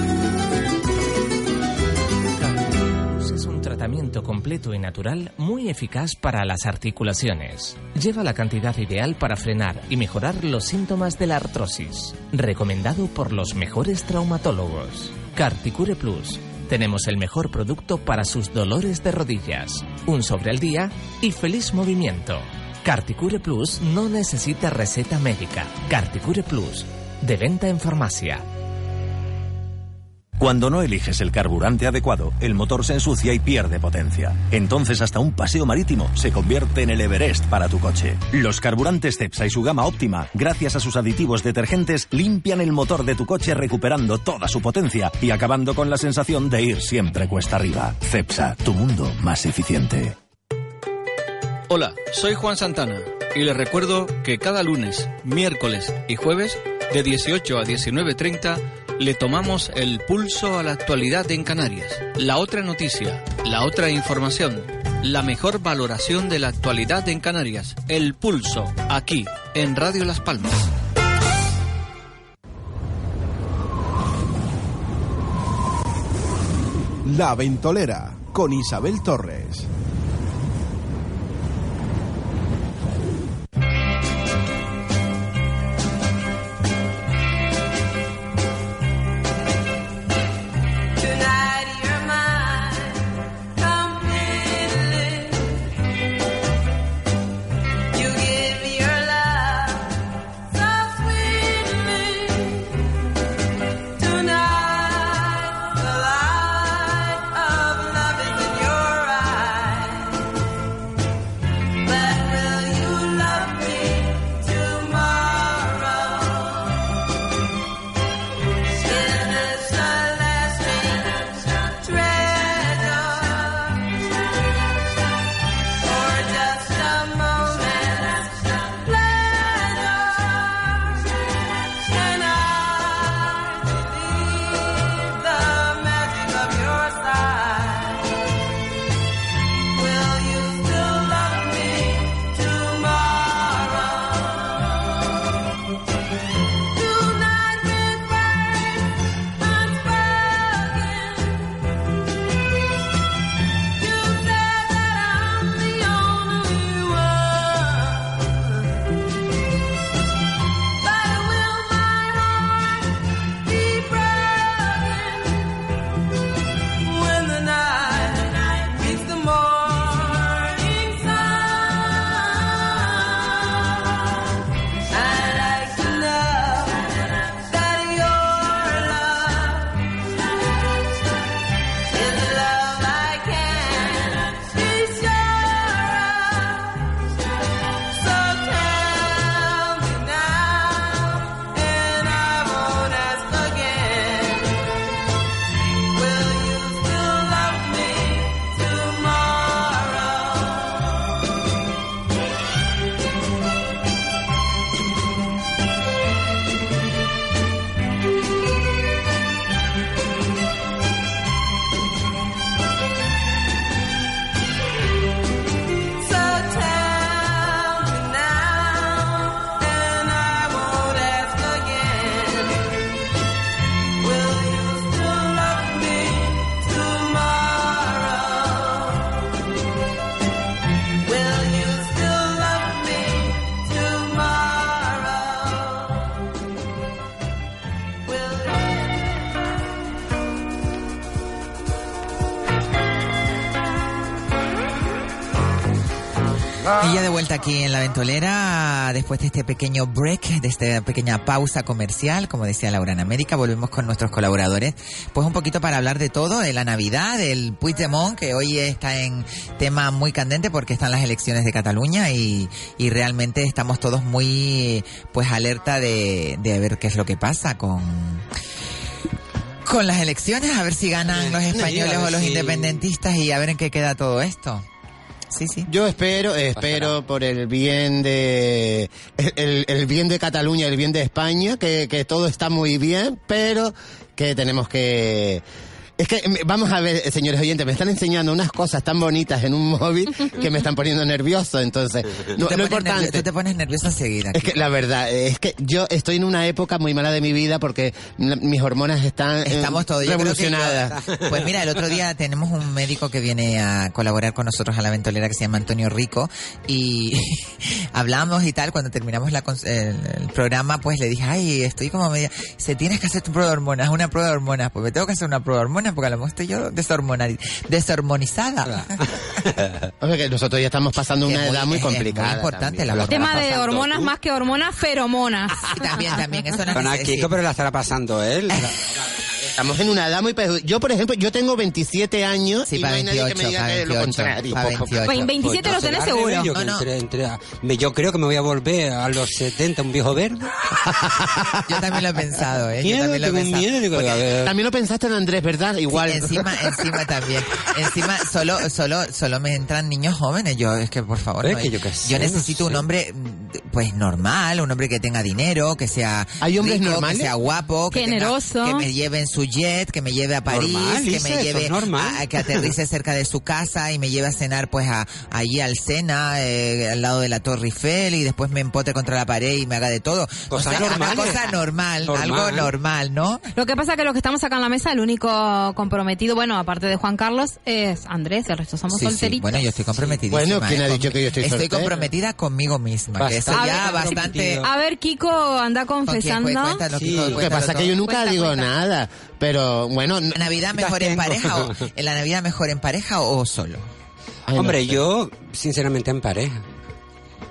Speaker 12: Cardiobus Pues es un tratamiento completo y natural muy eficaz para las articulaciones. Lleva la cantidad ideal para frenar y mejorar los síntomas de la artrosis. Recomendado por los mejores traumatólogos. Carticure Plus. Tenemos el mejor producto para sus dolores de rodillas. Un sobre al día y feliz movimiento. Carticure Plus no necesita receta médica. Carticure Plus. De venta en farmacia.
Speaker 13: Cuando no eliges el carburante adecuado, el motor se ensucia y pierde potencia. Entonces hasta un paseo marítimo se convierte en el Everest para tu coche. Los carburantes Cepsa y su gama óptima, gracias a sus aditivos detergentes, limpian el motor de tu coche recuperando toda su potencia y acabando con la sensación de ir siempre cuesta arriba. Cepsa, tu mundo más eficiente.
Speaker 14: Hola, soy Juan Santana y les recuerdo que cada lunes, miércoles y jueves de 18 a 19.30 le tomamos el pulso a la actualidad en Canarias. La otra noticia, la otra información, la mejor valoración de la actualidad en Canarias. El pulso, aquí, en Radio Las Palmas.
Speaker 9: La Ventolera con Isabel Torres.
Speaker 15: You give me your
Speaker 3: Y ya de vuelta aquí en la ventolera, después de este pequeño break, de esta pequeña pausa comercial, como decía Laura en América, volvemos con nuestros colaboradores, pues un poquito para hablar de todo, de la Navidad, del Puigdemont, que hoy está en tema muy candente porque están las elecciones de Cataluña y, y realmente estamos todos muy pues alerta de, de ver qué es lo que pasa con... Con las elecciones, a ver si ganan los españoles o los independentistas y a ver en qué queda todo esto. Sí, sí.
Speaker 6: Yo espero, eh, espero por el bien de el, el bien de Cataluña, el bien de España, que, que todo está muy bien, pero que tenemos que es que mm, vamos a ver, eh, señores oyentes, me están enseñando unas cosas tan bonitas en un móvil que me están poniendo nervioso, entonces
Speaker 3: Tú
Speaker 6: no,
Speaker 3: te pones nervio-
Speaker 6: lo importante
Speaker 3: tú te pones nervioso enseguida.
Speaker 6: es que la verdad eh, es que yo estoy en una época muy mala de mi vida porque la- mis hormonas están eh,
Speaker 3: Estamos todos yo creo que
Speaker 6: revolucionadas.
Speaker 3: yo- pues mira, el otro
Speaker 6: [laughs]
Speaker 3: día tenemos un médico que viene a colaborar con nosotros a la ventolera que se llama Antonio Rico y [laughs] hablamos y tal. Cuando terminamos la cons- el, el programa, pues le dije, ay, estoy como media. Se tienes que hacer tu prueba de hormonas, una prueba de hormonas. Pues me tengo que hacer una prueba de hormonas porque a lo mejor estoy yo deshormonal- deshormonizada.
Speaker 6: O sea que nosotros ya estamos pasando
Speaker 3: Que
Speaker 6: una
Speaker 3: es muy-
Speaker 6: edad muy
Speaker 3: es- es muy
Speaker 6: complicada.
Speaker 3: importante
Speaker 6: también.
Speaker 3: la
Speaker 6: Lo que
Speaker 4: Tema
Speaker 6: está
Speaker 4: de
Speaker 6: pasando.
Speaker 4: hormonas más que hormonas, feromonas.
Speaker 3: también, también, eso
Speaker 5: Bueno, a Kiko, pero la estará pasando él.
Speaker 6: [laughs] Estamos en una edad muy perju- Yo, por ejemplo, yo tengo 27 años y no
Speaker 5: para
Speaker 6: hay nadie que me
Speaker 5: 28,
Speaker 6: diga
Speaker 5: para
Speaker 6: que lo
Speaker 5: 28,
Speaker 6: contrario.
Speaker 5: para 28.
Speaker 4: Pues en 27 lo tenés
Speaker 5: Será
Speaker 4: seguro.
Speaker 5: rebello
Speaker 4: No,
Speaker 5: que
Speaker 4: no.
Speaker 5: entre- entre a- me- yo creo que me voy a volver a los 70 un viejo verde.
Speaker 3: [laughs] Yo también lo he pensado, ¿eh? Yo
Speaker 5: Miedo,
Speaker 3: también lo he
Speaker 5: tengo
Speaker 3: pensado.
Speaker 5: miedo, digo,
Speaker 3: Porque
Speaker 5: a ver.
Speaker 6: También lo pensaste en Andrés, ¿verdad? Igual.
Speaker 3: Sí, encima, encima también. Encima, solo, solo, solo me entran niños jóvenes. Yo, es que por favor.
Speaker 6: Es
Speaker 3: no,
Speaker 6: que yo qué sé,
Speaker 3: yo
Speaker 6: no
Speaker 3: necesito un
Speaker 6: sé.
Speaker 3: hombre, mm, pues normal, un hombre que tenga dinero, que sea.
Speaker 6: ¿Hay hombres
Speaker 3: rico,
Speaker 6: normales?
Speaker 3: Que sea guapo, que tenga-
Speaker 4: Generoso.
Speaker 3: que me lleve en su jet, que me lleve a París,
Speaker 6: Normal,
Speaker 3: que
Speaker 6: Lisa,
Speaker 3: me
Speaker 6: eso
Speaker 3: lleve.
Speaker 6: es normal.
Speaker 3: a- a que aterrice cerca de su casa y me lleve a cenar, pues, a, allí al Sena, eh, al lado de la Torre Eiffel y después me empote contra la pared y me haga de todo. O
Speaker 5: Cosas
Speaker 3: sea, una
Speaker 5: normales.
Speaker 3: cosa normal,
Speaker 5: Normal.
Speaker 3: algo normal, ¿no?
Speaker 4: Lo que pasa que los que estamos acá en la mesa, el único comprometido, bueno, aparte de Juan Carlos, es Andrés, el resto somos
Speaker 3: Sí, sí.
Speaker 4: solteritos.
Speaker 3: Bueno, yo estoy comprometidísima.
Speaker 6: Bueno, ¿quién
Speaker 3: eh,
Speaker 6: ha
Speaker 3: con-
Speaker 6: dicho que yo estoy
Speaker 3: Estoy
Speaker 6: soltero?
Speaker 3: comprometida conmigo misma. que eso
Speaker 6: Bastante
Speaker 3: ya bastante...
Speaker 6: comprometido.
Speaker 4: A ver, Kiko, anda confesando.
Speaker 3: Cuéntalo,
Speaker 6: Sí,
Speaker 3: Kiko,
Speaker 6: lo que
Speaker 3: cuéntalo
Speaker 6: pasa es que
Speaker 3: todo.
Speaker 6: yo nunca
Speaker 3: Cuenta,
Speaker 6: digo
Speaker 3: cuenta.
Speaker 6: nada, pero bueno... no-
Speaker 3: ¿La Navidad mejor en pareja
Speaker 6: [laughs]
Speaker 3: o en la Navidad mejor en pareja o solo?
Speaker 6: Ay, no
Speaker 5: Hombre,
Speaker 6: sé.
Speaker 5: yo, sinceramente, en pareja.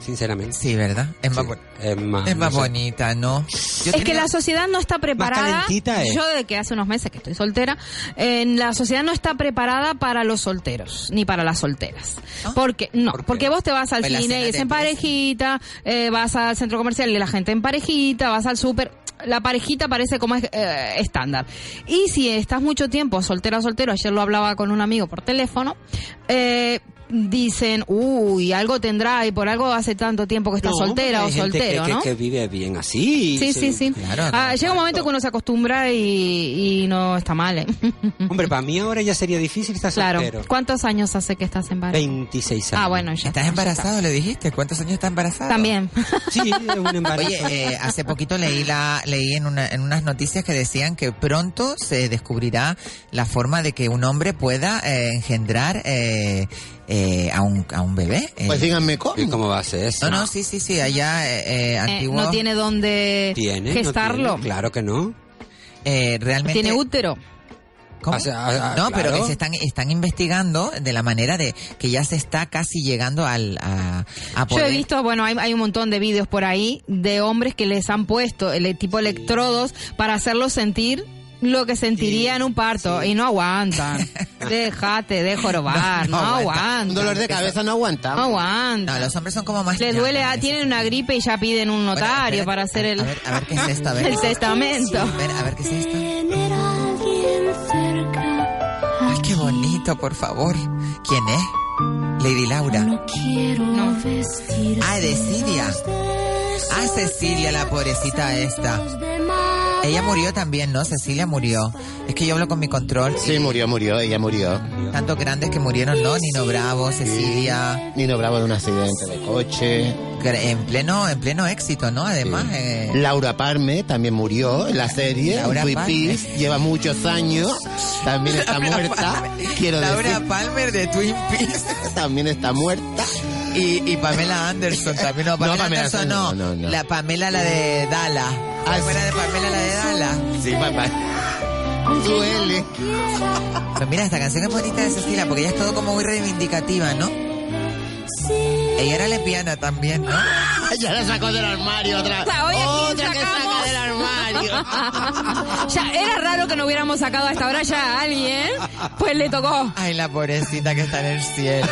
Speaker 5: Sinceramente.
Speaker 3: Sí, ¿verdad? Es más,
Speaker 5: Sí,
Speaker 3: bon-
Speaker 5: es más,
Speaker 3: es más
Speaker 5: no sé.
Speaker 3: bonita, ¿no? Yo
Speaker 4: es que
Speaker 3: tenía-
Speaker 4: la sociedad no está preparada.
Speaker 5: calentita eh. es.
Speaker 4: Yo de que hace unos meses que estoy soltera, en la sociedad no está preparada para los solteros ni para las solteras.
Speaker 5: Ah.
Speaker 4: Porque no, porque vos te vas al
Speaker 3: Pues la
Speaker 4: cine
Speaker 3: cena
Speaker 4: y es
Speaker 3: te
Speaker 4: en
Speaker 3: empieza.
Speaker 4: parejita, eh, vas al centro comercial y la gente en parejita, vas al súper la parejita parece como es, eh, estándar. Y si estás mucho tiempo soltera o soltero, ayer lo hablaba con un amigo por teléfono, eh, dicen, uy, algo tendrá y por algo hace tanto tiempo que estás
Speaker 5: No,
Speaker 4: soltera
Speaker 5: porque
Speaker 4: o
Speaker 5: hay gente
Speaker 4: soltero,
Speaker 5: que, que-
Speaker 4: ¿no?
Speaker 5: que vive bien así.
Speaker 4: Sí,
Speaker 5: se-
Speaker 4: sí, sí. Ah, llega un momento que uno se acostumbra y, y no está mal, ¿eh?
Speaker 5: Hombre, para mí ahora ya sería difícil estar
Speaker 4: claro.
Speaker 5: soltero.
Speaker 4: ¿Cuántos años hace que estás embarazada?
Speaker 5: 26 años.
Speaker 4: Ah, bueno, ya.
Speaker 3: ¿Estás
Speaker 4: está,
Speaker 3: embarazado? ¿Le dijiste? ¿Cuántos años estás
Speaker 4: ya está.
Speaker 3: embarazada?
Speaker 4: También.
Speaker 5: Sí, es un embarazo.
Speaker 3: Oye, eh, hace poquito leí la leí en, una- en unas noticias que decían que pronto se descubrirá la forma de que un hombre pueda eh, engendrar eh, eh, a, un, a un bebé. Eh,
Speaker 6: Pues díganme cómo.
Speaker 5: ¿Y cómo va a ser eso?
Speaker 3: no, no, sí, sí, sí, allá eh, eh,
Speaker 4: Eh,
Speaker 3: antiguo,
Speaker 4: no tiene dónde
Speaker 5: ¿Tiene? ¿No
Speaker 4: gestarlo.
Speaker 5: tiene? Claro que no.
Speaker 3: eh, realmente...
Speaker 4: Tiene útero.
Speaker 3: ¿Cómo?
Speaker 5: O sea, ah, ah,
Speaker 3: no, pero
Speaker 5: claro.
Speaker 3: que se están, están investigando de la manera de que ya se está casi llegando al, a, a
Speaker 4: Yo
Speaker 3: poder...
Speaker 4: he visto, bueno, hay, hay un montón de vídeos por ahí de hombres que les han puesto el tipo electrodos para hacerlos sentir lo que sentiría en un parto y no aguantan. Déjate de jorobar, no,
Speaker 3: No, no aguanta.
Speaker 4: aguantan.
Speaker 6: Un dolor de cabeza no aguanta.
Speaker 4: No aguantan.
Speaker 3: No, los hombres son como más...
Speaker 4: Les duele, ah, tienen una gripe y ya piden un
Speaker 3: Bueno,
Speaker 4: notario
Speaker 3: espérate,
Speaker 4: para hacer el...
Speaker 3: A ver, a ver qué es esto,
Speaker 4: [laughs]
Speaker 3: a ver.
Speaker 4: El testamento.
Speaker 3: A ver, a ver qué es esto. Ay, qué bonito, por favor. ¿Quién es? Lady Laura.
Speaker 4: No.
Speaker 3: Ah, de
Speaker 5: [laughs]
Speaker 3: Siria. Ah, Cecilia, la pobrecita esta. Ella murió también, ¿no? Cecilia murió. Es que yo hablo con mi control.
Speaker 6: Sí, murió, murió, ella murió.
Speaker 3: Tantos grandes que murieron, ¿no? Nino Bravo, Cecilia.
Speaker 6: Nino Bravo de un accidente de coche.
Speaker 3: En pleno, en pleno éxito, ¿no? Además, eh,
Speaker 6: Laura Parme también murió en la serie.
Speaker 3: Laura
Speaker 6: Twin
Speaker 3: Palmer.
Speaker 6: Peaks, lleva muchos años.
Speaker 3: [laughs]
Speaker 6: También está muerta. Quiero
Speaker 3: Laura
Speaker 6: decir,
Speaker 3: Palmer de Twin Peaks.
Speaker 6: [laughs] también está muerta.
Speaker 3: Y, y Pamela Anderson también. No, Pamela,
Speaker 6: Pamela
Speaker 3: Anderson no.
Speaker 6: Anderson, no, no, no.
Speaker 3: La Pamela, la de Dala.
Speaker 6: Ah,
Speaker 3: ¿Te acuerdas de Pamela, la de Dala?
Speaker 6: Sí, papá. Duele.
Speaker 3: Pues mira, esta canción es bonita de Cecilia porque ella es todo como muy reivindicativa, ¿no?
Speaker 15: Si
Speaker 3: Ella era lesbiana también, ¿no?
Speaker 6: ya la sacó del armario otra.
Speaker 4: otra que saca del
Speaker 6: armario.
Speaker 4: [laughs] ya, era raro que no hubiéramos sacado hasta ahora ya a alguien. Pues le tocó.
Speaker 3: Ay, la pobrecita que está en el cielo.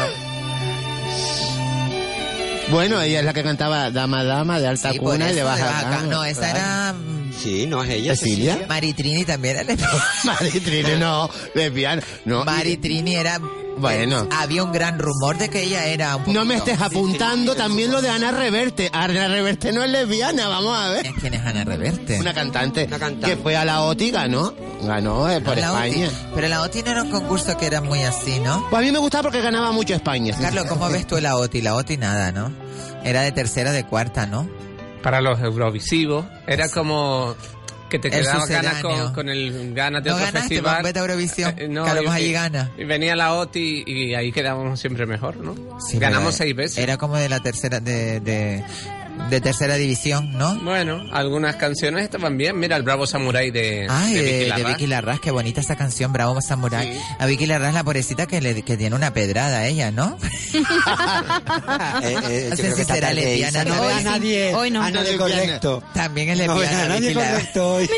Speaker 6: Bueno, ella es la que cantaba Dama, Dama, de alta
Speaker 3: Y por
Speaker 6: cuna y
Speaker 3: eso
Speaker 6: de baja.
Speaker 3: acá.
Speaker 6: cama,
Speaker 3: No, esa
Speaker 6: claro.
Speaker 3: era
Speaker 5: Sí, no es ella.
Speaker 6: ¿Cecilia?
Speaker 3: Maritrini también era lesbiana.
Speaker 6: [laughs] Maritrini no, lesbiana. No.
Speaker 3: Maritrini era...
Speaker 6: Bueno.
Speaker 3: Había un gran rumor de que ella era un
Speaker 6: No me estés apuntando también lo de Ana Reverte. Ana Reverte no es lesbiana, vamos a ver.
Speaker 3: ¿Quién es Ana Reverte?
Speaker 6: Una cantante, que fue a la OTI, ganó. Ganó eh, por
Speaker 3: La OTI.
Speaker 6: España.
Speaker 3: Pero la OTI no era un concurso que era muy así, ¿no?
Speaker 6: Pues a mí me gustaba porque ganaba mucho España.
Speaker 3: Carlos, ¿cómo ves tú la OTI? La OTI nada, ¿no? Era de tercera o de cuarta, ¿no?
Speaker 7: Para los eurovisivos, era como que te
Speaker 3: El
Speaker 7: quedaba ganas
Speaker 3: sucedáneo.
Speaker 7: con, con el ganas de
Speaker 3: No
Speaker 7: otro
Speaker 3: ganaste,
Speaker 7: festival.
Speaker 3: pues, vete a Eurovisión,
Speaker 7: Eh,
Speaker 3: que a lo
Speaker 7: y-
Speaker 3: mejor allí
Speaker 7: y-
Speaker 3: gana.
Speaker 7: Y venía la OTI y ahí quedábamos siempre mejor, ¿no?
Speaker 3: Sí,
Speaker 7: Ganamos
Speaker 3: pero
Speaker 7: seis veces.
Speaker 3: Era como de la tercera, de, de, de tercera división, ¿no?
Speaker 7: Bueno, algunas canciones estaban bien. Mira, el Bravo Samurai de,
Speaker 3: Ay,
Speaker 7: de
Speaker 3: de,
Speaker 7: Vicky
Speaker 3: de
Speaker 7: Larraz.
Speaker 3: Vicky Larraz, qué bonita esa canción, Bravo Samurai. A Vicky Larraz, la pobrecita que, le, que tiene una pedrada ella, ¿no?
Speaker 5: yo
Speaker 16: Eh,
Speaker 3: [laughs] no sé
Speaker 5: Eh, creo
Speaker 3: si
Speaker 5: que esta
Speaker 3: será
Speaker 5: tarde
Speaker 3: lesbiana.
Speaker 5: Isa no ve a [laughs] nadie- Hoy no. a nadie correcto.
Speaker 3: También es
Speaker 5: No ve
Speaker 3: lesbiana.
Speaker 5: a nadie
Speaker 3: Vicky Larraz.
Speaker 5: correcto hoy.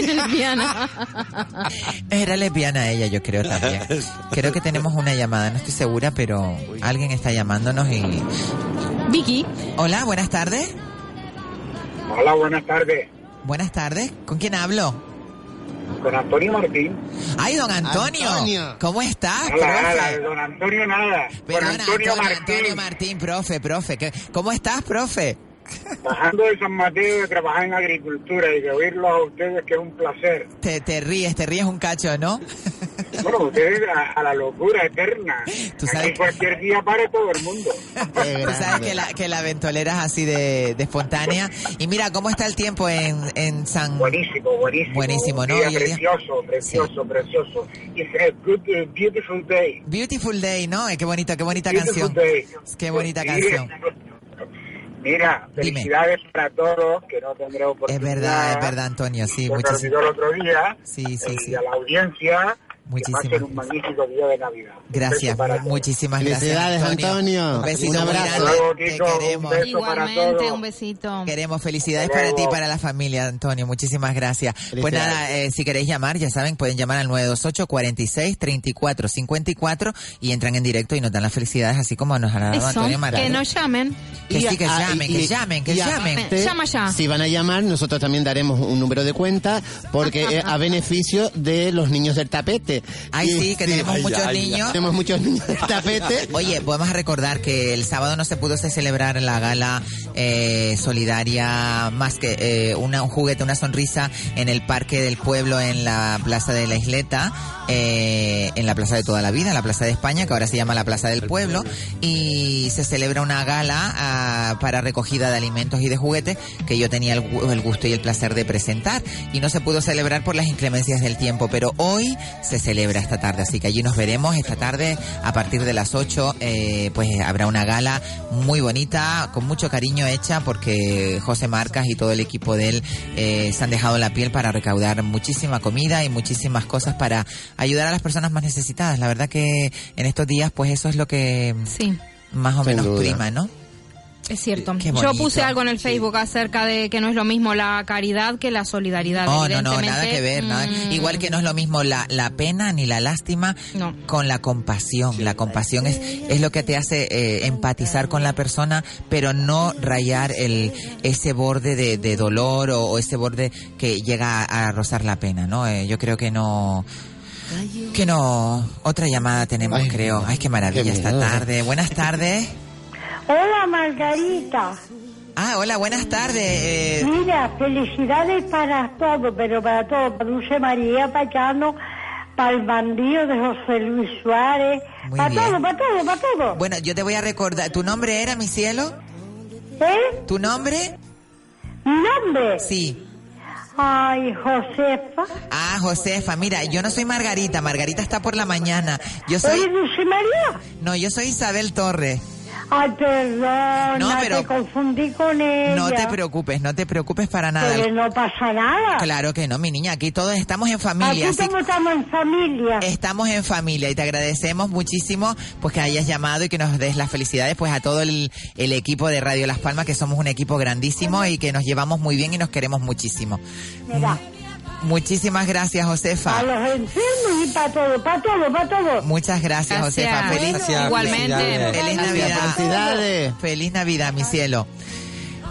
Speaker 3: Era lesbiana ella, yo creo
Speaker 15: [laughs]
Speaker 3: también. Creo que tenemos una llamada, no estoy segura, pero alguien está llamándonos y...
Speaker 4: Vicky.
Speaker 3: Hola, buenas tardes.
Speaker 15: Hola, buenas tardes.
Speaker 3: Buenas tardes, ¿con quién hablo?
Speaker 15: Con Antonio Martín.
Speaker 3: Ay, don Antonio.
Speaker 15: Antonio.
Speaker 3: ¿Cómo estás,
Speaker 15: Hola,
Speaker 3: profe?
Speaker 15: hola, don Antonio nada. Don
Speaker 3: Perdona,
Speaker 15: Antonio
Speaker 3: Antonio,
Speaker 15: Martín.
Speaker 3: Antonio Martín, profe, profe. ¿qué- ¿Cómo estás, profe?
Speaker 15: Bajando de San Mateo de trabajar en agricultura y de oírlos a ustedes que es un placer.
Speaker 3: Te, te ríes, te ríes un cacho, ¿no?
Speaker 15: Bueno, ustedes a, a la locura eterna. Aquí cualquier día para todo el mundo.
Speaker 3: [laughs] Tú sabes que la, que la ventolera es así de, de espontánea. Y mira, ¿cómo está el tiempo en, en San...
Speaker 15: Buenísimo, buenísimo.
Speaker 3: Buenísimo,
Speaker 15: Un
Speaker 3: ¿no?
Speaker 15: día
Speaker 3: Hoy el día-
Speaker 15: precioso, precioso, precioso. It's a good, uh, beautiful day.
Speaker 3: Beautiful Day, ¿no? Eh, Qué bonita, qué bonita
Speaker 15: Beautiful
Speaker 3: canción.
Speaker 15: day.
Speaker 3: Qué bonita
Speaker 15: Sí,
Speaker 3: canción.
Speaker 15: Mira,
Speaker 3: Dime.
Speaker 15: felicidades para todos, que no tendré
Speaker 3: Es
Speaker 15: oportunidad.
Speaker 3: verdad, Ah, es verdad, Antonio. Sí,
Speaker 15: Se me
Speaker 3: muchas
Speaker 15: olvidó el otro día.
Speaker 3: Sí, sí,
Speaker 15: Eh,
Speaker 3: sí.
Speaker 15: Y a la audiencia,
Speaker 3: Muchísimas
Speaker 15: que pasen un magnífico día de Navidad.
Speaker 3: Gracias, muchísimas gracias.
Speaker 6: Felicidades, Antonio.
Speaker 3: Un besito
Speaker 6: Un
Speaker 3: muy
Speaker 6: abrazo.
Speaker 3: grande.
Speaker 6: Luego,
Speaker 3: Te
Speaker 6: Kiko, un
Speaker 3: queremos.
Speaker 6: beso
Speaker 4: Igualmente, un besito.
Speaker 3: Queremos felicidades
Speaker 4: Hasta
Speaker 3: para ti y
Speaker 4: luego.
Speaker 3: para la familia, Antonio. Muchísimas gracias. Pues
Speaker 4: Felicidades.
Speaker 3: nada, eh, si queréis llamar, ya saben, pueden llamar al 928 46 34 54 y entran en directo y nos dan las felicidades, así como nos ha dado
Speaker 4: Eso,
Speaker 3: Antonio Martín.
Speaker 4: que no llamen.
Speaker 3: Que sí, que llamen, que llamen, que
Speaker 6: y
Speaker 3: llamen.
Speaker 6: aparte,
Speaker 4: Llama ya.
Speaker 6: Si van a llamar, nosotros también daremos un número de cuenta porque
Speaker 3: [laughs]
Speaker 6: eh, a beneficio de los niños del tapete.
Speaker 3: Ay,
Speaker 6: Y-
Speaker 3: sí, que tenemos muchos niños.
Speaker 6: Tenemos muchos niños del tapete.
Speaker 3: Oye, vamos a recordar que el sábado no se pudo se celebrar la gala eh, solidaria más que eh, una, un juguete, una sonrisa en el Parque del Pueblo en la Plaza de la Isleta, eh, en la Plaza de toda la vida, en la Plaza de España, que ahora se llama la Plaza del Pueblo, y se celebra una gala ah, para recogida de alimentos y de juguetes que yo tenía el, gu- el gusto y el placer de presentar y no se pudo celebrar por las inclemencias del tiempo, pero hoy se celebra esta tarde, así que allí nos veremos esta tarde a partir de las 8, eh, pues habrá una gala muy bonita, con mucho cariño hecha, porque José Marcas y todo el equipo de él eh, se han dejado la piel para recaudar muchísima comida y muchísimas cosas para ayudar a las personas más necesitadas. La verdad que en estos días, pues eso es lo que más o
Speaker 6: Sin
Speaker 3: menos
Speaker 6: duda.
Speaker 3: prima, ¿no?
Speaker 4: Es cierto.
Speaker 3: Qué
Speaker 4: Yo
Speaker 3: bonito.
Speaker 4: puse algo en el Facebook acerca de que no es lo mismo la caridad que la solidaridad.
Speaker 3: Oh, no, no, nada
Speaker 4: evidentemente. Mm.
Speaker 3: que ver, nada. Igual que no es lo mismo la, la pena ni la lástima con la compasión. la compasión es, es lo que te hace eh, empatizar con la persona, pero no rayar el, ese borde de, de dolor o, o ese borde que llega a, a rozar la pena, ¿no? Eh, yo creo que no... Que no, otra llamada tenemos, creo. Ay, qué maravilla esta tarde. Buenas tardes.
Speaker 17: Hola Margarita.
Speaker 3: Ah, hola, buenas tardes. eh.
Speaker 17: Mira, felicidades para todo, pero para todo, para Dulce María Pachano, para el bandido de José Luis Suárez,
Speaker 3: Muy
Speaker 17: para
Speaker 3: bien.
Speaker 17: todo, para todo, para todo.
Speaker 3: Bueno, yo te voy a recordar. ¿Tu nombre era, mi cielo?
Speaker 17: ¿Eh?
Speaker 3: ¿Tu nombre?
Speaker 17: ¿Mi nombre?
Speaker 3: Sí.
Speaker 17: Ay, Josefa.
Speaker 3: Ah, Josefa, mira, yo no soy Margarita, Margarita está por la mañana. Yo soy
Speaker 17: ¿Eres Dulce María?
Speaker 3: No, yo soy Isabel Torres.
Speaker 17: Ay, perdón,
Speaker 3: No, pero-
Speaker 17: te confundí con ella.
Speaker 3: No te preocupes, no te preocupes para nada.
Speaker 17: Pero no pasa nada.
Speaker 3: Claro que no, mi niña, aquí todos estamos en familia.
Speaker 17: Aquí todos estamos en familia.
Speaker 3: Estamos en familia y te agradecemos muchísimo pues que hayas llamado y que nos des las felicidades pues a todo el, el equipo de Radio Las Palmas, que somos un equipo grandísimo y que nos llevamos muy bien y nos queremos muchísimo.
Speaker 17: Mira.
Speaker 3: Muchísimas gracias, Josefa.
Speaker 17: A los enfermos y para todo, para todo, para todo.
Speaker 3: Muchas gracias,
Speaker 17: Gracias.
Speaker 3: Josefa. Feliz
Speaker 17: Gracias, Igualmente. felicidades.
Speaker 3: Feliz
Speaker 17: Gracias,
Speaker 3: Navidad.
Speaker 17: felicidades.
Speaker 3: Feliz Navidad, mi cielo.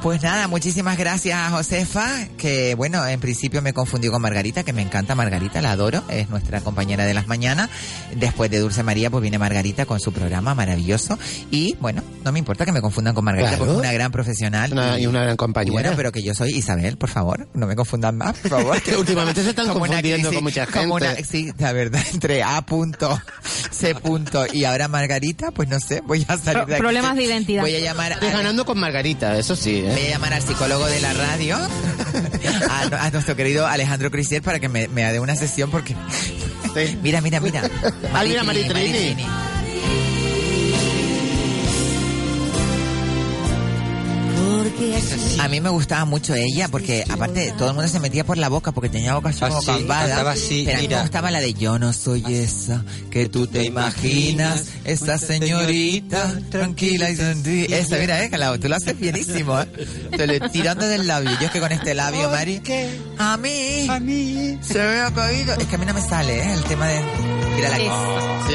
Speaker 3: Pues nada, muchísimas gracias a Josefa, que bueno, en principio me confundió con Margarita, que me encanta Margarita, la adoro, es nuestra compañera de las mañanas. Después de Dulce María, pues viene Margarita con su programa maravilloso. Y bueno, no me importa que me confundan con Margarita,
Speaker 6: Claro.
Speaker 3: porque es una gran profesional.
Speaker 6: Una- y una gran compañera.
Speaker 3: Bueno, pero que yo soy Isabel, por favor, no me confundan más, por favor.
Speaker 6: [laughs] Que últimamente se están
Speaker 3: Como una
Speaker 6: confundiendo con mucha
Speaker 3: como
Speaker 6: gente.
Speaker 3: una- sí, la verdad, entre A punto, C punto y ahora Margarita, pues no sé, voy a salir de aquí.
Speaker 4: de identidad.
Speaker 3: Voy a llamar
Speaker 6: Estoy ganando con Margarita, eso sí. ¿eh?
Speaker 3: Voy a llamar al psicólogo de la radio, [laughs] a, a nuestro querido Alejandro Crisier, para que me, me dé una sesión porque... [laughs] mira, mira, mira.
Speaker 6: Ah, [laughs] mira, Maritrini.
Speaker 3: A mí me gustaba mucho ella porque aparte todo el mundo se metía por la boca porque tenía boca así
Speaker 5: Ah,
Speaker 3: como
Speaker 5: sí,
Speaker 3: cambada.
Speaker 5: cantaba así,
Speaker 3: pero a mí me
Speaker 5: mira.
Speaker 3: gustaba la de yo no soy esa que tú te imaginas, esta señorita tranquila y sonríe. Esa, mira, eh, Calao, tú lo haces bienísimo, eh. Te lo tirando del labio. Yo es que con este labio, Mari, A mí.
Speaker 8: A mí.
Speaker 3: se me ha caído. Es que a mí no me sale, eh, el tema de... Mira la
Speaker 6: Sí.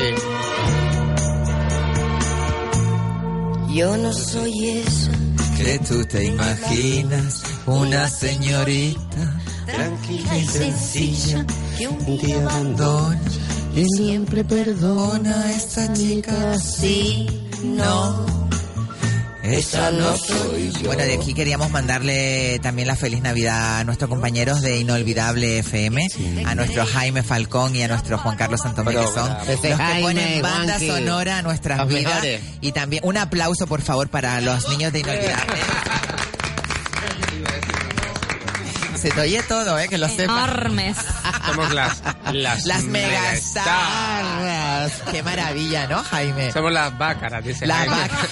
Speaker 2: Yo no soy eso.
Speaker 3: Que tú te imaginas una señorita tranquila y sencilla que un día abandona y siempre perdona a esta chica así, no. Esa no soy yo. Bueno, de aquí queríamos mandarle también la feliz Navidad a nuestros compañeros de Inolvidable FM, a nuestro Jaime Falcón y a nuestro Juan Carlos Santomé, que son
Speaker 6: Programa.
Speaker 3: los que
Speaker 6: Jaime,
Speaker 3: ponen banda
Speaker 6: Juanqui.
Speaker 3: sonora a nuestras
Speaker 6: Los
Speaker 3: vidas.
Speaker 6: mejores.
Speaker 3: Y también un aplauso, por favor, para los niños de Inolvidable. Se te oye todo, ¿eh? Que lo sepas.
Speaker 4: Enormes.
Speaker 7: Somos
Speaker 3: [laughs]
Speaker 7: las, las,
Speaker 3: Las
Speaker 7: megastars.
Speaker 3: megastarras. Qué maravilla, ¿no, Jaime?
Speaker 7: Somos las bácaras, dice
Speaker 3: Eh. Las
Speaker 7: Jaime.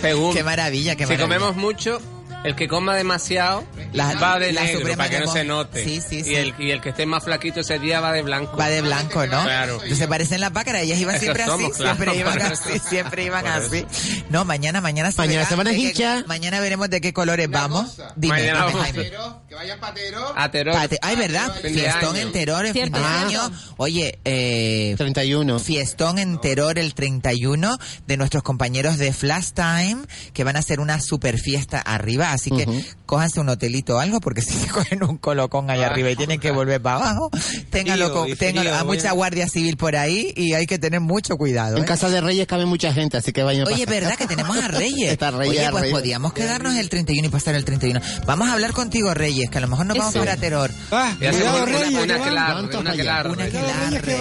Speaker 7: [laughs] Según.
Speaker 3: Qué maravilla, qué
Speaker 7: si
Speaker 3: maravilla.
Speaker 7: comemos mucho, el que coma demasiado
Speaker 3: La-
Speaker 7: va de
Speaker 3: la
Speaker 7: negro
Speaker 3: suprema
Speaker 7: para que no
Speaker 3: demo-
Speaker 7: se note.
Speaker 3: Sí, sí, sí.
Speaker 7: Y, el, y el que esté más flaquito ese día va de blanco.
Speaker 3: Va de blanco, ¿no?
Speaker 7: Claro.
Speaker 3: Entonces parecen las pácaras, ellas iban
Speaker 7: Eso
Speaker 3: siempre así,
Speaker 7: somos, claro,
Speaker 3: siempre iban
Speaker 7: por
Speaker 3: así,
Speaker 7: eso.
Speaker 3: siempre iban
Speaker 7: Por
Speaker 3: así. No, mañana, mañana se
Speaker 6: Mañana
Speaker 3: verá
Speaker 6: se van a
Speaker 3: de qué-
Speaker 6: hinchar.
Speaker 3: Mañana veremos de qué colores vamos. Dime, dime,
Speaker 7: Mañana vamos.
Speaker 3: Jaime.
Speaker 7: A Teror.
Speaker 3: Pate- Ay, ¿verdad?
Speaker 7: Fin de
Speaker 3: Fiestón
Speaker 7: año.
Speaker 3: en Teror el fin de
Speaker 7: Cierto,
Speaker 3: año. Oye, eh,
Speaker 6: 31.
Speaker 3: Fiestón en Teror el 31 de nuestros compañeros de Flash Time que van a hacer una super fiesta arriba. Así que cójanse un hotelito o algo porque [laughs] si se cogen un colocón allá arriba y tienen que volver para abajo, téngalo,
Speaker 6: Frío,
Speaker 3: con-
Speaker 6: y
Speaker 3: téngalo.
Speaker 6: frío,
Speaker 3: Hay mucha
Speaker 6: bueno.
Speaker 3: guardia civil por ahí y hay que tener mucho cuidado.
Speaker 6: En
Speaker 3: ¿eh?
Speaker 6: Casa de Reyes cabe mucha gente, así que vayan
Speaker 3: Oye, ¿verdad que tenemos a Reyes?
Speaker 6: Está Reyes,
Speaker 3: Oye, pues
Speaker 6: Reyes.
Speaker 3: podíamos quedarnos el 31 y pasar el 31. Vamos a hablar contigo, Reyes, que a lo mejor nos vamos
Speaker 6: Eso.
Speaker 3: para Teror.
Speaker 7: Y hacemos una- una aquelarre, una aquelarre.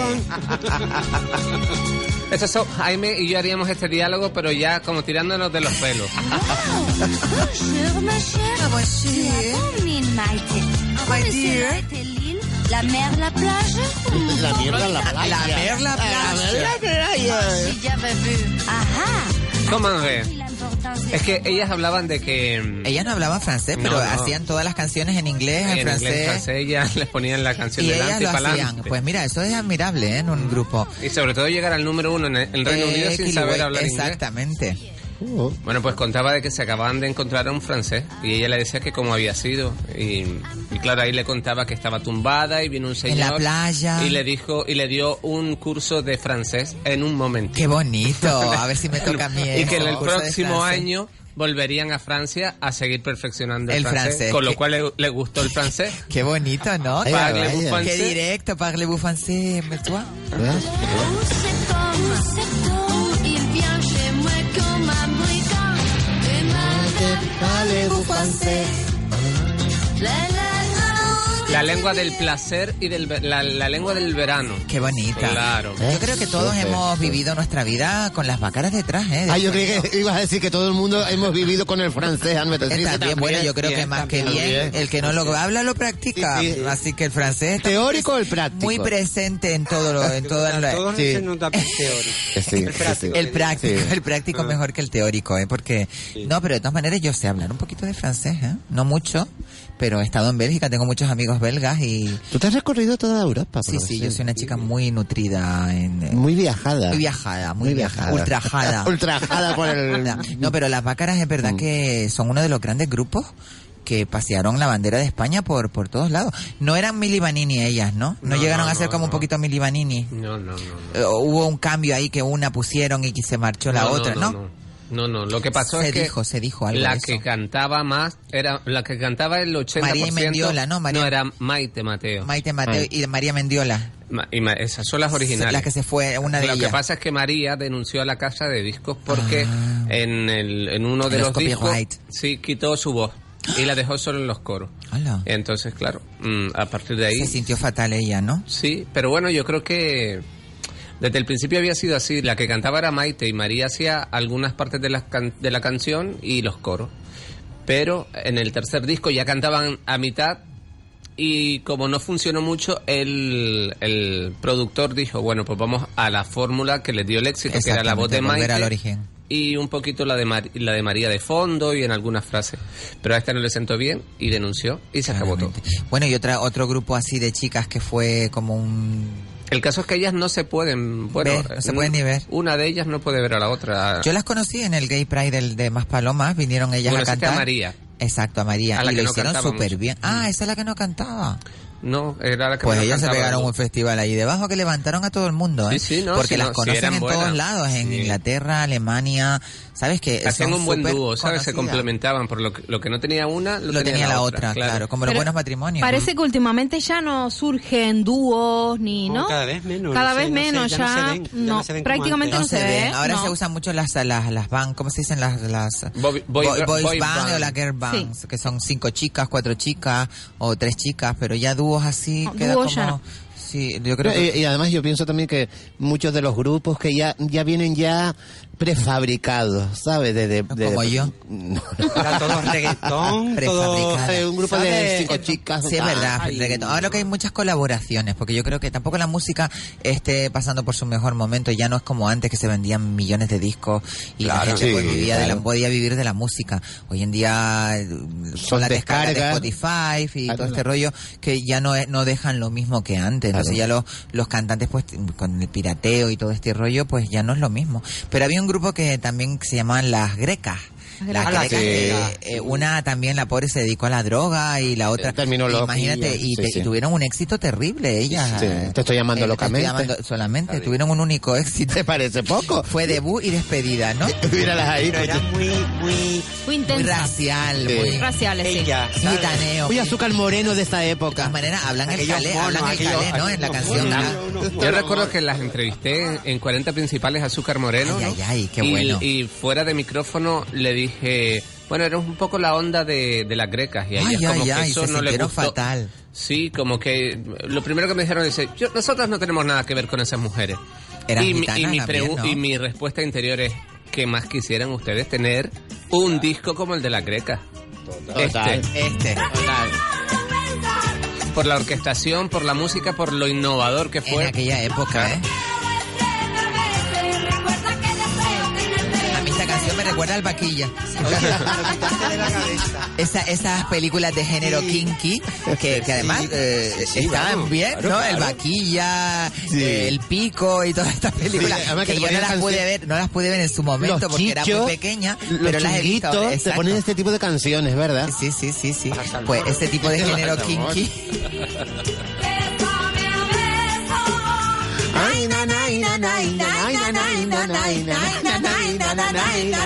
Speaker 7: Eso son, Jaime y yo haríamos este diálogo, pero ya como tirándonos de los pelos.
Speaker 11: Bonjour, ma
Speaker 3: Ah,
Speaker 11: chère.
Speaker 3: pues ¿eh? Oh, My dear.
Speaker 11: La mer, la plage.
Speaker 6: La mierda, la playa. Eh,
Speaker 11: La mer, la plage.
Speaker 6: La mierda, la
Speaker 3: Ah,
Speaker 6: playa.
Speaker 11: J'ai jamais vu. Aha.
Speaker 7: ¿Cómo es?
Speaker 11: L'importance
Speaker 7: Es que ellas hablaban de que... mm,
Speaker 3: Ellas no hablaban francés, ¿eh? pero
Speaker 7: No, no.
Speaker 3: hacían todas las canciones en inglés, en,
Speaker 7: en inglés,
Speaker 3: francés.
Speaker 7: francés, [laughs] ellas les ponían la canción
Speaker 3: Y ellas
Speaker 7: delante y
Speaker 3: lo
Speaker 7: para
Speaker 3: hacían. Pues mira, eso es admirable ¿eh? en un grupo.
Speaker 7: Y sobre todo llegar al número uno en el Reino
Speaker 3: Eh,
Speaker 7: Unido sin
Speaker 3: Kili
Speaker 7: saber
Speaker 3: White,
Speaker 7: hablar inglés.
Speaker 3: Exactamente.
Speaker 6: Oh.
Speaker 7: Bueno, pues contaba de que se acababan de encontrar a un francés y ella le decía que cómo había sido. Y, y claro, ahí le contaba que estaba tumbada y vino un señor.
Speaker 3: la playa.
Speaker 7: Y le dijo, y le dio un curso de francés en un momento.
Speaker 3: Qué
Speaker 7: [laughs]
Speaker 3: bonito. A ver si me toca a mí.
Speaker 7: y que en
Speaker 3: eso,
Speaker 7: el
Speaker 3: curso de
Speaker 7: próximo
Speaker 3: francés.
Speaker 7: año volverían a Francia a seguir perfeccionando el,
Speaker 3: El
Speaker 7: francés,
Speaker 3: francés,
Speaker 7: Con lo
Speaker 3: que-
Speaker 7: cual le, le gustó el francés.
Speaker 3: Qué bonito, ¿no?
Speaker 7: Ay, Parle ay, vous ay.
Speaker 3: Qué
Speaker 7: français.
Speaker 3: directo, parlez-vous français, mais toi?
Speaker 11: septembre, septembre, il vient chez moi comme un brigand. Et malade, parlez-vous français? La la la, la
Speaker 7: La lengua del placer y del, ve- la, la lengua del verano.
Speaker 3: Qué bonita.
Speaker 7: Claro.
Speaker 3: Yo creo que todos hemos vivido nuestra vida con las bacaras detrás, ¿eh?
Speaker 6: Ah, yo creí que ibas a decir que todo el mundo hemos vivido con el francés. Alma, te
Speaker 3: Eh,
Speaker 6: digo que
Speaker 3: también, bueno, yo creo que
Speaker 6: también,
Speaker 3: más que
Speaker 6: también,
Speaker 3: bien, el que no lo
Speaker 6: también.
Speaker 3: habla lo practica.
Speaker 6: Sí, sí.
Speaker 3: Así que el francés está
Speaker 6: Teórico o el práctico.
Speaker 3: muy presente en todo lo, en todo lo-
Speaker 5: Todos se nota
Speaker 6: [laughs]
Speaker 5: teórico.
Speaker 6: Sí, sí, sí.
Speaker 3: El práctico,
Speaker 6: Sí.
Speaker 3: [laughs] el
Speaker 5: Ah.
Speaker 3: práctico mejor que el teórico, ¿eh? Porque, no, pero de todas maneras yo sé hablar un poquito de francés, ¿eh? No mucho, pero he estado en Bélgica, tengo muchos amigos belgas y...
Speaker 6: Tú te has recorrido toda Europa.
Speaker 3: Sí, sí, yo
Speaker 6: profesor.
Speaker 3: soy una chica muy nutrida en... eh,
Speaker 6: Muy viajada.
Speaker 3: Muy viajada, Ah, muy,
Speaker 6: Muy
Speaker 3: viajada.
Speaker 6: viajada.
Speaker 7: [laughs]
Speaker 3: Ultrajada.
Speaker 6: Ultrajada por
Speaker 3: [laughs]
Speaker 6: el-
Speaker 3: No, pero las Bácaras es
Speaker 7: Mm.
Speaker 3: verdad que son uno de los grandes grupos que pasearon la bandera de España por, por todos lados. No eran Mili Vanini ellas, ¿no? No,
Speaker 7: No,
Speaker 3: llegaron
Speaker 7: no,
Speaker 3: a ser
Speaker 7: no,
Speaker 3: como un
Speaker 7: no.
Speaker 3: poquito Mili Vanini.
Speaker 7: No, no, no.
Speaker 3: Eh, hubo un cambio ahí que una pusieron y que se marchó la
Speaker 7: No, no,
Speaker 3: otra, ¿no?
Speaker 7: no, No, no, lo que pasó
Speaker 3: Se
Speaker 7: es que
Speaker 3: dijo, se dijo algo
Speaker 7: la
Speaker 3: de eso.
Speaker 7: que cantaba más era la que cantaba el 80%.
Speaker 3: María y Mendiola, ¿no? María-
Speaker 7: No, era Maite Mateo.
Speaker 3: Maite Mateo
Speaker 7: Ah.
Speaker 3: y María Mendiola.
Speaker 7: Ma- y ma- esas son las originales.
Speaker 3: Las que se fue, una de
Speaker 7: Lo que
Speaker 3: ellas.
Speaker 7: pasa es que María denunció a la casa de discos porque en, el, en uno de
Speaker 3: Ah. Los
Speaker 7: los, discos
Speaker 3: copyright.
Speaker 7: sí quitó su voz y la dejó solo en los coros.
Speaker 3: Hala.
Speaker 7: Entonces, claro, mm, a partir de ahí
Speaker 3: Se sintió fatal ella, ¿no?
Speaker 7: Sí, pero bueno, yo creo que desde el principio había sido así. La que cantaba era Maite y María hacía algunas partes de la, de la canción y los coros. Pero en el tercer disco ya cantaban a mitad y como no funcionó mucho, el, el productor dijo, bueno, pues vamos a la fórmula que les dio el éxito, que era la voz de
Speaker 3: Exactamente, volver
Speaker 7: Maite
Speaker 3: al origen.
Speaker 7: y un poquito la de, Mar- la de María de fondo y en algunas frases. Pero a esta no le sentó bien y denunció y se acabó todo.
Speaker 3: Bueno, y otra, otro grupo así de chicas que fue como un...
Speaker 7: El caso es que ellas no se pueden, bueno,
Speaker 3: Ver, no se pueden ni ver.
Speaker 7: Una de ellas no puede ver a la otra.
Speaker 3: Yo las conocí en el Gay Pride del, de Maspalomas, vinieron ellas a
Speaker 7: Conociste
Speaker 3: cantar. Eh,
Speaker 7: a María.
Speaker 3: Exacto, a María.
Speaker 7: A la
Speaker 3: y
Speaker 7: que
Speaker 3: lo
Speaker 7: no
Speaker 3: hicieron
Speaker 7: cantaba
Speaker 3: súper
Speaker 7: mucho. Mm.
Speaker 3: bien. Ah, esa es la que no cantaba.
Speaker 7: No, era la que
Speaker 3: Pues
Speaker 7: menos
Speaker 3: ellas se
Speaker 7: cantaba.
Speaker 3: pegaron un festival ahí debajo que levantaron a todo el mundo, ¿eh?
Speaker 7: Sí, sí, no,
Speaker 3: Porque
Speaker 7: sí,
Speaker 3: las
Speaker 7: no, sí,
Speaker 3: conocen
Speaker 7: eran
Speaker 3: en
Speaker 7: buenas.
Speaker 3: todos lados, en Inglaterra, Alemania, ¿sabes que
Speaker 7: Hacían
Speaker 3: son
Speaker 7: un buen
Speaker 3: súper
Speaker 7: dúo, ¿sabes? Se
Speaker 3: conocidas.
Speaker 7: complementaban. Por lo que, lo que no tenía una, lo,
Speaker 3: Lo tenía la otra, claro, como los
Speaker 4: Pero
Speaker 3: buenos matrimonios.
Speaker 4: Parece que últimamente ya no surgen dúos ni, ¿no?
Speaker 3: No, cada vez menos,
Speaker 4: Cada
Speaker 3: no
Speaker 4: vez
Speaker 3: sé, no sé,
Speaker 4: menos,
Speaker 3: ya
Speaker 4: ya.
Speaker 3: no se ven, ya
Speaker 4: no,
Speaker 3: no se ven como
Speaker 4: prácticamente no se, ve.
Speaker 3: Ahora
Speaker 4: no.
Speaker 3: se usan mucho las las las band, ¿cómo se dicen las las
Speaker 7: Boy- boy-
Speaker 3: boys
Speaker 7: boy
Speaker 3: band,
Speaker 7: band.
Speaker 3: o las girl bands, que son cinco chicas, cuatro chicas o tres chicas, pero ya dúos así queda
Speaker 6: dúos ya
Speaker 3: como
Speaker 6: no.
Speaker 3: sí, yo creo que
Speaker 6: y, y además yo pienso también que muchos de los grupos que ya, ya vienen ya prefabricados, ¿sabes? De, de- de-
Speaker 3: Ah, Como yo.
Speaker 6: No.
Speaker 3: Era todo
Speaker 5: reggaetón,
Speaker 3: Prefabricada.
Speaker 6: Eh, un grupo de
Speaker 3: ¿Sabes?
Speaker 6: cinco chicas.
Speaker 3: Sí, es
Speaker 6: ah,
Speaker 3: verdad,
Speaker 6: ay.
Speaker 3: reggaetón. Ahora que hay muchas colaboraciones, porque yo creo que tampoco la música esté pasando por su mejor momento. Ya no es como antes que se vendían millones de discos y la
Speaker 6: Claro,
Speaker 3: gente pues,
Speaker 6: sí,
Speaker 3: vivía de la-
Speaker 6: claro.
Speaker 3: podía vivir de la música. Hoy en día eh, son las descargas de
Speaker 6: descargas.
Speaker 3: Spotify y
Speaker 6: Claro.
Speaker 3: todo este rollo que ya no, es- no dejan lo mismo que antes. Entonces
Speaker 6: Claro.
Speaker 3: ya los, los cantantes, pues con el pirateo y todo este rollo, pues ya no es lo mismo. Pero había un grupo que también se llamaban Las Grecas. Las
Speaker 6: Ah, las
Speaker 3: Grecas, que,
Speaker 6: Grecas.
Speaker 3: eh, una también, la pobre, se dedicó a la droga y la
Speaker 6: Eh,
Speaker 3: otra.
Speaker 6: terminología,
Speaker 3: Imagínate, y,
Speaker 6: sí,
Speaker 3: te-
Speaker 6: sí.
Speaker 3: y tuvieron un éxito terrible ellas.
Speaker 6: Sí,
Speaker 3: eh,
Speaker 6: te estoy llamando
Speaker 3: eh,
Speaker 6: locamente.
Speaker 3: llamando solamente, tuvieron un único éxito. ¿Te
Speaker 6: parece poco?
Speaker 3: Fue debut y despedida,
Speaker 6: [laughs]
Speaker 3: ¿no?
Speaker 6: Míralas ahí,
Speaker 3: Pero era muy, muy,
Speaker 4: muy
Speaker 3: racial,
Speaker 6: Sí.
Speaker 3: muy
Speaker 4: Raciales, sí.
Speaker 3: Ella, gitaneo.
Speaker 6: Uy, azúcar moreno de esta época.
Speaker 3: De todas maneras, hablan el
Speaker 6: Aquellos
Speaker 3: calé,
Speaker 6: monos,
Speaker 3: hablan el
Speaker 6: aquellos-
Speaker 3: calé, ¿no? En la
Speaker 6: aquellos
Speaker 3: canción.
Speaker 6: monos.
Speaker 3: ¿no?
Speaker 7: Yo recuerdo que las entrevisté en 40 principales Azúcar Moreno.
Speaker 3: Ay,
Speaker 7: ¿no?
Speaker 3: ay, ay, qué
Speaker 7: y,
Speaker 3: bueno.
Speaker 7: Y fuera de micrófono le dije, bueno, era un poco la onda de, de las grecas. Y a
Speaker 3: Ay,
Speaker 7: ellas como
Speaker 3: ay,
Speaker 7: que
Speaker 3: ay,
Speaker 7: eso
Speaker 3: se
Speaker 7: no le
Speaker 3: sintieron
Speaker 7: gustó.
Speaker 3: fatal.
Speaker 7: Sí, como que lo primero que me dijeron es, yo, nosotros no tenemos nada que ver con esas mujeres.
Speaker 3: Eran
Speaker 7: y, mi-
Speaker 3: gitanas
Speaker 7: y mi
Speaker 3: también,
Speaker 7: pregu-
Speaker 3: ¿no?
Speaker 7: y mi respuesta interior es, ¿qué más quisieran ustedes tener un disco como el de las grecas?
Speaker 3: Total. Este.
Speaker 7: Por la orquestación, por la música, por lo innovador que fue.
Speaker 3: En aquella época, ¿eh? A mí esta canción me recuerda al vaquilla. [laughs] Esa- esas películas de género kinky, que, que además eh, estaban bien, ¿no? El vaquilla, eh, el pico y todas estas películas.
Speaker 6: Sí, además
Speaker 3: que
Speaker 6: que te
Speaker 3: yo no
Speaker 6: ponían
Speaker 3: las pude
Speaker 6: canción-
Speaker 3: ver, no las pude ver en su momento
Speaker 6: Los
Speaker 3: porque era
Speaker 6: chichos,
Speaker 3: muy pequeña,
Speaker 6: los
Speaker 3: pero las he visto.
Speaker 6: chunguitos te
Speaker 3: exacto.
Speaker 6: ponen este tipo de canciones, ¿verdad?
Speaker 3: Sí, sí, sí, sí. Pues este tipo de género kinky.
Speaker 6: Ay, na, na, y na, na, y na, na, y na, na, y na, na, y na, na, na, y na, na, na, y na,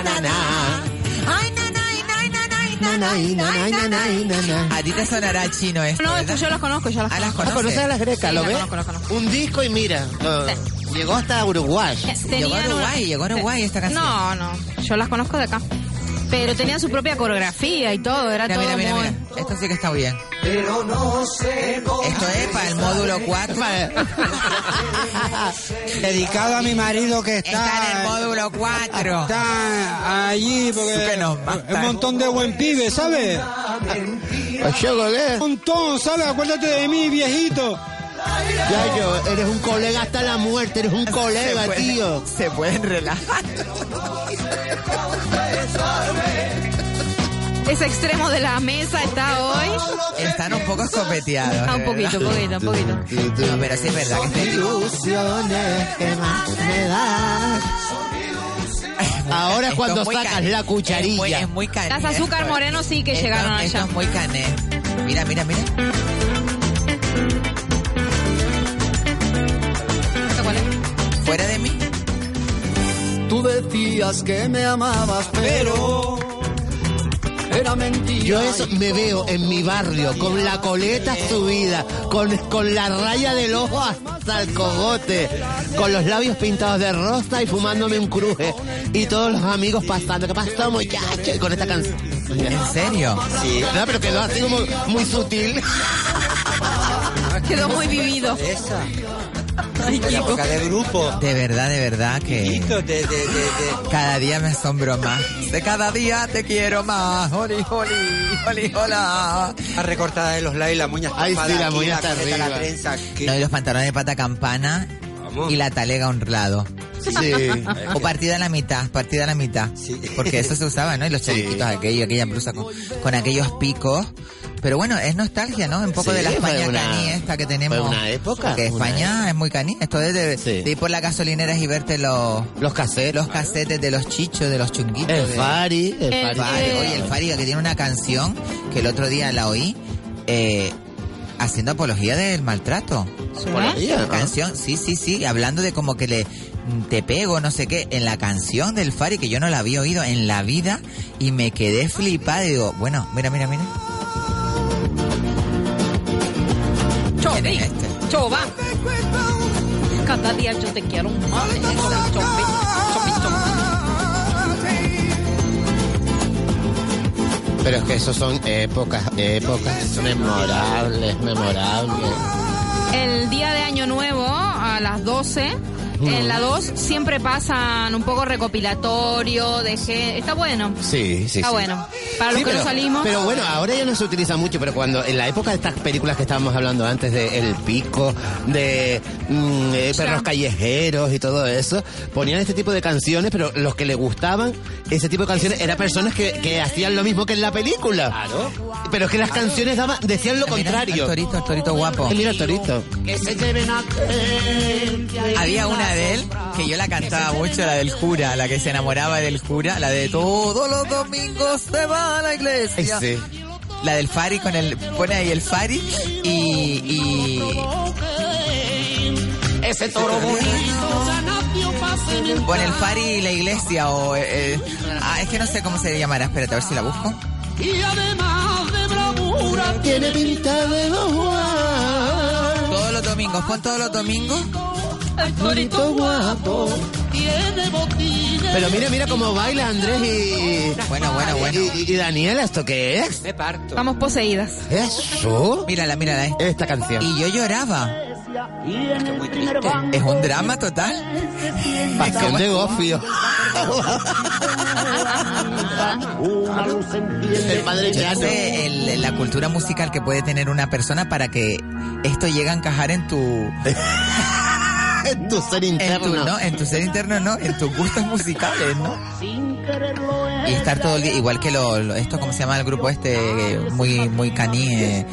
Speaker 6: na, na.
Speaker 3: A ti te sonará chino esto.
Speaker 4: No, esto yo las conozco, yo las conozco.
Speaker 6: Ah, ¿Conoces a las grecas?
Speaker 4: Sí,
Speaker 6: ¿Lo
Speaker 4: las
Speaker 6: ves?
Speaker 4: conozco,
Speaker 6: [laughs]
Speaker 4: las conozco.
Speaker 6: Un disco y mira. no, Llegó hasta Uruguay.
Speaker 4: Tenían una-
Speaker 3: llegó a Uruguay esta canción.
Speaker 4: No, no, yo las conozco de acá. Pero tenía su propia coreografía y todo, era
Speaker 3: Mira,
Speaker 4: todo
Speaker 3: mira, mira,
Speaker 4: muy...
Speaker 3: mira. Esto sí que está bien.
Speaker 8: Pero no sé
Speaker 3: Esto es para el módulo 4.
Speaker 18: Dedicado a mi marido que está,
Speaker 3: en el módulo 4.
Speaker 18: Está allí porque un montón de buen pibe, ¿sabes?
Speaker 6: Un
Speaker 18: montón, ¿sabes? Acuérdate de mí, viejito.
Speaker 6: Ya yo, eres un colega hasta la muerte, eres un colega,
Speaker 3: puede-
Speaker 6: tío.
Speaker 3: Se pueden relajar.
Speaker 4: Ese extremo de la mesa está hoy.
Speaker 3: Están un poco escopeteados.
Speaker 4: Ah, un
Speaker 3: de
Speaker 4: poquito, un poquito,
Speaker 3: verdad.
Speaker 4: un poquito.
Speaker 3: No, pero sí es verdad que este
Speaker 6: ilusiones que más me dan. Ahora
Speaker 3: Esto
Speaker 6: cuando
Speaker 3: es muy
Speaker 6: sacas
Speaker 3: can-
Speaker 6: la cucharilla.
Speaker 3: Es muy, es muy can-
Speaker 4: Las azúcar
Speaker 3: esto-
Speaker 4: moreno sí que
Speaker 3: esto-
Speaker 4: llegaron allá.
Speaker 3: Esto es muy cané. Mira, mira, mira. Fuera de mí.
Speaker 8: Tú decías que me amabas, pero era mentira.
Speaker 6: Yo eso me veo en mi barrio con la coleta subida, con, con la raya del ojo hasta el cogote, con los labios pintados de rosa y fumándome un cruje. Y todos los amigos pasando, ¿qué pasó muchacho? Y con esta canción.
Speaker 3: ¿En serio?
Speaker 6: Sí, no, pero quedó así como muy sutil.
Speaker 4: Quedó muy vivido.
Speaker 18: La boca de grupo.
Speaker 3: De verdad, de verdad que cada día me asombro más. De cada día te quiero más. Oli, oli, oli, hola.
Speaker 18: La recortada de los labios, la muña
Speaker 3: Ay, sí, la muña está
Speaker 18: arriba.
Speaker 3: arriba.
Speaker 18: La trenza, que-
Speaker 3: No, y los pantalones de pata campana y la talega a un lado. [laughs]
Speaker 18: Sí.
Speaker 3: O partida a la mitad, partida a la mitad. Porque eso se usaba, ¿no? Y los chalequitos, aquello, aquella blusa con, con aquellos picos. Pero bueno, es nostalgia, ¿no? Un poco
Speaker 6: Sí,
Speaker 3: de la
Speaker 6: fue
Speaker 3: España
Speaker 6: una-
Speaker 3: caní esta que tenemos.
Speaker 6: fue una época,
Speaker 3: Que
Speaker 6: una
Speaker 3: España es muy caní. Esto es de, de ir por las gasolineras y verte los...
Speaker 6: Los cassettes.
Speaker 3: Los cassettes de los chichos, de los chunguitos.
Speaker 6: El
Speaker 3: de-
Speaker 6: Fari, el
Speaker 3: El
Speaker 6: Fari.
Speaker 3: Fari. Oye, el Fari que tiene una canción que el otro día la oí eh, haciendo apología del maltrato.
Speaker 6: Apología,
Speaker 3: La
Speaker 6: ¿no?
Speaker 3: canción, sí, sí, sí, hablando de como que le mm, te pego, no sé qué, en la canción del Fari que yo no la había oído en la vida y me quedé flipada. y Digo, bueno, mira, mira, mira.
Speaker 4: Chopi,
Speaker 3: este?
Speaker 4: chova. Cada día yo te quiero más. Chopi, chopi,
Speaker 6: Pero es que eso son épocas, épocas memorables, memorables.
Speaker 4: chopi. El día de Año Nuevo, a las 12, en la 2, siempre pasan un poco recopilatorio, de ge- Está bueno.
Speaker 6: Sí, sí,
Speaker 4: Está
Speaker 6: sí.
Speaker 4: bueno. Para los
Speaker 6: Sí,
Speaker 4: que
Speaker 6: pero,
Speaker 4: no salimos...
Speaker 6: Pero bueno, ahora ya no se utiliza mucho, pero cuando en la época de estas películas que estábamos hablando antes de El Pico, de mm, eh, Perros Callejeros y todo eso, ponían este tipo de canciones, pero los que le gustaban ese tipo de canciones eran personas que, que hacían lo mismo que en la película. Pero es que las canciones daban, decían lo contrario.
Speaker 3: El torito, el torito guapo.
Speaker 6: Eh, Mira, el torito.
Speaker 3: Que
Speaker 6: se
Speaker 3: lleven a Había una de él que yo la cantaba mucho, la del cura, la que se enamoraba del cura, la de todos los domingos se va a la iglesia.
Speaker 6: Ay, sí.
Speaker 3: La del Fari con el. Pone ahí el Fari y. Ese toro Pone el Fari y la iglesia o. eh, eh, ah, es que no sé cómo se llamará, espérate a ver si la busco.
Speaker 8: Y además de bravura tiene pinta de bojua.
Speaker 3: Todos los domingos, pon todos los domingos.
Speaker 8: El torito guapo tiene botines.
Speaker 6: Pero mira, mira cómo baila Andrés y.
Speaker 3: Bueno, bueno, bueno.
Speaker 6: Y, y Daniela, ¿esto qué es?
Speaker 18: Me parto.
Speaker 4: Vamos poseídas.
Speaker 6: ¿Eso?
Speaker 3: Mírala, mírala. eh.
Speaker 6: Esta canción.
Speaker 3: Y yo lloraba. Es un drama total.
Speaker 6: Pasión de gofio. El padre
Speaker 3: Yo no
Speaker 6: Llano.
Speaker 3: sé Este, el- la cultura musical que puede tener una persona para que esto llegue a encajar en tu
Speaker 6: [laughs] en tu ser
Speaker 3: en
Speaker 6: interno.
Speaker 3: tu, no, en tu ser interno no en tus gustos musicales no
Speaker 8: Sin quererlo
Speaker 3: y estar todo el día igual que lo, lo- esto cómo se llama el grupo este eh, muy muy caní eh,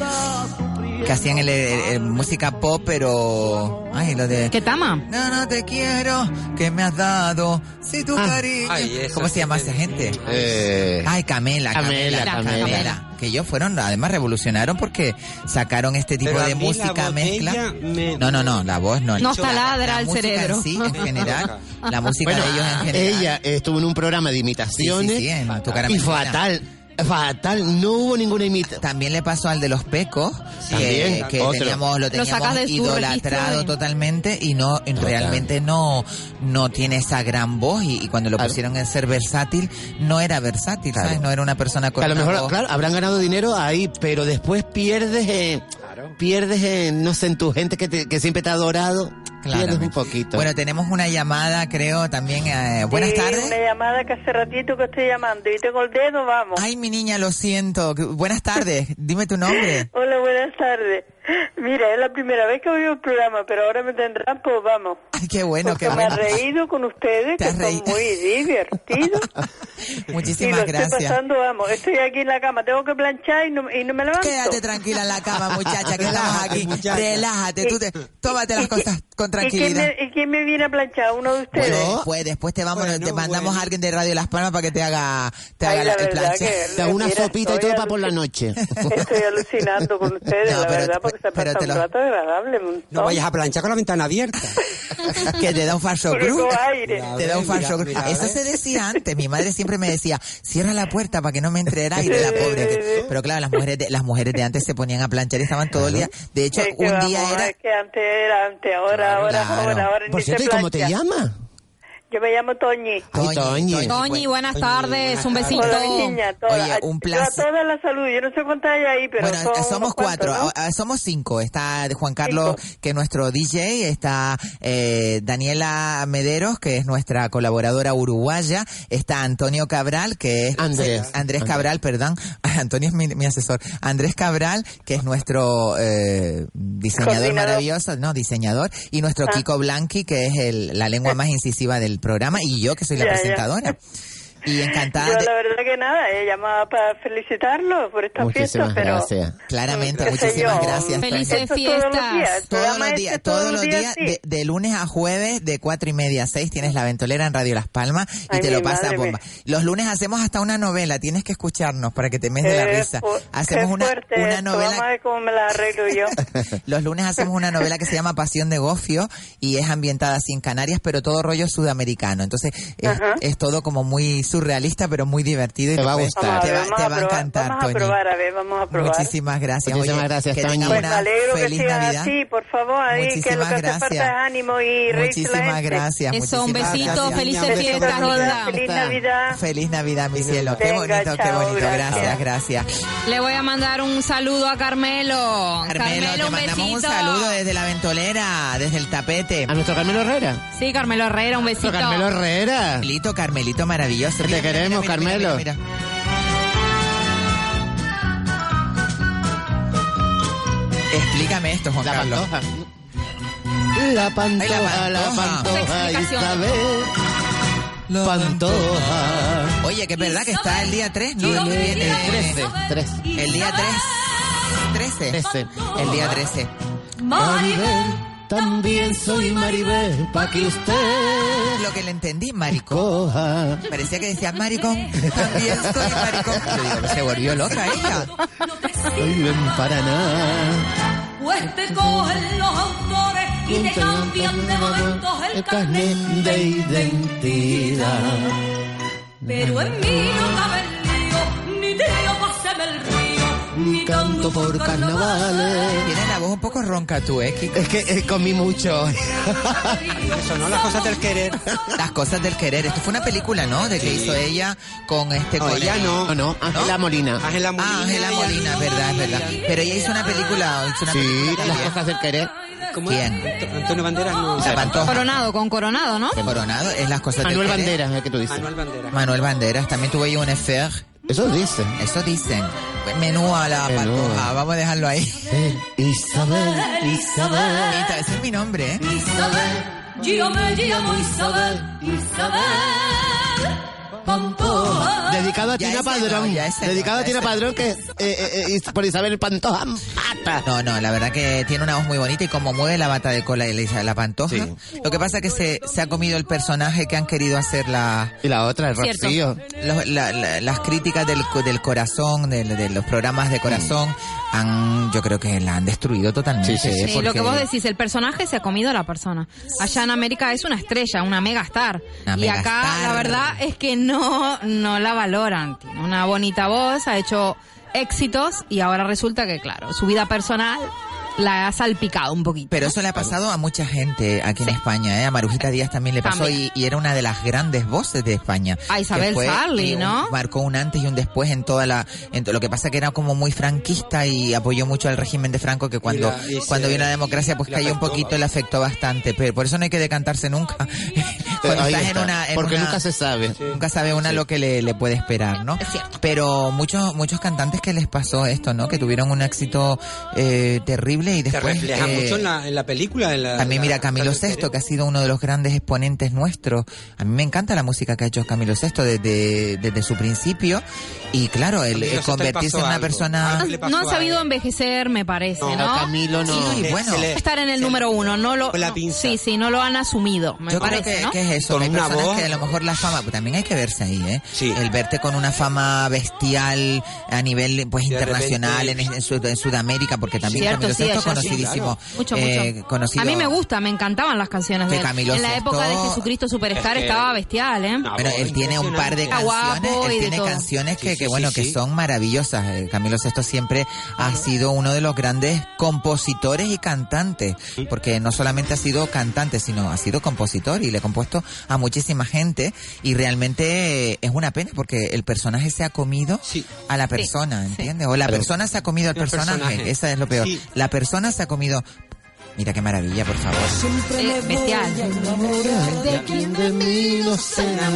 Speaker 3: que hacían el, el- el música pop pero ay lo de
Speaker 4: ¿Qué tama?
Speaker 3: no no te quiero que me has dado si
Speaker 6: Ah,
Speaker 3: tu cariño cómo se llama esa gente
Speaker 6: Eh,
Speaker 3: Ay, Camela, Camela,
Speaker 6: Camela,
Speaker 3: Camela,
Speaker 6: Camela.
Speaker 3: Que ellos fueron, además revolucionaron porque sacaron este tipo
Speaker 18: Pero a
Speaker 3: de
Speaker 18: mí la
Speaker 3: música
Speaker 18: botella
Speaker 3: mezcla.
Speaker 18: me-
Speaker 3: No, no, no, la voz no.
Speaker 4: Nos
Speaker 3: La- la-
Speaker 4: taladra
Speaker 3: la
Speaker 4: el
Speaker 3: música en
Speaker 4: cerebro.
Speaker 3: sí,
Speaker 4: [laughs]
Speaker 3: en general. La música
Speaker 6: Bueno, eh,
Speaker 3: de ellos en general.
Speaker 6: ella estuvo en un programa de imitaciones
Speaker 3: Sí, sí, sí, en Tu cara
Speaker 6: y
Speaker 3: me suena.
Speaker 6: fatal. Fatal, no hubo ninguna imitación.
Speaker 3: También le pasó al de los pecos, que,
Speaker 6: También,
Speaker 3: eh, que
Speaker 6: otro.
Speaker 3: teníamos, lo
Speaker 6: Lo sacas
Speaker 3: teníamos
Speaker 6: de su registro
Speaker 3: idolatrado
Speaker 6: de-
Speaker 3: totalmente y no en-
Speaker 6: Total.
Speaker 3: realmente no, no tiene esa gran voz y, y cuando lo
Speaker 6: Claro.
Speaker 3: pusieron en ser versátil, no era versátil, ¿sabes? No era una persona con
Speaker 6: a lo
Speaker 3: una
Speaker 6: mejor,
Speaker 3: voz.
Speaker 6: claro, habrán ganado dinero ahí, pero después pierdes en, pierdes en, no sé, en tu gente que, te- que siempre te ha adorado. Pierdes un
Speaker 3: Claramente.
Speaker 6: poquito.
Speaker 3: Bueno, tenemos una llamada, creo, también. eh, buenas
Speaker 19: Sí,
Speaker 3: tardes.
Speaker 19: Una llamada que hace ratito que estoy llamando y tengo el dedo, vamos.
Speaker 3: Ay, mi niña, lo siento. Que- Buenas tardes. Dime tu
Speaker 19: [laughs]
Speaker 3: nombre.
Speaker 19: Hola, buenas tardes. Mira, es la primera vez que oigo el programa, pero ahora me tendrán, pues vamos.
Speaker 3: Ay, qué bueno,
Speaker 19: Porque
Speaker 3: qué
Speaker 19: me he
Speaker 3: bueno.
Speaker 19: reído con ustedes, que son muy divertidos.
Speaker 3: [laughs] Muchísimas
Speaker 19: y lo Estoy
Speaker 3: gracias.
Speaker 19: pasando, vamos. Estoy aquí en la cama, tengo que planchar y no, y no me levanto.
Speaker 3: Quédate tranquila en la cama, muchacha, que estamos aquí. Relájate, tú te- tómate las cosas con
Speaker 19: ¿Y quién,
Speaker 3: tranquilidad.
Speaker 19: me, ¿Y quién me viene a planchar? ¿Uno
Speaker 3: [laughs]
Speaker 19: de ustedes?
Speaker 3: Después, después te vamos, te mandamos a alguien de Radio Las Palmas para que te haga, te
Speaker 19: Ay,
Speaker 3: haga
Speaker 19: la
Speaker 3: la, el
Speaker 19: verdad
Speaker 3: planche.
Speaker 19: que, Te haga una mira, sopita y estoy todo para
Speaker 6: por la noche.
Speaker 19: Estoy alucinando con ustedes, la verdad, porque se pasa un rato agradable. un
Speaker 5: No
Speaker 19: montón.
Speaker 5: vayas a planchar con la ventana abierta.
Speaker 3: [laughs] que te da un falso
Speaker 5: Porque [laughs]
Speaker 3: cruz.
Speaker 5: con aire.
Speaker 3: Te da un
Speaker 5: Mira,
Speaker 3: falso cruz.
Speaker 5: mira,
Speaker 3: Eso
Speaker 5: ¿ves?
Speaker 3: se decía antes. Mi madre siempre me decía, cierra la puerta para que no me entre el aire, la pobre. que- Pero claro, las mujeres de, las mujeres de antes se ponían a planchar y estaban todo el día. De hecho,
Speaker 19: Es que
Speaker 3: un
Speaker 19: vamos,
Speaker 3: día era...
Speaker 19: Es que antes era, antes, ahora, ahora,
Speaker 3: Claro.
Speaker 19: ahora, ahora.
Speaker 3: Por
Speaker 19: ni
Speaker 3: cierto,
Speaker 19: se
Speaker 3: ¿y cómo te
Speaker 19: plancha.
Speaker 6: llama?
Speaker 19: Yo me llamo Toñi.
Speaker 6: Ay, Toñi. Toñi,
Speaker 4: Toñi, buenas tardes, un besito.
Speaker 19: Hola, mi niña, toda-
Speaker 3: Oye, un
Speaker 19: Yo
Speaker 3: placer.
Speaker 19: a todas las saludo. Yo no sé cuántas hay ahí, pero
Speaker 3: Bueno,
Speaker 19: son
Speaker 3: eh, somos
Speaker 19: unos cuantos,
Speaker 3: cuatro,
Speaker 19: ¿no?
Speaker 3: ah, ah, somos cinco. Está Juan Carlos, que es nuestro DJ, está eh, Daniela Mederos, que es nuestra colaboradora uruguaya, está Antonio Cabral, que es
Speaker 6: Andrés.
Speaker 3: sí, Andrés Cabral, perdón, [laughs] Antonio es mi, mi asesor, Andrés Cabral, que es nuestro eh, diseñador
Speaker 6: Coordinador.
Speaker 3: maravilloso, no, diseñador, y nuestro
Speaker 6: Ah.
Speaker 3: Kiko Blanqui, que es el- la lengua más incisiva del programa, y yo, que soy la
Speaker 19: Ya, ya. [laughs]
Speaker 3: presentadora. Y encantada
Speaker 19: Yo
Speaker 3: de-
Speaker 19: la verdad que nada, he llamado para felicitarlos por estas fiestas, pero...
Speaker 3: Claramente,
Speaker 19: qué sé
Speaker 3: muchísimas
Speaker 19: yo,
Speaker 3: gracias.
Speaker 19: Felices
Speaker 3: Francisco.
Speaker 19: fiestas. Todos los días,
Speaker 3: Todos
Speaker 19: el programa
Speaker 3: los
Speaker 19: este
Speaker 3: días, todos los días, de, de lunes a jueves, de cuatro y media a seis, tienes la ventolera en Radio Las Palmas y
Speaker 19: Ay,
Speaker 3: te lo
Speaker 19: mi
Speaker 3: pasa
Speaker 19: madre
Speaker 3: bomba. Los lunes hacemos hasta una novela, tienes que escucharnos para que te mees de la
Speaker 19: Qué
Speaker 3: risa.
Speaker 19: fu-
Speaker 3: Hacemos
Speaker 19: qué
Speaker 3: una,
Speaker 19: fuerte
Speaker 3: una
Speaker 19: esto, Vamos a
Speaker 3: novela,
Speaker 19: ver cómo me la arreglo yo.
Speaker 3: [laughs] los lunes hacemos una novela que se llama Pasión de Gofio y es ambientada así en Canarias, pero todo rollo sudamericano. Entonces, es, es todo como muy surrealista, pero muy divertido y
Speaker 6: Te va a
Speaker 3: puedes-
Speaker 6: gustar.
Speaker 3: Te va,
Speaker 6: Vamos a
Speaker 3: te va a
Speaker 6: probar,
Speaker 3: encantar,
Speaker 19: Vamos a
Speaker 3: Toñi.
Speaker 19: probar, a ver, vamos a probar.
Speaker 3: Muchísimas Ah, gracias.
Speaker 6: Muchísimas
Speaker 3: Oye,
Speaker 6: gracias,
Speaker 3: que
Speaker 6: Toñi.
Speaker 3: tengan
Speaker 6: Pues
Speaker 3: una
Speaker 19: me alegro que
Speaker 3: feliz
Speaker 19: sigas
Speaker 3: Navidad.
Speaker 19: así, por favor, ahí, que lo
Speaker 3: Muchísimas
Speaker 19: que hace falta
Speaker 3: gracias.
Speaker 19: es ánimo y reírse la
Speaker 3: Muchísimas
Speaker 19: gente.
Speaker 3: gracias.
Speaker 4: Eso, un
Speaker 3: muchísimas
Speaker 4: besito,
Speaker 3: gracias.
Speaker 4: felices
Speaker 3: Un beso
Speaker 4: fiestas,
Speaker 3: para todas.
Speaker 4: Roldán. Feliz
Speaker 19: Navidad.
Speaker 3: Feliz Navidad, mi cielo. Qué
Speaker 4: Venga,
Speaker 3: bonito, qué
Speaker 4: chao,
Speaker 3: bonito. Gracias,
Speaker 4: gracias.
Speaker 3: gracias.
Speaker 4: Le voy a mandar un saludo a Carmelo.
Speaker 3: Carmelo, te
Speaker 4: un
Speaker 3: mandamos
Speaker 4: besito.
Speaker 3: un saludo desde la ventolera, desde el tapete.
Speaker 6: A nuestro Carmelo Herrera.
Speaker 4: Sí, Carmelo Herrera, un besito.
Speaker 6: Carmelo Herrera.
Speaker 3: Carmelito, Carmelito maravilloso. Te
Speaker 6: queremos, Carmelo.
Speaker 3: Explícame esto, Juan Carlos.
Speaker 6: La pantoja, la pantoja, Isabel. Pantoja.
Speaker 3: Oye, que es verdad que está el día 3, ¿no?
Speaker 6: Tiene
Speaker 3: El día-
Speaker 6: el 13, 13.
Speaker 3: El día 3. 13.
Speaker 6: 13.
Speaker 3: El día 13.
Speaker 6: Maribel, también soy Maribel, pa' que usted
Speaker 3: Lo que le entendí, maricón.
Speaker 6: coja.
Speaker 3: Parecía que decía maricón. También soy maricón. Yo digo, se volvió loca ella.
Speaker 6: Soy en Paraná.
Speaker 16: Pues te cogen los autores y te cambian de momentos el carnet.
Speaker 6: de identidad.
Speaker 16: Pero en mí no cabe el lío, ni tiro paseme el río.
Speaker 6: Mi canto por carnavales.
Speaker 3: Tienes la voz un poco ronca tú, ¿eh? Kiko?
Speaker 6: Es que eh, comí mucho.
Speaker 3: [laughs] Son las cosas del querer. Las cosas del querer. Esto fue una película, ¿no? De que hizo ella con este...
Speaker 6: No,
Speaker 3: con
Speaker 6: Oh, ella
Speaker 3: el-
Speaker 6: no. No, no, Ángela Molina.
Speaker 3: Ángela Molina. Ah, Ángela Molina, es verdad, es verdad. Pero ella hizo una película. Hizo una
Speaker 6: Sí,
Speaker 3: película
Speaker 6: las
Speaker 3: también.
Speaker 6: cosas del querer.
Speaker 3: ¿Quién?
Speaker 5: Antonio Banderas no.
Speaker 3: La Pantoja.
Speaker 4: Coronado, con Coronado, ¿no?
Speaker 3: Coronado es las cosas
Speaker 6: Manuel
Speaker 3: del querer.
Speaker 6: Banderas, es que tú dices.
Speaker 3: Manuel Banderas también tuvo ahí un affair.
Speaker 6: Eso dicen.
Speaker 3: Eso dicen. Menú a la
Speaker 6: Menú. Eh,
Speaker 3: pantoja. Vamos a dejarlo ahí.
Speaker 6: Isabel, Isabel.
Speaker 3: Bonita, Ese es mi nombre, ¿eh?
Speaker 16: Isabel, yo me llamo Isabel, Isabel. Pantoja.
Speaker 6: Dedicado a
Speaker 16: Ya
Speaker 6: Tina
Speaker 16: ese no,
Speaker 6: Padrón.
Speaker 16: ya ese no,
Speaker 6: Dedicado a
Speaker 16: ya
Speaker 6: Tina
Speaker 16: ese no.
Speaker 6: Padrón, que eh, eh, eh, por Isabel Pantoja. bata.
Speaker 3: No, no, la verdad que tiene una voz muy bonita y como mueve la bata de cola y la, la pantoja. Lo que pasa es que se, se ha comido el personaje que han querido hacer la...
Speaker 6: Y la otra, el
Speaker 3: Cierto.
Speaker 6: Rocío.
Speaker 3: Los- la- la- las críticas del, co- del corazón, del- de, los programas de corazón,
Speaker 6: Mm.
Speaker 3: han, yo creo que la han destruido totalmente. ¿eh?
Speaker 4: Sí, lo
Speaker 3: Porque-
Speaker 4: que vos decís, el personaje se ha comido a la persona. Allá en América es una estrella, una megastar.
Speaker 3: Una
Speaker 4: y acá
Speaker 3: megastar.
Speaker 4: la verdad es que no, no la valoran. Tiene una bonita voz, ha hecho éxitos y ahora resulta que, claro, su vida personal la ha salpicado un poquito.
Speaker 3: Pero eso le ha pasado a mucha gente aquí en España, ¿eh? A Marujita Díaz también le pasó
Speaker 4: También.
Speaker 3: Y, y era una de las grandes voces de España.
Speaker 4: A
Speaker 3: que
Speaker 4: Isabel
Speaker 3: fue-
Speaker 4: Sarli,
Speaker 3: y un-
Speaker 4: ¿no?
Speaker 3: Marcó un antes y un después en toda la... en to- lo que pasa que era como muy franquista y apoyó mucho al régimen de Franco que cuando,
Speaker 6: Y la- y
Speaker 3: cuando
Speaker 6: se-
Speaker 3: vino la democracia pues
Speaker 6: y la
Speaker 3: cayó un
Speaker 6: afectó,
Speaker 3: poquito, le afectó bastante. Pero por eso no hay que decantarse nunca. [laughs] Cuando
Speaker 6: ahí
Speaker 3: estás en
Speaker 6: está.
Speaker 3: una- en
Speaker 6: Porque
Speaker 3: una-
Speaker 6: nunca se sabe.
Speaker 3: Nunca sabe una
Speaker 6: Sí.
Speaker 3: lo que le, le puede esperar, ¿no? Pero muchos muchos cantantes que les pasó esto, ¿no? Que tuvieron un éxito eh, terrible y
Speaker 5: Se
Speaker 3: después...
Speaker 5: refleja
Speaker 3: eh,
Speaker 5: mucho en la, en la película. En la,
Speaker 3: también
Speaker 5: la-
Speaker 3: mira Camilo VI, que ha sido uno de los grandes exponentes nuestros. A mí me encanta la música que ha hecho Camilo VI desde, desde su principio. Y claro, el,
Speaker 5: Camilo
Speaker 3: el
Speaker 5: VI
Speaker 3: convertirse
Speaker 5: pasó
Speaker 3: en una
Speaker 5: algo.
Speaker 3: persona...
Speaker 5: Algo le
Speaker 4: No ha sabido envejecer, me parece, ¿no?
Speaker 3: No, a Camilo no.
Speaker 4: Sí,
Speaker 3: Se-
Speaker 4: bueno.
Speaker 3: se le-
Speaker 4: estar en el número uno, no lo... no. sí, sí, no lo han asumido, me
Speaker 3: Yo
Speaker 4: parece,
Speaker 3: creo que,
Speaker 4: ¿no?
Speaker 3: que es eso.
Speaker 5: Con
Speaker 3: hay
Speaker 5: una
Speaker 3: personas
Speaker 5: voz.
Speaker 3: que a lo mejor la fama, pues también hay que verse ahí, ¿eh? El verte con una fama bestial a nivel pues
Speaker 6: De
Speaker 3: internacional
Speaker 6: repente-
Speaker 3: en, en Sud- en Sudamérica, porque también
Speaker 4: Cierto,
Speaker 3: Camilo
Speaker 4: sí,
Speaker 3: VI
Speaker 4: allá
Speaker 3: es
Speaker 4: sí.
Speaker 3: conocidísimo.
Speaker 4: Mucho,
Speaker 3: eh,
Speaker 4: mucho.
Speaker 3: conocido-
Speaker 4: A mí me gusta, me encantaban las canciones
Speaker 3: Que
Speaker 4: de él.
Speaker 3: Camilo
Speaker 4: En la
Speaker 3: Sesto-
Speaker 4: época de Jesucristo Superstar
Speaker 3: Es que- Ah,
Speaker 4: estaba bestial, ¿eh?
Speaker 6: Ah,
Speaker 3: Bueno, él tiene un par de
Speaker 4: Está
Speaker 3: canciones,
Speaker 4: guapo
Speaker 3: él
Speaker 4: y de
Speaker 3: tiene
Speaker 4: todo.
Speaker 3: canciones que,
Speaker 6: Sí, sí,
Speaker 3: que bueno,
Speaker 6: sí,
Speaker 3: que
Speaker 6: sí.
Speaker 3: son maravillosas. Eh, Camilo Sesto siempre ha sido uno de los grandes compositores y cantantes, porque no solamente ha sido cantante, sino ha sido compositor y le ha compuesto a muchísima gente y realmente eh, es una pena porque el personaje se ha comido a la persona, ¿entiendes? O la
Speaker 6: Pero-
Speaker 3: persona se ha comido al
Speaker 6: El
Speaker 3: personaje,
Speaker 6: personaje.
Speaker 3: esa es lo peor.
Speaker 6: Sí.
Speaker 3: La persona se ha comido... Mira qué maravilla, por favor.
Speaker 4: Eh, bestial.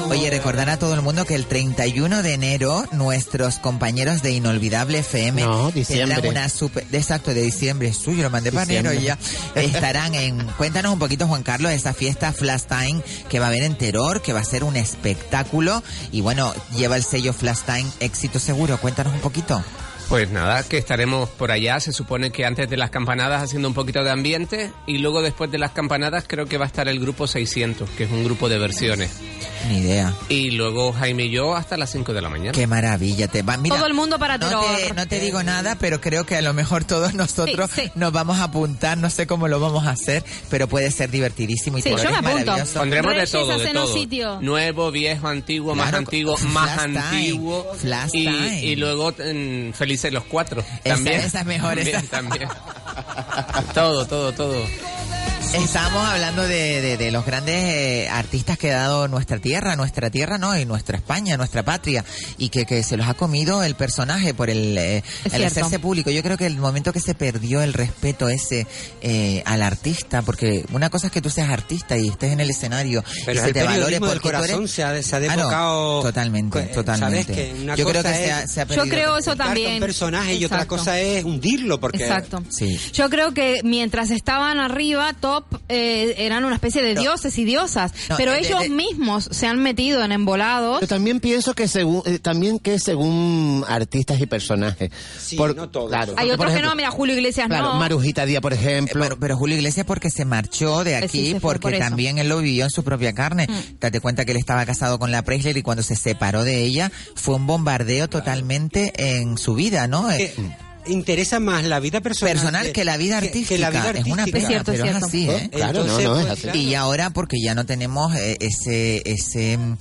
Speaker 3: Oye, recordar a todo el mundo que el 31 de enero nuestros compañeros de Inolvidable FM
Speaker 6: No,
Speaker 3: tendrán
Speaker 6: diciembre.
Speaker 3: una super... de- Exacto, de diciembre. Suyo, lo mandé para enero ya.
Speaker 6: Diciembre.
Speaker 3: Estarán en... Cuéntanos un poquito, Juan Carlos, de esa fiesta Flash Time que va a haber en Teror, que va a ser un espectáculo. Y bueno, lleva el sello Flash Time éxito seguro. Cuéntanos un poquito.
Speaker 7: Pues nada, que estaremos por allá, se supone que antes de las campanadas haciendo un poquito de ambiente y luego después de las campanadas creo que va a estar el grupo 600, que es un grupo de versiones.
Speaker 3: Ni idea.
Speaker 7: Y luego Jaime y yo hasta las 5 de la mañana.
Speaker 3: Qué maravilla. Te va... Mira,
Speaker 4: Todo el mundo para
Speaker 3: no
Speaker 4: Terror.
Speaker 3: te, no te digo nada, pero creo que a lo mejor todos [laughs] nosotros nos vamos a apuntar, no sé cómo lo vamos a hacer, pero puede ser divertidísimo y
Speaker 4: Sí, yo
Speaker 3: todo
Speaker 4: me
Speaker 3: es
Speaker 4: apunto.
Speaker 3: maravilloso.
Speaker 7: Pondremos de
Speaker 4: Reyes,
Speaker 7: todo, de
Speaker 4: hacenos
Speaker 7: todo.
Speaker 4: sitio.
Speaker 7: Nuevo, viejo, antiguo, más
Speaker 3: Claro,
Speaker 7: antiguo,
Speaker 3: flash
Speaker 7: más
Speaker 3: time,
Speaker 7: antiguo.
Speaker 3: flash
Speaker 7: y,
Speaker 3: time.
Speaker 7: y luego mm, felices los cuatro.
Speaker 3: Esa-
Speaker 7: También.
Speaker 3: esa es mejor,
Speaker 7: También,
Speaker 3: esa.
Speaker 7: también. todo, todo, todo.
Speaker 3: Estábamos hablando de, de- de los grandes eh, artistas que ha dado nuestra tierra, nuestra tierra no, y nuestra España, nuestra patria, y que, que se los ha comido el personaje por el, eh,
Speaker 6: Es
Speaker 3: el
Speaker 6: cierto.
Speaker 3: hacerse público. Yo creo que el momento que se perdió el respeto ese eh, al artista, porque una cosa es que tú seas artista y estés en el escenario
Speaker 5: Pero
Speaker 3: y se
Speaker 5: el
Speaker 3: te valore
Speaker 5: periodismo del
Speaker 3: porque tú eres-
Speaker 5: corazón se ha, se ha
Speaker 3: Ah, no,
Speaker 5: desbocado...
Speaker 3: totalmente,
Speaker 5: eh,
Speaker 3: totalmente.
Speaker 5: ¿sabes? Que una
Speaker 3: Yo creo
Speaker 5: cosa
Speaker 3: que se
Speaker 5: es
Speaker 3: ha- se ha
Speaker 4: Yo creo eso
Speaker 5: juntar
Speaker 4: también.
Speaker 5: Un personaje y otra
Speaker 4: Exacto.
Speaker 5: cosa es hundirlo porque...
Speaker 4: Exacto.
Speaker 3: Sí.
Speaker 4: Yo creo que mientras estaban arriba, top, eh, eran una especie de
Speaker 6: No.
Speaker 4: dioses y diosas.
Speaker 6: No,
Speaker 4: pero
Speaker 6: eh,
Speaker 4: ellos
Speaker 6: eh, eh.
Speaker 4: mismos se han metido en embolados.
Speaker 6: Yo también pienso que según eh, también que según artistas y personajes. Por-
Speaker 4: Hay
Speaker 6: Claro, porque, por
Speaker 4: otros que
Speaker 6: ejemplo-
Speaker 4: no, mira, Julio Iglesias
Speaker 6: Claro,
Speaker 4: no.
Speaker 6: Marujita Díaz, por ejemplo.
Speaker 3: Eh, Pero, pero Julio Iglesias porque se marchó de
Speaker 4: Eh, sí,
Speaker 3: aquí,
Speaker 4: se fue
Speaker 3: porque
Speaker 4: por eso. Mm.
Speaker 3: también él lo vivió en su propia carne. Date cuenta que él estaba casado con la Preisler y cuando se separó de ella fue un bombardeo totalmente en su vida, ¿no?
Speaker 5: Eh, interesa más la vida personal,
Speaker 3: personal que la vida
Speaker 5: que-
Speaker 3: artística.
Speaker 5: que la vida
Speaker 3: Es una
Speaker 5: artística.
Speaker 3: pena, pero es, así, ¿eh?
Speaker 5: Claro, Entonces, no, no, es pues, así. claro.
Speaker 3: Y ahora porque ya no tenemos eh, ese ese mm,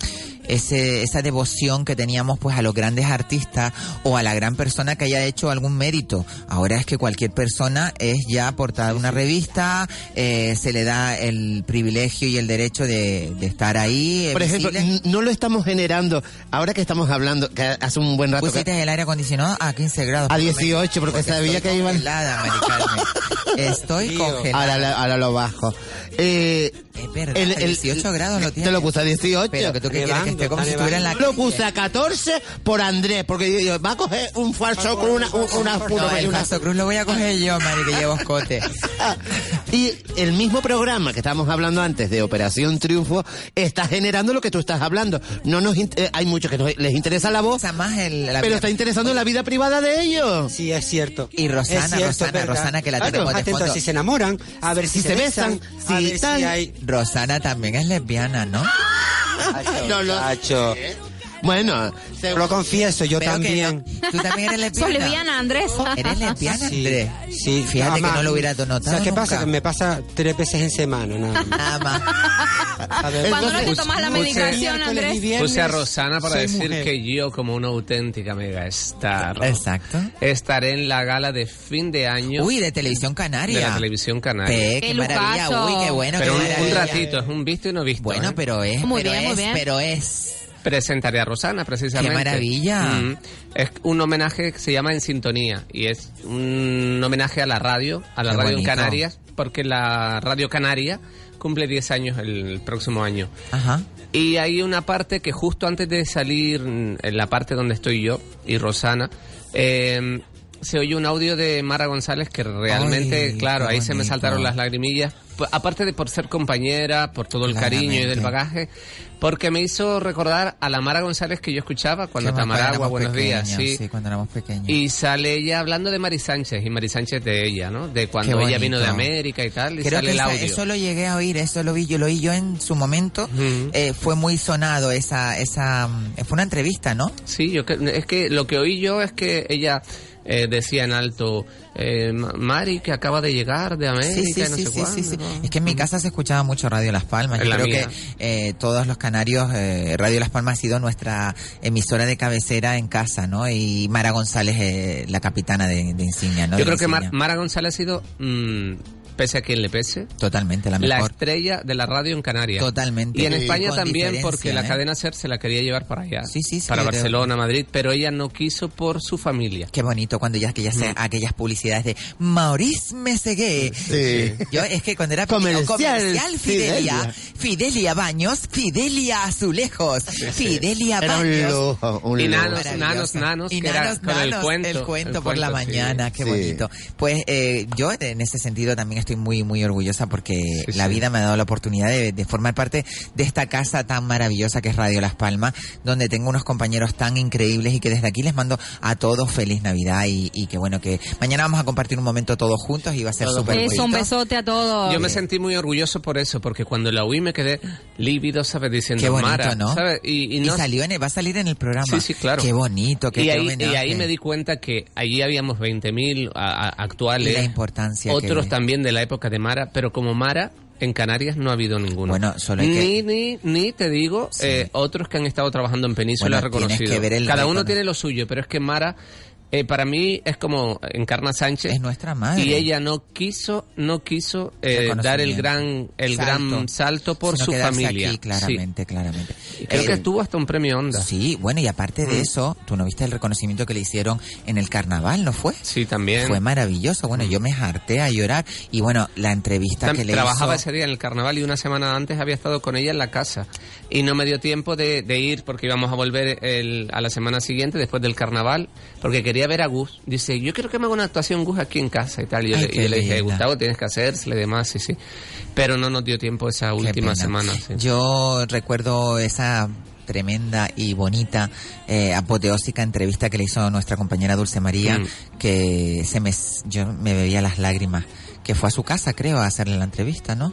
Speaker 3: ese, esa devoción que teníamos pues a los grandes artistas o a la gran persona que haya hecho algún mérito. Ahora es que cualquier persona es ya portada de una revista, eh, se le da el privilegio y el derecho de, de estar ahí. eh,
Speaker 6: Por ejemplo,
Speaker 3: visible.
Speaker 6: n- no lo estamos generando. Ahora que estamos hablando, que hace un buen rato.
Speaker 3: Pusiste
Speaker 6: que-
Speaker 3: el aire acondicionado a 15 grados.
Speaker 6: A
Speaker 3: por lo menos,
Speaker 6: 18, porque sabía
Speaker 3: estoy
Speaker 6: que iban-
Speaker 3: congelada, Mari
Speaker 6: [laughs]
Speaker 3: Carmen. Estoy congelada.
Speaker 6: Ahora, la- ahora lo bajo. Eh,
Speaker 3: Es verdad, 18 grados lo
Speaker 6: Te
Speaker 3: tiene.
Speaker 6: lo puse a 18.
Speaker 3: Pero que tú qué quieres que esté viste, como si estuviera en la
Speaker 6: Yo lo puse a 14 por Andrés, porque yo, yo, va a coger un falso cruz, una, un- una,
Speaker 3: No,
Speaker 6: una-
Speaker 3: el
Speaker 6: una-
Speaker 3: falso cruz lo voy a coger yo, Mari, que llevo escote.
Speaker 6: [laughs] Y el mismo programa que estábamos hablando antes de Operación Triunfo está generando lo que tú estás hablando. No nos in- eh, hay muchos que nos- les interesa la voz,
Speaker 3: más el, la
Speaker 6: pero
Speaker 3: vida-
Speaker 6: está interesando la vida privada de ellos.
Speaker 5: Sí, es cierto.
Speaker 3: Y Rosana,
Speaker 5: Es cierto,
Speaker 3: Rosana,
Speaker 5: ¿verdad?
Speaker 3: Rosana, que la
Speaker 5: Claro,
Speaker 3: tenemos de
Speaker 5: atento,
Speaker 3: fondo.
Speaker 5: si se enamoran, a ver si, se, besan, a ver si hay...
Speaker 3: Rosana también es lesbiana, ¿no?
Speaker 6: No lo-
Speaker 5: Nacho.
Speaker 6: Bueno,
Speaker 5: lo confieso, yo
Speaker 3: Veo que
Speaker 5: también.
Speaker 3: Tú también eres
Speaker 4: [laughs]
Speaker 3: lesbiana.
Speaker 4: Soy lesbiana, Andrés.
Speaker 3: Eres lesbiana,
Speaker 5: Sí,
Speaker 3: Andrés.
Speaker 5: Sí,
Speaker 3: Fíjate que no lo hubiera notado
Speaker 5: ¿Sabes qué pasa?
Speaker 3: nunca.
Speaker 5: Que me pasa tres veces en semana, nada más.
Speaker 3: Nada más.
Speaker 5: A ver.
Speaker 4: Cuando no te tomas la
Speaker 5: Puse-
Speaker 4: medicación, Andrés.
Speaker 7: Puse a Rosana para
Speaker 5: soy
Speaker 7: decir
Speaker 5: mujer.
Speaker 7: que yo, como una auténtica mega star,
Speaker 3: Exacto.
Speaker 7: estaré en la gala de fin de año
Speaker 3: Uy, de televisión canaria.
Speaker 7: de la televisión canaria.
Speaker 3: Pe, qué maravilla, uy, qué bueno,
Speaker 7: pero
Speaker 3: qué
Speaker 7: un,
Speaker 3: maravilla.
Speaker 7: un ratito, es un visto y no visto.
Speaker 3: Bueno,
Speaker 7: ¿eh?
Speaker 3: pero es,
Speaker 4: Muy
Speaker 3: pero
Speaker 4: bien, muy
Speaker 3: es,
Speaker 4: bien.
Speaker 3: pero es.
Speaker 7: Presentaré a Rosana, precisamente.
Speaker 3: ¡Qué maravilla!
Speaker 7: Mm. Es un homenaje que se llama En Sintonía y es un homenaje a la radio, a la
Speaker 3: Qué
Speaker 7: radio
Speaker 3: bonito.
Speaker 7: en Canarias, porque la radio Canaria cumple 10 años el próximo año.
Speaker 3: Ajá.
Speaker 7: Y hay una parte que justo antes de salir, mm, en la parte donde estoy yo y Rosana, eh, se oye un audio de Mara González que realmente,
Speaker 3: Ay,
Speaker 7: claro,
Speaker 3: qué
Speaker 7: ahí se me
Speaker 3: bonito.
Speaker 7: saltaron las lagrimillas. P- Aparte de por ser compañera, por todo el cariño y del
Speaker 3: Claramente.
Speaker 7: bagaje, porque me hizo recordar a la Mara González que yo escuchaba cuando
Speaker 3: Sí,
Speaker 7: Tamaragua,
Speaker 3: éramos
Speaker 7: buenos días,
Speaker 3: pequeños,
Speaker 7: sí.
Speaker 3: pues, cuando éramos pequeños.
Speaker 7: Y sale ella hablando de Mari Sánchez y Mari Sánchez de ella, ¿no? De cuando
Speaker 3: Qué
Speaker 7: ella vino de
Speaker 3: bonito.
Speaker 7: América y tal, y
Speaker 3: Creo
Speaker 7: sale
Speaker 3: que
Speaker 7: el
Speaker 3: esa-
Speaker 7: audio.
Speaker 3: eso lo llegué a oír, eso lo vi, yo lo oí yo en su momento. Eh, fue muy sonado esa, esa, mm, fue una entrevista, ¿no?
Speaker 7: Sí, yo que- es que lo que oí yo es que ella eh, decía en alto, eh, Ma- Mari que acaba de llegar de América
Speaker 3: Sí, sí,
Speaker 7: y no
Speaker 3: sí,
Speaker 7: sé
Speaker 3: sí, sí, sí.
Speaker 7: cuándo".
Speaker 3: Es que en mi casa se escuchaba mucho Radio Las Palmas.
Speaker 7: En
Speaker 3: Yo
Speaker 7: la
Speaker 3: creo
Speaker 7: mía.
Speaker 3: que eh, todos los canarios, eh, Radio Las Palmas ha sido nuestra emisora de cabecera en casa, ¿no? Y Mara González, eh, la capitana de, de Insignia, ¿no? De
Speaker 7: Yo creo que Mar-
Speaker 3: Insignia.
Speaker 7: Mara González ha sido, mm, pese a quien le pese,
Speaker 3: Totalmente, la
Speaker 7: la
Speaker 3: mejor.
Speaker 7: estrella de la radio en Canarias.
Speaker 3: Totalmente.
Speaker 7: Y en
Speaker 3: Sí.
Speaker 7: España
Speaker 3: Con
Speaker 7: también,
Speaker 3: diferencia,
Speaker 7: porque la
Speaker 3: ¿eh?
Speaker 7: cadena SER se la quería llevar para allá.
Speaker 3: sí, sí,
Speaker 7: Para
Speaker 3: creo.
Speaker 7: Barcelona, Madrid, pero ella no quiso por su familia. Mm.
Speaker 3: Qué bonito cuando ya que ya sea aquellas publicidades de Maurice Mesegué.
Speaker 6: Sí.
Speaker 3: Yo es que cuando era
Speaker 6: Comercial,
Speaker 3: pequeña, comercial Fidelia,
Speaker 6: Fidelia.
Speaker 3: Fidelia Baños, Fidelia Azulejos, Fidelia
Speaker 6: Era
Speaker 3: Baños.
Speaker 6: un lujo, un
Speaker 7: Y
Speaker 6: lujo.
Speaker 7: nanos, nanos, nanos,
Speaker 3: Y
Speaker 7: que era
Speaker 3: nanos,
Speaker 7: con el
Speaker 3: nanos,
Speaker 7: cuento. el
Speaker 3: por la
Speaker 7: cuento, sí.
Speaker 3: mañana, Ah, qué
Speaker 6: Sí.
Speaker 3: bonito. Pues eh, yo en ese sentido también estoy muy, muy orgullosa porque la vida me ha dado la oportunidad de, de formar parte de esta casa tan maravillosa que es Radio Las Palmas, donde tengo unos compañeros tan increíbles y que desde aquí les mando a todos feliz Navidad y, y que bueno, que mañana vamos a compartir un momento todos juntos y va a ser súper
Speaker 4: Eso, un
Speaker 3: bonito.
Speaker 4: besote a todos.
Speaker 7: Yo me sentí muy orgulloso por eso, porque cuando la oí me quedé lívido, ¿sabes? Diciendo,
Speaker 3: Qué bonito,
Speaker 7: Mara,
Speaker 3: ¿no?
Speaker 7: ¿sabes? Y, y
Speaker 3: Y
Speaker 7: no
Speaker 3: salió en el- va a salir en el programa.
Speaker 7: Sí, sí, claro.
Speaker 3: Qué bonito, qué
Speaker 7: y
Speaker 3: qué
Speaker 7: ahí, y
Speaker 3: homenaje.
Speaker 7: ahí me di cuenta que allí habíamos 20.000 a- a-
Speaker 3: Y
Speaker 7: actuales,
Speaker 3: la importancia que-
Speaker 7: otros también de la época de Mara, pero como Mara, en Canarias no ha habido ninguno.
Speaker 3: Bueno, solo hay que-
Speaker 7: ni, ni, ni te digo, eh, otros que han estado trabajando en Península
Speaker 3: Bueno, tienes
Speaker 7: reconocidos.
Speaker 3: que ver el
Speaker 7: Cada uno
Speaker 3: recono-
Speaker 7: tiene lo suyo, pero es que Mara... eh, para mí es como encarna Sánchez
Speaker 3: Es nuestra madre.
Speaker 7: y ella no quiso no quiso eh,
Speaker 3: Reconocimiento.
Speaker 7: dar el gran el gran salto por
Speaker 3: Sino
Speaker 7: su
Speaker 3: quedarse
Speaker 7: familia
Speaker 3: aquí,
Speaker 7: Sí.
Speaker 3: claramente, claramente.
Speaker 7: Y creo
Speaker 3: Eh,
Speaker 7: que estuvo hasta un premio Onda
Speaker 3: Sí, bueno, y aparte de
Speaker 7: Mm.
Speaker 3: eso, tú no viste el reconocimiento que le hicieron en el carnaval, ¿no fue?
Speaker 7: sí también Mm.
Speaker 3: Fue maravilloso. Bueno, yo me harté a llorar. Y bueno, la entrevista
Speaker 7: Tam-
Speaker 3: que le
Speaker 7: trabajaba
Speaker 3: hizo...
Speaker 7: ese día en el carnaval y una semana antes había estado con ella en la casa y no me dio tiempo de, de ir porque íbamos a volver el- a la semana siguiente después del carnaval porque quería ver a Gus. Dice, yo quiero que me haga una actuación Gus aquí en casa y tal. Y yo,
Speaker 3: Ay,
Speaker 7: le, y
Speaker 3: qué
Speaker 7: yo le dije,
Speaker 3: linda.
Speaker 7: Gustavo, tienes que hacerse y demás, sí, sí. Pero no nos dio tiempo esa
Speaker 3: Qué
Speaker 7: última
Speaker 3: pena.
Speaker 7: semana. sí.
Speaker 3: Yo recuerdo esa tremenda y bonita eh, apoteósica entrevista que le hizo nuestra compañera Dulce María
Speaker 7: Mm.
Speaker 3: que se me yo me bebía las lágrimas que fue a su casa creo a hacerle la entrevista no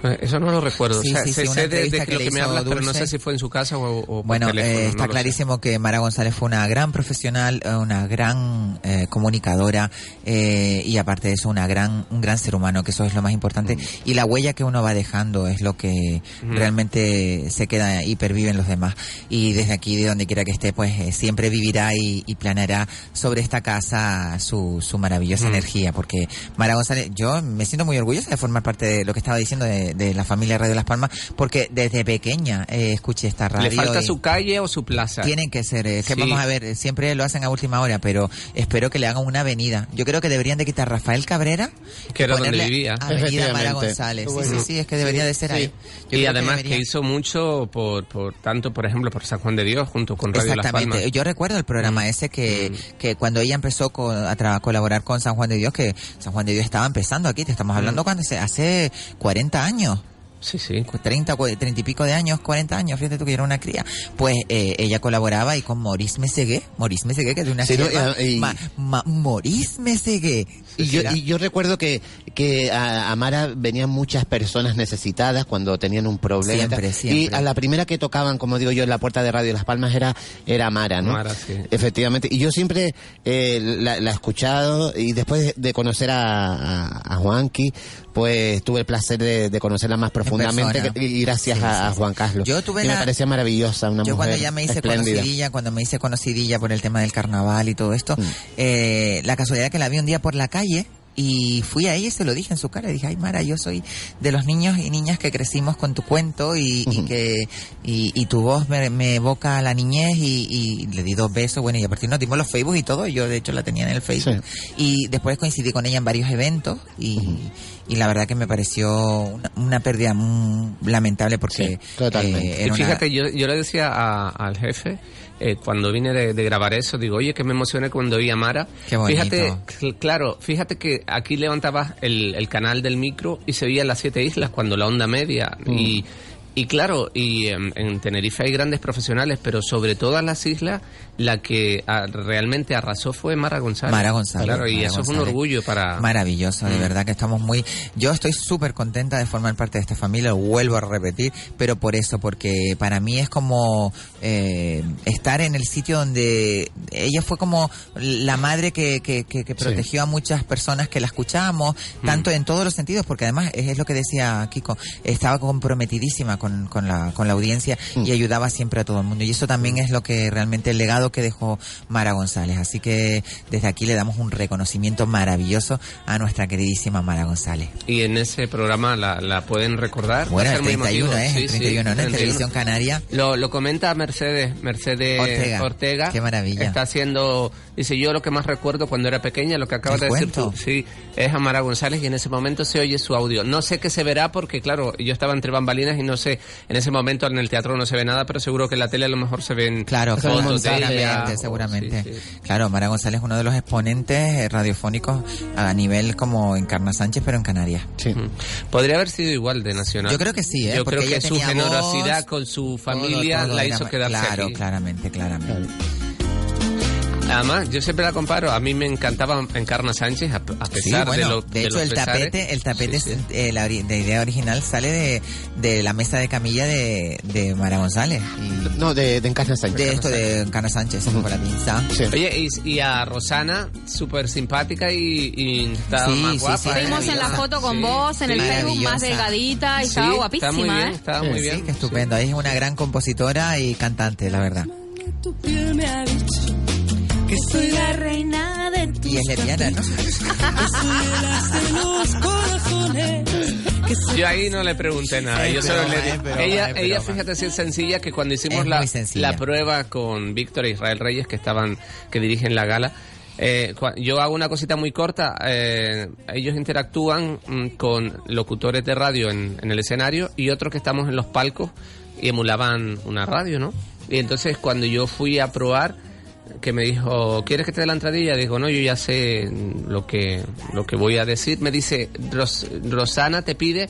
Speaker 7: Pues eso no lo recuerdo.
Speaker 3: Sí,
Speaker 7: o sea,
Speaker 3: sí,
Speaker 7: sé-
Speaker 3: sí, una
Speaker 7: sé de- de,
Speaker 3: entrevista que
Speaker 7: lo
Speaker 3: le
Speaker 7: que me
Speaker 3: hizo
Speaker 7: hablas, pero no
Speaker 3: Dulce.
Speaker 7: sé si fue en su casa o, o por
Speaker 3: Bueno,
Speaker 7: teléfono,
Speaker 3: eh,
Speaker 7: no
Speaker 3: está
Speaker 7: lo sé.
Speaker 3: clarísimo que Mara González fue una gran profesional, eh, una gran eh, comunicadora eh, y aparte de eso una gran un gran ser humano, que eso es lo más importante. Y la huella que uno va dejando es lo que
Speaker 7: Mm.
Speaker 3: realmente se queda y pervive en los demás. Y desde aquí, de donde quiera que esté, pues eh, siempre vivirá y, y planeará sobre esta casa
Speaker 7: Mm.
Speaker 3: su, su maravillosa energía, porque Mara González, yo me siento muy orgullosa de formar parte de lo que estaba diciendo de de, de la familia Radio Las Palmas, porque desde pequeña eh, escuché esta radio.
Speaker 7: Le falta
Speaker 3: y
Speaker 7: su calle o su plaza.
Speaker 3: Tienen que ser, eh, que
Speaker 7: Sí.
Speaker 3: vamos a ver, eh, siempre lo hacen a última hora, pero espero que le hagan una avenida. Yo creo que deberían de quitar Rafael Cabrera.
Speaker 7: Que era donde
Speaker 3: ponerle
Speaker 7: vivía.
Speaker 3: Avenida Mara González. Sí, sí, sí, es que debería de ser ahí. Yo creo
Speaker 7: y
Speaker 3: que
Speaker 7: además que,
Speaker 3: debería-
Speaker 7: hizo mucho por, por tanto, por ejemplo, por San Juan de Dios junto con Radio Las
Speaker 3: Exactamente.
Speaker 7: Palmas. Mm.
Speaker 3: Yo recuerdo el programa ese que, que cuando ella empezó co- a tra- colaborar con San Juan de Dios, que San Juan de Dios estaba empezando aquí, te estamos hablando cuando se- hace 40 años.
Speaker 7: Mm. Sí, sí.
Speaker 3: 30, cu- 30 y pico de años, 40 años, fíjate tú que yo era una cría. Pues eh, ella colaboraba y con Maurice Mesegué, Maurice Mesegué, que es de una
Speaker 6: Sí, no,
Speaker 3: sierva,
Speaker 7: Eh,
Speaker 6: y- y-
Speaker 3: ma- ma- Maurice Mesegué.
Speaker 6: Y yo,
Speaker 3: Era-
Speaker 6: y yo recuerdo que, que a, a Mara venían muchas personas necesitadas cuando tenían un problema. y tal.
Speaker 3: Siempre, siempre.
Speaker 6: Y a la primera que tocaban, como digo yo, en la puerta de Radio Las Palmas era, era Mara, ¿no?
Speaker 7: Mara, sí.
Speaker 6: Efectivamente. Y yo siempre eh, la, la he escuchado y después de conocer a, a, a Juanqui, pues tuve el placer de, de conocerla más profundamente
Speaker 3: persona.
Speaker 6: que- y gracias a, a Juan Carlos.
Speaker 3: Yo tuve
Speaker 6: que me
Speaker 3: la-
Speaker 6: parecía maravillosa, una
Speaker 3: Yo
Speaker 6: mujer
Speaker 3: cuando ya me hice
Speaker 6: espléndida.
Speaker 3: conocidilla, cuando me hice conocidilla por el tema del carnaval y todo
Speaker 6: Mm.
Speaker 3: esto, eh, la casualidad que la vi un día por la calle y fui a ella y se lo dije en su cara. Dije, ay Mara, yo soy de los niños y niñas que crecimos con tu cuento y, y que y, y tu voz me, me evoca a la niñez y, y le di dos besos. Bueno, y a partir nos dimos los Facebook y todo. Yo de hecho la tenía en el Facebook. Y después coincidí con ella en varios eventos y, y la verdad que me pareció una, una pérdida mm, lamentable porque...
Speaker 6: totalmente.
Speaker 3: eh,
Speaker 7: Y
Speaker 3: era una-
Speaker 7: fíjate, yo, yo le decía a- al jefe, eh, cuando vine de, de grabar eso, digo, oye, que me emocioné cuando vi a Mara.
Speaker 3: Qué bonito.
Speaker 7: Fíjate, cl- claro, fíjate que aquí levantabas el, el canal del micro y se veían las siete islas cuando la onda media.
Speaker 20: Mm.
Speaker 7: Y, y claro, y em, en, Tenerife hay grandes profesionales, pero sobre todas las islas, la que ah, realmente arrasó fue Mara González.
Speaker 3: Mara González.
Speaker 7: Claro, y
Speaker 3: Mara
Speaker 7: eso es un
Speaker 3: González.
Speaker 7: orgullo para...
Speaker 3: Maravilloso, de
Speaker 7: Mm.
Speaker 3: verdad que estamos muy... Yo estoy súper contenta de formar parte de esta familia, lo vuelvo a repetir, pero por eso, porque para mí es como eh, estar en el sitio donde ella fue como la madre que, que, que- que protegió a muchas personas que la escuchamos, tanto en todos los sentidos, porque además es, es lo que decía Kiko, estaba comprometidísima con, con, la, con la audiencia y ayudaba siempre a todo el mundo. Y eso también es lo que realmente el legado que dejó Mara González. Así que desde aquí le damos un reconocimiento maravilloso a nuestra queridísima Mara González.
Speaker 7: Y en ese programa la, la pueden recordar. Va
Speaker 3: Bueno,
Speaker 7: a
Speaker 3: el
Speaker 7: ser muy
Speaker 3: 31
Speaker 7: emotivo.
Speaker 3: es, ¿eh? el 31, ¿no? En Televisión Canaria.
Speaker 7: Lo, lo comenta Mercedes, Mercedes
Speaker 3: Ortega.
Speaker 7: Ortega.
Speaker 3: Qué maravilla.
Speaker 7: Está haciendo, dice yo lo que más recuerdo cuando era pequeña, lo que acabas
Speaker 3: El
Speaker 7: de decir
Speaker 3: cuento.
Speaker 7: tú, sí, es a Mara González y en ese momento se oye su audio. No sé qué se verá porque, claro, yo estaba entre bambalinas y no sé, en ese momento en el teatro no se ve nada, pero seguro que en la tele a lo mejor se ven
Speaker 3: Claro,
Speaker 7: fotos de ella
Speaker 3: seguramente,
Speaker 7: o-
Speaker 3: seguramente. Claro, Mara González es uno de los exponentes eh, radiofónicos a nivel como Encarna Sánchez, pero en Canarias. Mm.
Speaker 7: Podría haber sido igual de Nacional.
Speaker 3: Yo creo que sí, ¿eh?
Speaker 7: Yo
Speaker 3: Porque
Speaker 7: creo que
Speaker 3: ella
Speaker 7: su
Speaker 3: tenía
Speaker 7: generosidad
Speaker 3: voz,
Speaker 7: con su familia
Speaker 3: todo, todo
Speaker 7: la
Speaker 3: era-
Speaker 7: hizo quedarse
Speaker 3: claro,
Speaker 7: aquí.
Speaker 3: claramente, claramente.
Speaker 7: Además, yo siempre la comparo. A mí me encantaba Encarna Sánchez, a, a
Speaker 3: Sí,
Speaker 7: pesar
Speaker 3: bueno,
Speaker 7: de lo
Speaker 3: de hecho
Speaker 7: los
Speaker 3: el
Speaker 7: pesares.
Speaker 3: tapete, el tapete
Speaker 7: Sí,
Speaker 3: es-
Speaker 7: sí.
Speaker 3: eh, la, ori- de idea original sale de, de la mesa de camilla de, de Mara González. Y
Speaker 6: no, de, de Encarna Sánchez.
Speaker 3: De esto de Encarna Sánchez, se me fue la pinza.
Speaker 7: Oye, y, y a Rosana, súper simpática y, y está
Speaker 3: Sí,
Speaker 7: más
Speaker 3: sí,
Speaker 7: guapa.
Speaker 3: sí,
Speaker 7: ¿eh?
Speaker 3: Vimos
Speaker 4: en la foto con
Speaker 7: Sí,
Speaker 4: vos, en el
Speaker 7: sí.
Speaker 4: Facebook más delgadita y
Speaker 7: Sí,
Speaker 4: estaba
Speaker 7: está
Speaker 4: guapísima,
Speaker 7: muy bien,
Speaker 4: ¿eh?
Speaker 7: está
Speaker 3: Sí,
Speaker 7: muy
Speaker 3: Sí,
Speaker 7: bien.
Speaker 3: que estupendo. Ella es una gran compositora y cantante, la verdad.
Speaker 16: Tu piel me ha dicho que soy la reina de tus
Speaker 3: Y es lesbiana, ¿no?
Speaker 16: [laughs] Que soy el as de los corazones.
Speaker 7: Yo ahí no le pregunté nada.
Speaker 3: Es
Speaker 7: yo solo
Speaker 3: broma,
Speaker 7: le di-
Speaker 3: es broma,
Speaker 7: ella,
Speaker 3: es
Speaker 7: ella
Speaker 3: broma.
Speaker 7: fíjate si es sencilla que cuando
Speaker 3: Es
Speaker 7: hicimos
Speaker 3: muy
Speaker 7: la,
Speaker 3: sencilla.
Speaker 7: la prueba con Víctor e Israel Reyes que estaban que dirigen la gala. eh, cua- yo hago una cosita muy corta. eh, ellos interactúan mm, con locutores de radio en, en el escenario y otros que estamos en los palcos y emulaban una radio, ¿no? Y entonces cuando yo fui a probar, que me dijo, ¿quieres que te dé la entradilla? Digo, no, yo ya sé lo que, lo que voy a decir. Me dice, "Ros- Rosana te pide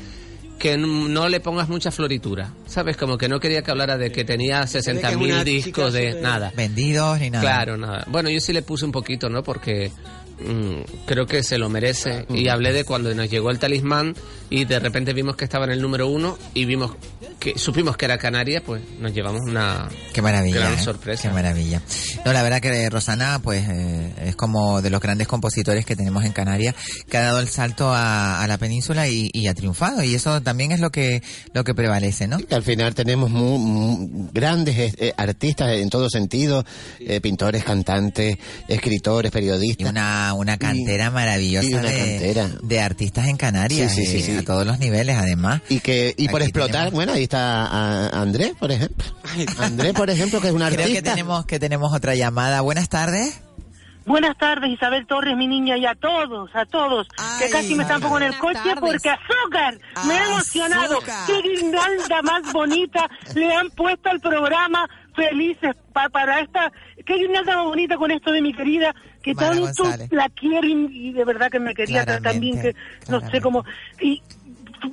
Speaker 7: que n- no le pongas mucha floritura. ¿Sabes? Como que no quería que hablara de que tenía
Speaker 3: ve que es
Speaker 7: 60.000
Speaker 3: una
Speaker 7: discos
Speaker 3: chica
Speaker 7: de
Speaker 3: súper-
Speaker 7: nada.
Speaker 3: Vendidos ni nada.
Speaker 7: Claro, nada. Bueno, yo sí le puse un poquito, ¿no? Porque mm, creo que se lo merece. Y hablé de cuando nos llegó el talismán y de repente vimos que estaba en el número uno y vimos que supimos que era Canarias, pues nos llevamos una
Speaker 3: Qué maravilla.
Speaker 7: gran
Speaker 3: ¿eh?
Speaker 7: sorpresa.
Speaker 3: Qué maravilla. No, la verdad que eh, Rosana, pues, eh, es como de los grandes compositores que tenemos en Canarias, que ha dado el salto a, a la península y, y ha triunfado. Y eso también es lo que, lo que prevalece, ¿no?
Speaker 6: Que al final tenemos mu- mu- grandes eh, artistas en todo sentido, eh, pintores, cantantes, escritores, periodistas.
Speaker 3: una una, una cantera maravillosa
Speaker 6: y una
Speaker 3: de,
Speaker 6: cantera.
Speaker 3: de artistas en Canarias.
Speaker 6: Sí, sí, sí,
Speaker 3: eh,
Speaker 6: sí.
Speaker 3: A todos los niveles, además.
Speaker 6: Y que y por
Speaker 3: ¿Ah? Aquí
Speaker 6: explotar,
Speaker 3: tenemos-
Speaker 6: bueno, ahí está a- Andrés, por ejemplo. Andrés, por ejemplo, que es un
Speaker 3: Creo que
Speaker 6: artista.
Speaker 3: tenemos, que tenemos otra llamada. Buenas tardes.
Speaker 20: Buenas tardes, Isabel Torres, mi niña, y a todos, a todos, que casi me están con el coche porque azúcar, me he emocionado. Qué guirnalda más bonita le han puesto al programa Felices pa- para esta, qué guirnalda más bonita con esto de mi querida, que tanto la quiero y, y de verdad que me quería pero también, que no sé cómo, y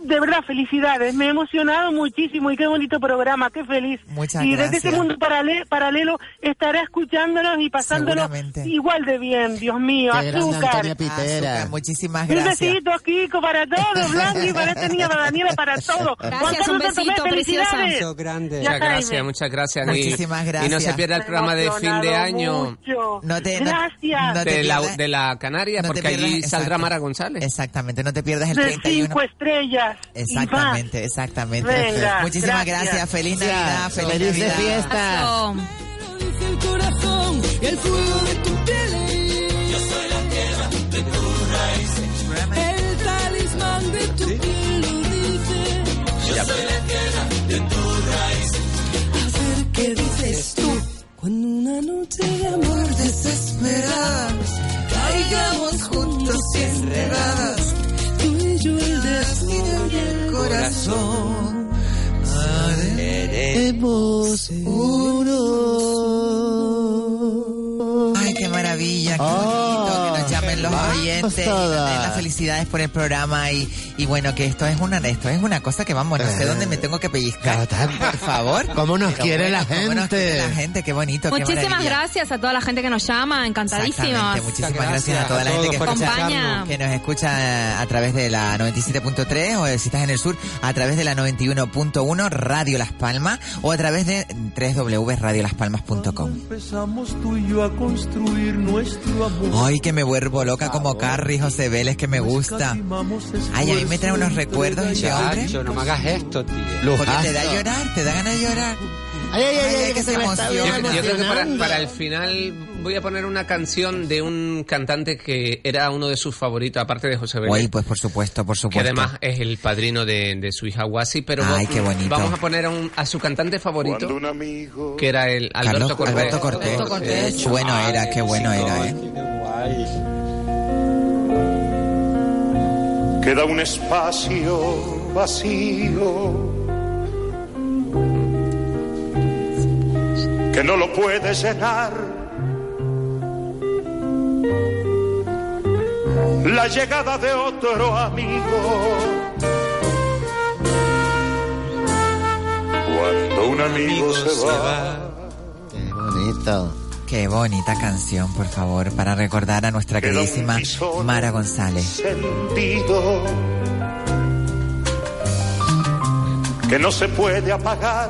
Speaker 20: de verdad felicidades, me he emocionado muchísimo y qué bonito programa, qué feliz.
Speaker 3: Muchas
Speaker 20: y desde ese
Speaker 3: gracias.
Speaker 20: mundo paralelo, paralelo estará escuchándonos y pasándonos igual de bien, Dios mío,
Speaker 3: Qué grande
Speaker 20: azúcar.
Speaker 3: Antonia Pitera. Azúcar, muchísimas
Speaker 20: Un
Speaker 3: gracias.
Speaker 20: besito, Kiko, para
Speaker 3: [laughs]
Speaker 20: todos, Blanqui, para esta niña, para Daniela, para todos.
Speaker 4: Gracias,
Speaker 20: Juan Carlos
Speaker 4: un
Speaker 20: Bertomeu,
Speaker 4: besito, preciosa.
Speaker 20: felicidades.
Speaker 4: Beso
Speaker 5: grande.
Speaker 20: Ya,
Speaker 7: Muchas
Speaker 20: Jaime.
Speaker 7: gracias, muchas gracias. Y-
Speaker 3: Muchísimas
Speaker 7: Y no se
Speaker 3: gracias.
Speaker 7: pierda el
Speaker 3: Me he
Speaker 7: programa de fin de
Speaker 3: emocionado
Speaker 7: año
Speaker 3: No te, no-
Speaker 20: Gracias.
Speaker 3: no te
Speaker 7: de, la,
Speaker 3: pierdas-
Speaker 7: de la Canaria,
Speaker 3: no te
Speaker 7: porque allí
Speaker 3: pierdas-
Speaker 7: saldrá
Speaker 3: exacto.
Speaker 7: Mara González.
Speaker 3: Exactamente, no te pierdas el
Speaker 20: De
Speaker 3: 31.
Speaker 20: cinco estrellas. y más.
Speaker 3: Exactamente, exactamente.
Speaker 20: Venga,
Speaker 3: [laughs] Muchísimas
Speaker 20: gracias.
Speaker 3: gracias. Feliz Navidad, feliz
Speaker 6: Felices
Speaker 3: Navidad.
Speaker 6: fiestas.
Speaker 16: El corazón y el fuego de tu piel. Yo soy la tierra de tus raíces. El talismán de tu piel lo dice. Yo soy la tierra de tus raíces. A ver qué dices tú. Cuando una noche de amor desesperada caigamos juntos y enredadas. Tú y yo el destino y el corazón.
Speaker 3: Haremos uno. Ay, qué maravilla, qué bonito
Speaker 16: Ah.
Speaker 3: que nos llamen los oyentes. y nos den Las felicidades por el programa y, y bueno, que esto es una esto es una cosa que vamos, no sé dónde me tengo que pellizcar. Por favor.
Speaker 6: ¿Cómo nos
Speaker 3: Pero
Speaker 6: quiere
Speaker 3: bueno,
Speaker 6: la
Speaker 3: cómo nos quiere
Speaker 6: gente?
Speaker 3: la gente, qué bonito, qué
Speaker 4: Muchísimas
Speaker 3: maravilla.
Speaker 4: gracias a toda la gente que nos llama, encantadísimas.
Speaker 3: Exactamente, Muchísimas gracias a toda la
Speaker 4: todos
Speaker 3: gente que
Speaker 4: por
Speaker 3: escucha,
Speaker 4: escucharnos.
Speaker 3: que nos escucha a través de la 97.3 o si estás en el sur, a través de la 91.1 Radio Las Palmas o a través de www.radiolaspalmas.com.
Speaker 21: Empezamos tú y yo a construir nuestro amor.
Speaker 3: Ay, que me vuelvo loca como Carrie José Vélez, que me gusta. Ay, a mí me trae unos recuerdos ese hombre.
Speaker 5: Chacho, no me hagas esto, tío.
Speaker 3: Porque te da a llorar, te da ganas de llorar.
Speaker 6: Ay, ay, ay,
Speaker 3: que se
Speaker 7: Yo,
Speaker 3: emociona.
Speaker 7: yo creo que para, para el final voy a poner una canción de un cantante que era uno de sus favoritos, aparte de José Vélez.
Speaker 3: Ay, pues por supuesto, por
Speaker 7: Que
Speaker 3: supuesto.
Speaker 7: además es el padrino de, de su hija Wasi, pero
Speaker 3: Ay,
Speaker 7: va-
Speaker 3: qué bonito.
Speaker 7: vamos a poner a, un- a su cantante favorito, que era el
Speaker 3: Carlos-
Speaker 7: Alberto Cortés.
Speaker 3: Alberto Cortés. Alberto Cortés. Qué bueno era, qué bueno era, ¿eh?
Speaker 22: Queda un espacio vacío que no lo puede llenar. La llegada de otro amigo. Cuando un amigo se va.
Speaker 6: Bonito.
Speaker 3: Qué bonita canción, por favor, para recordar a nuestra queridísima Mara González.
Speaker 22: sentido que no se puede apagar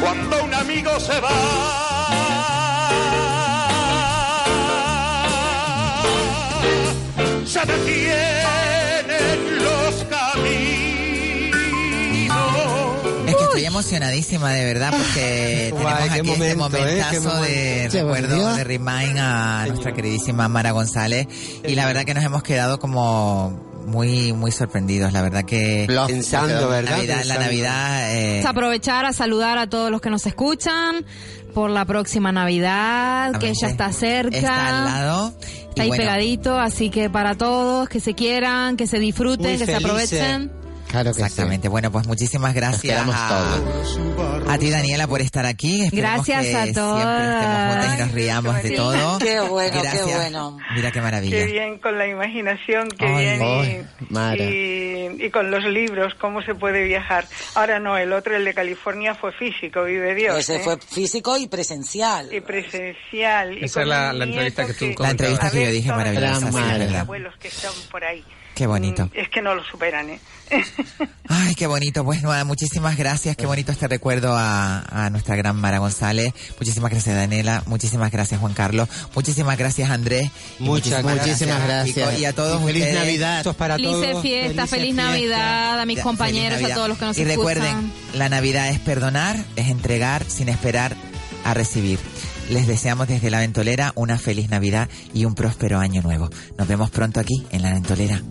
Speaker 22: Cuando un amigo se va, se detienen los caminos.
Speaker 3: Es que estoy emocionadísima, de verdad, porque tenemos
Speaker 5: Guay, qué
Speaker 3: aquí este
Speaker 5: momento, ¿eh? Qué
Speaker 3: momentazo de
Speaker 5: momento. Se
Speaker 3: recuerdo
Speaker 5: volvió.
Speaker 3: de Remind a nuestra queridísima Mara González. Y la verdad que nos hemos quedado como muy muy sorprendidos la verdad que
Speaker 5: Bluff. Pensando,
Speaker 3: Navidad-
Speaker 5: ¿verdad?
Speaker 3: la
Speaker 5: Pensando.
Speaker 3: navidad eh,
Speaker 4: Vamos a aprovechar a saludar a todos los que nos escuchan por la próxima Navidad, que ya está cerca.
Speaker 3: está al lado
Speaker 4: Está
Speaker 3: Y
Speaker 4: ahí
Speaker 3: bueno,
Speaker 4: pegadito, así que para todos, que se quieran, que se disfruten,
Speaker 3: Muy
Speaker 4: que se
Speaker 3: felices.
Speaker 4: aprovechen.
Speaker 6: Claro que
Speaker 3: Exactamente. Bueno, pues muchísimas gracias
Speaker 6: queramos
Speaker 3: a, a ti, Daniela, por estar aquí. Esperemos
Speaker 4: Gracias
Speaker 3: que
Speaker 4: a
Speaker 3: Siempre estemos juntas y nos riamos de
Speaker 19: Sí.
Speaker 3: todo.
Speaker 19: Qué bueno,
Speaker 3: Gracias.
Speaker 19: qué bueno.
Speaker 3: Mira qué maravilla.
Speaker 19: Qué bien con la imaginación, qué
Speaker 3: Ay,
Speaker 19: bien. y-
Speaker 3: ay, Mara.
Speaker 19: Y, y con los libros, cómo se puede viajar. Ahora no, el otro, el de California, fue físico, vive Dios.
Speaker 1: Ese
Speaker 19: ¿eh?
Speaker 1: fue físico y presencial.
Speaker 19: Y presencial. y
Speaker 7: Esa
Speaker 19: con
Speaker 7: es la,
Speaker 19: un
Speaker 7: la entrevista que tú
Speaker 3: La entrevista que yo dije maravillosa. sí, es
Speaker 19: nieto,
Speaker 3: verdad.
Speaker 19: abuelos que están por ahí.
Speaker 3: Qué bonito.
Speaker 19: Es que no lo superan, ¿eh?
Speaker 3: Ay, qué bonito. Pues nada, muchísimas gracias. Qué bonito este recuerdo a, a nuestra gran Mara González. Muchísimas gracias, Daniela. Muchísimas gracias, Juan Carlos. Muchísimas gracias, Andrés. Y
Speaker 6: Muchas muchísimas gracias.
Speaker 3: Kiko. Y a todos
Speaker 6: Y feliz
Speaker 3: ustedes.
Speaker 6: Navidad. Esto es para
Speaker 4: Felices fiestas, feliz Navidad a mis
Speaker 3: Ya,
Speaker 4: compañeros,
Speaker 3: feliz
Speaker 4: a
Speaker 3: Navidad.
Speaker 4: todos los que nos
Speaker 3: Y recuerden,
Speaker 4: escuchan.
Speaker 3: la Navidad es perdonar, es entregar sin esperar a recibir. Les deseamos desde La Ventolera una feliz Navidad y un próspero año nuevo. Nos vemos pronto aquí en La Ventolera.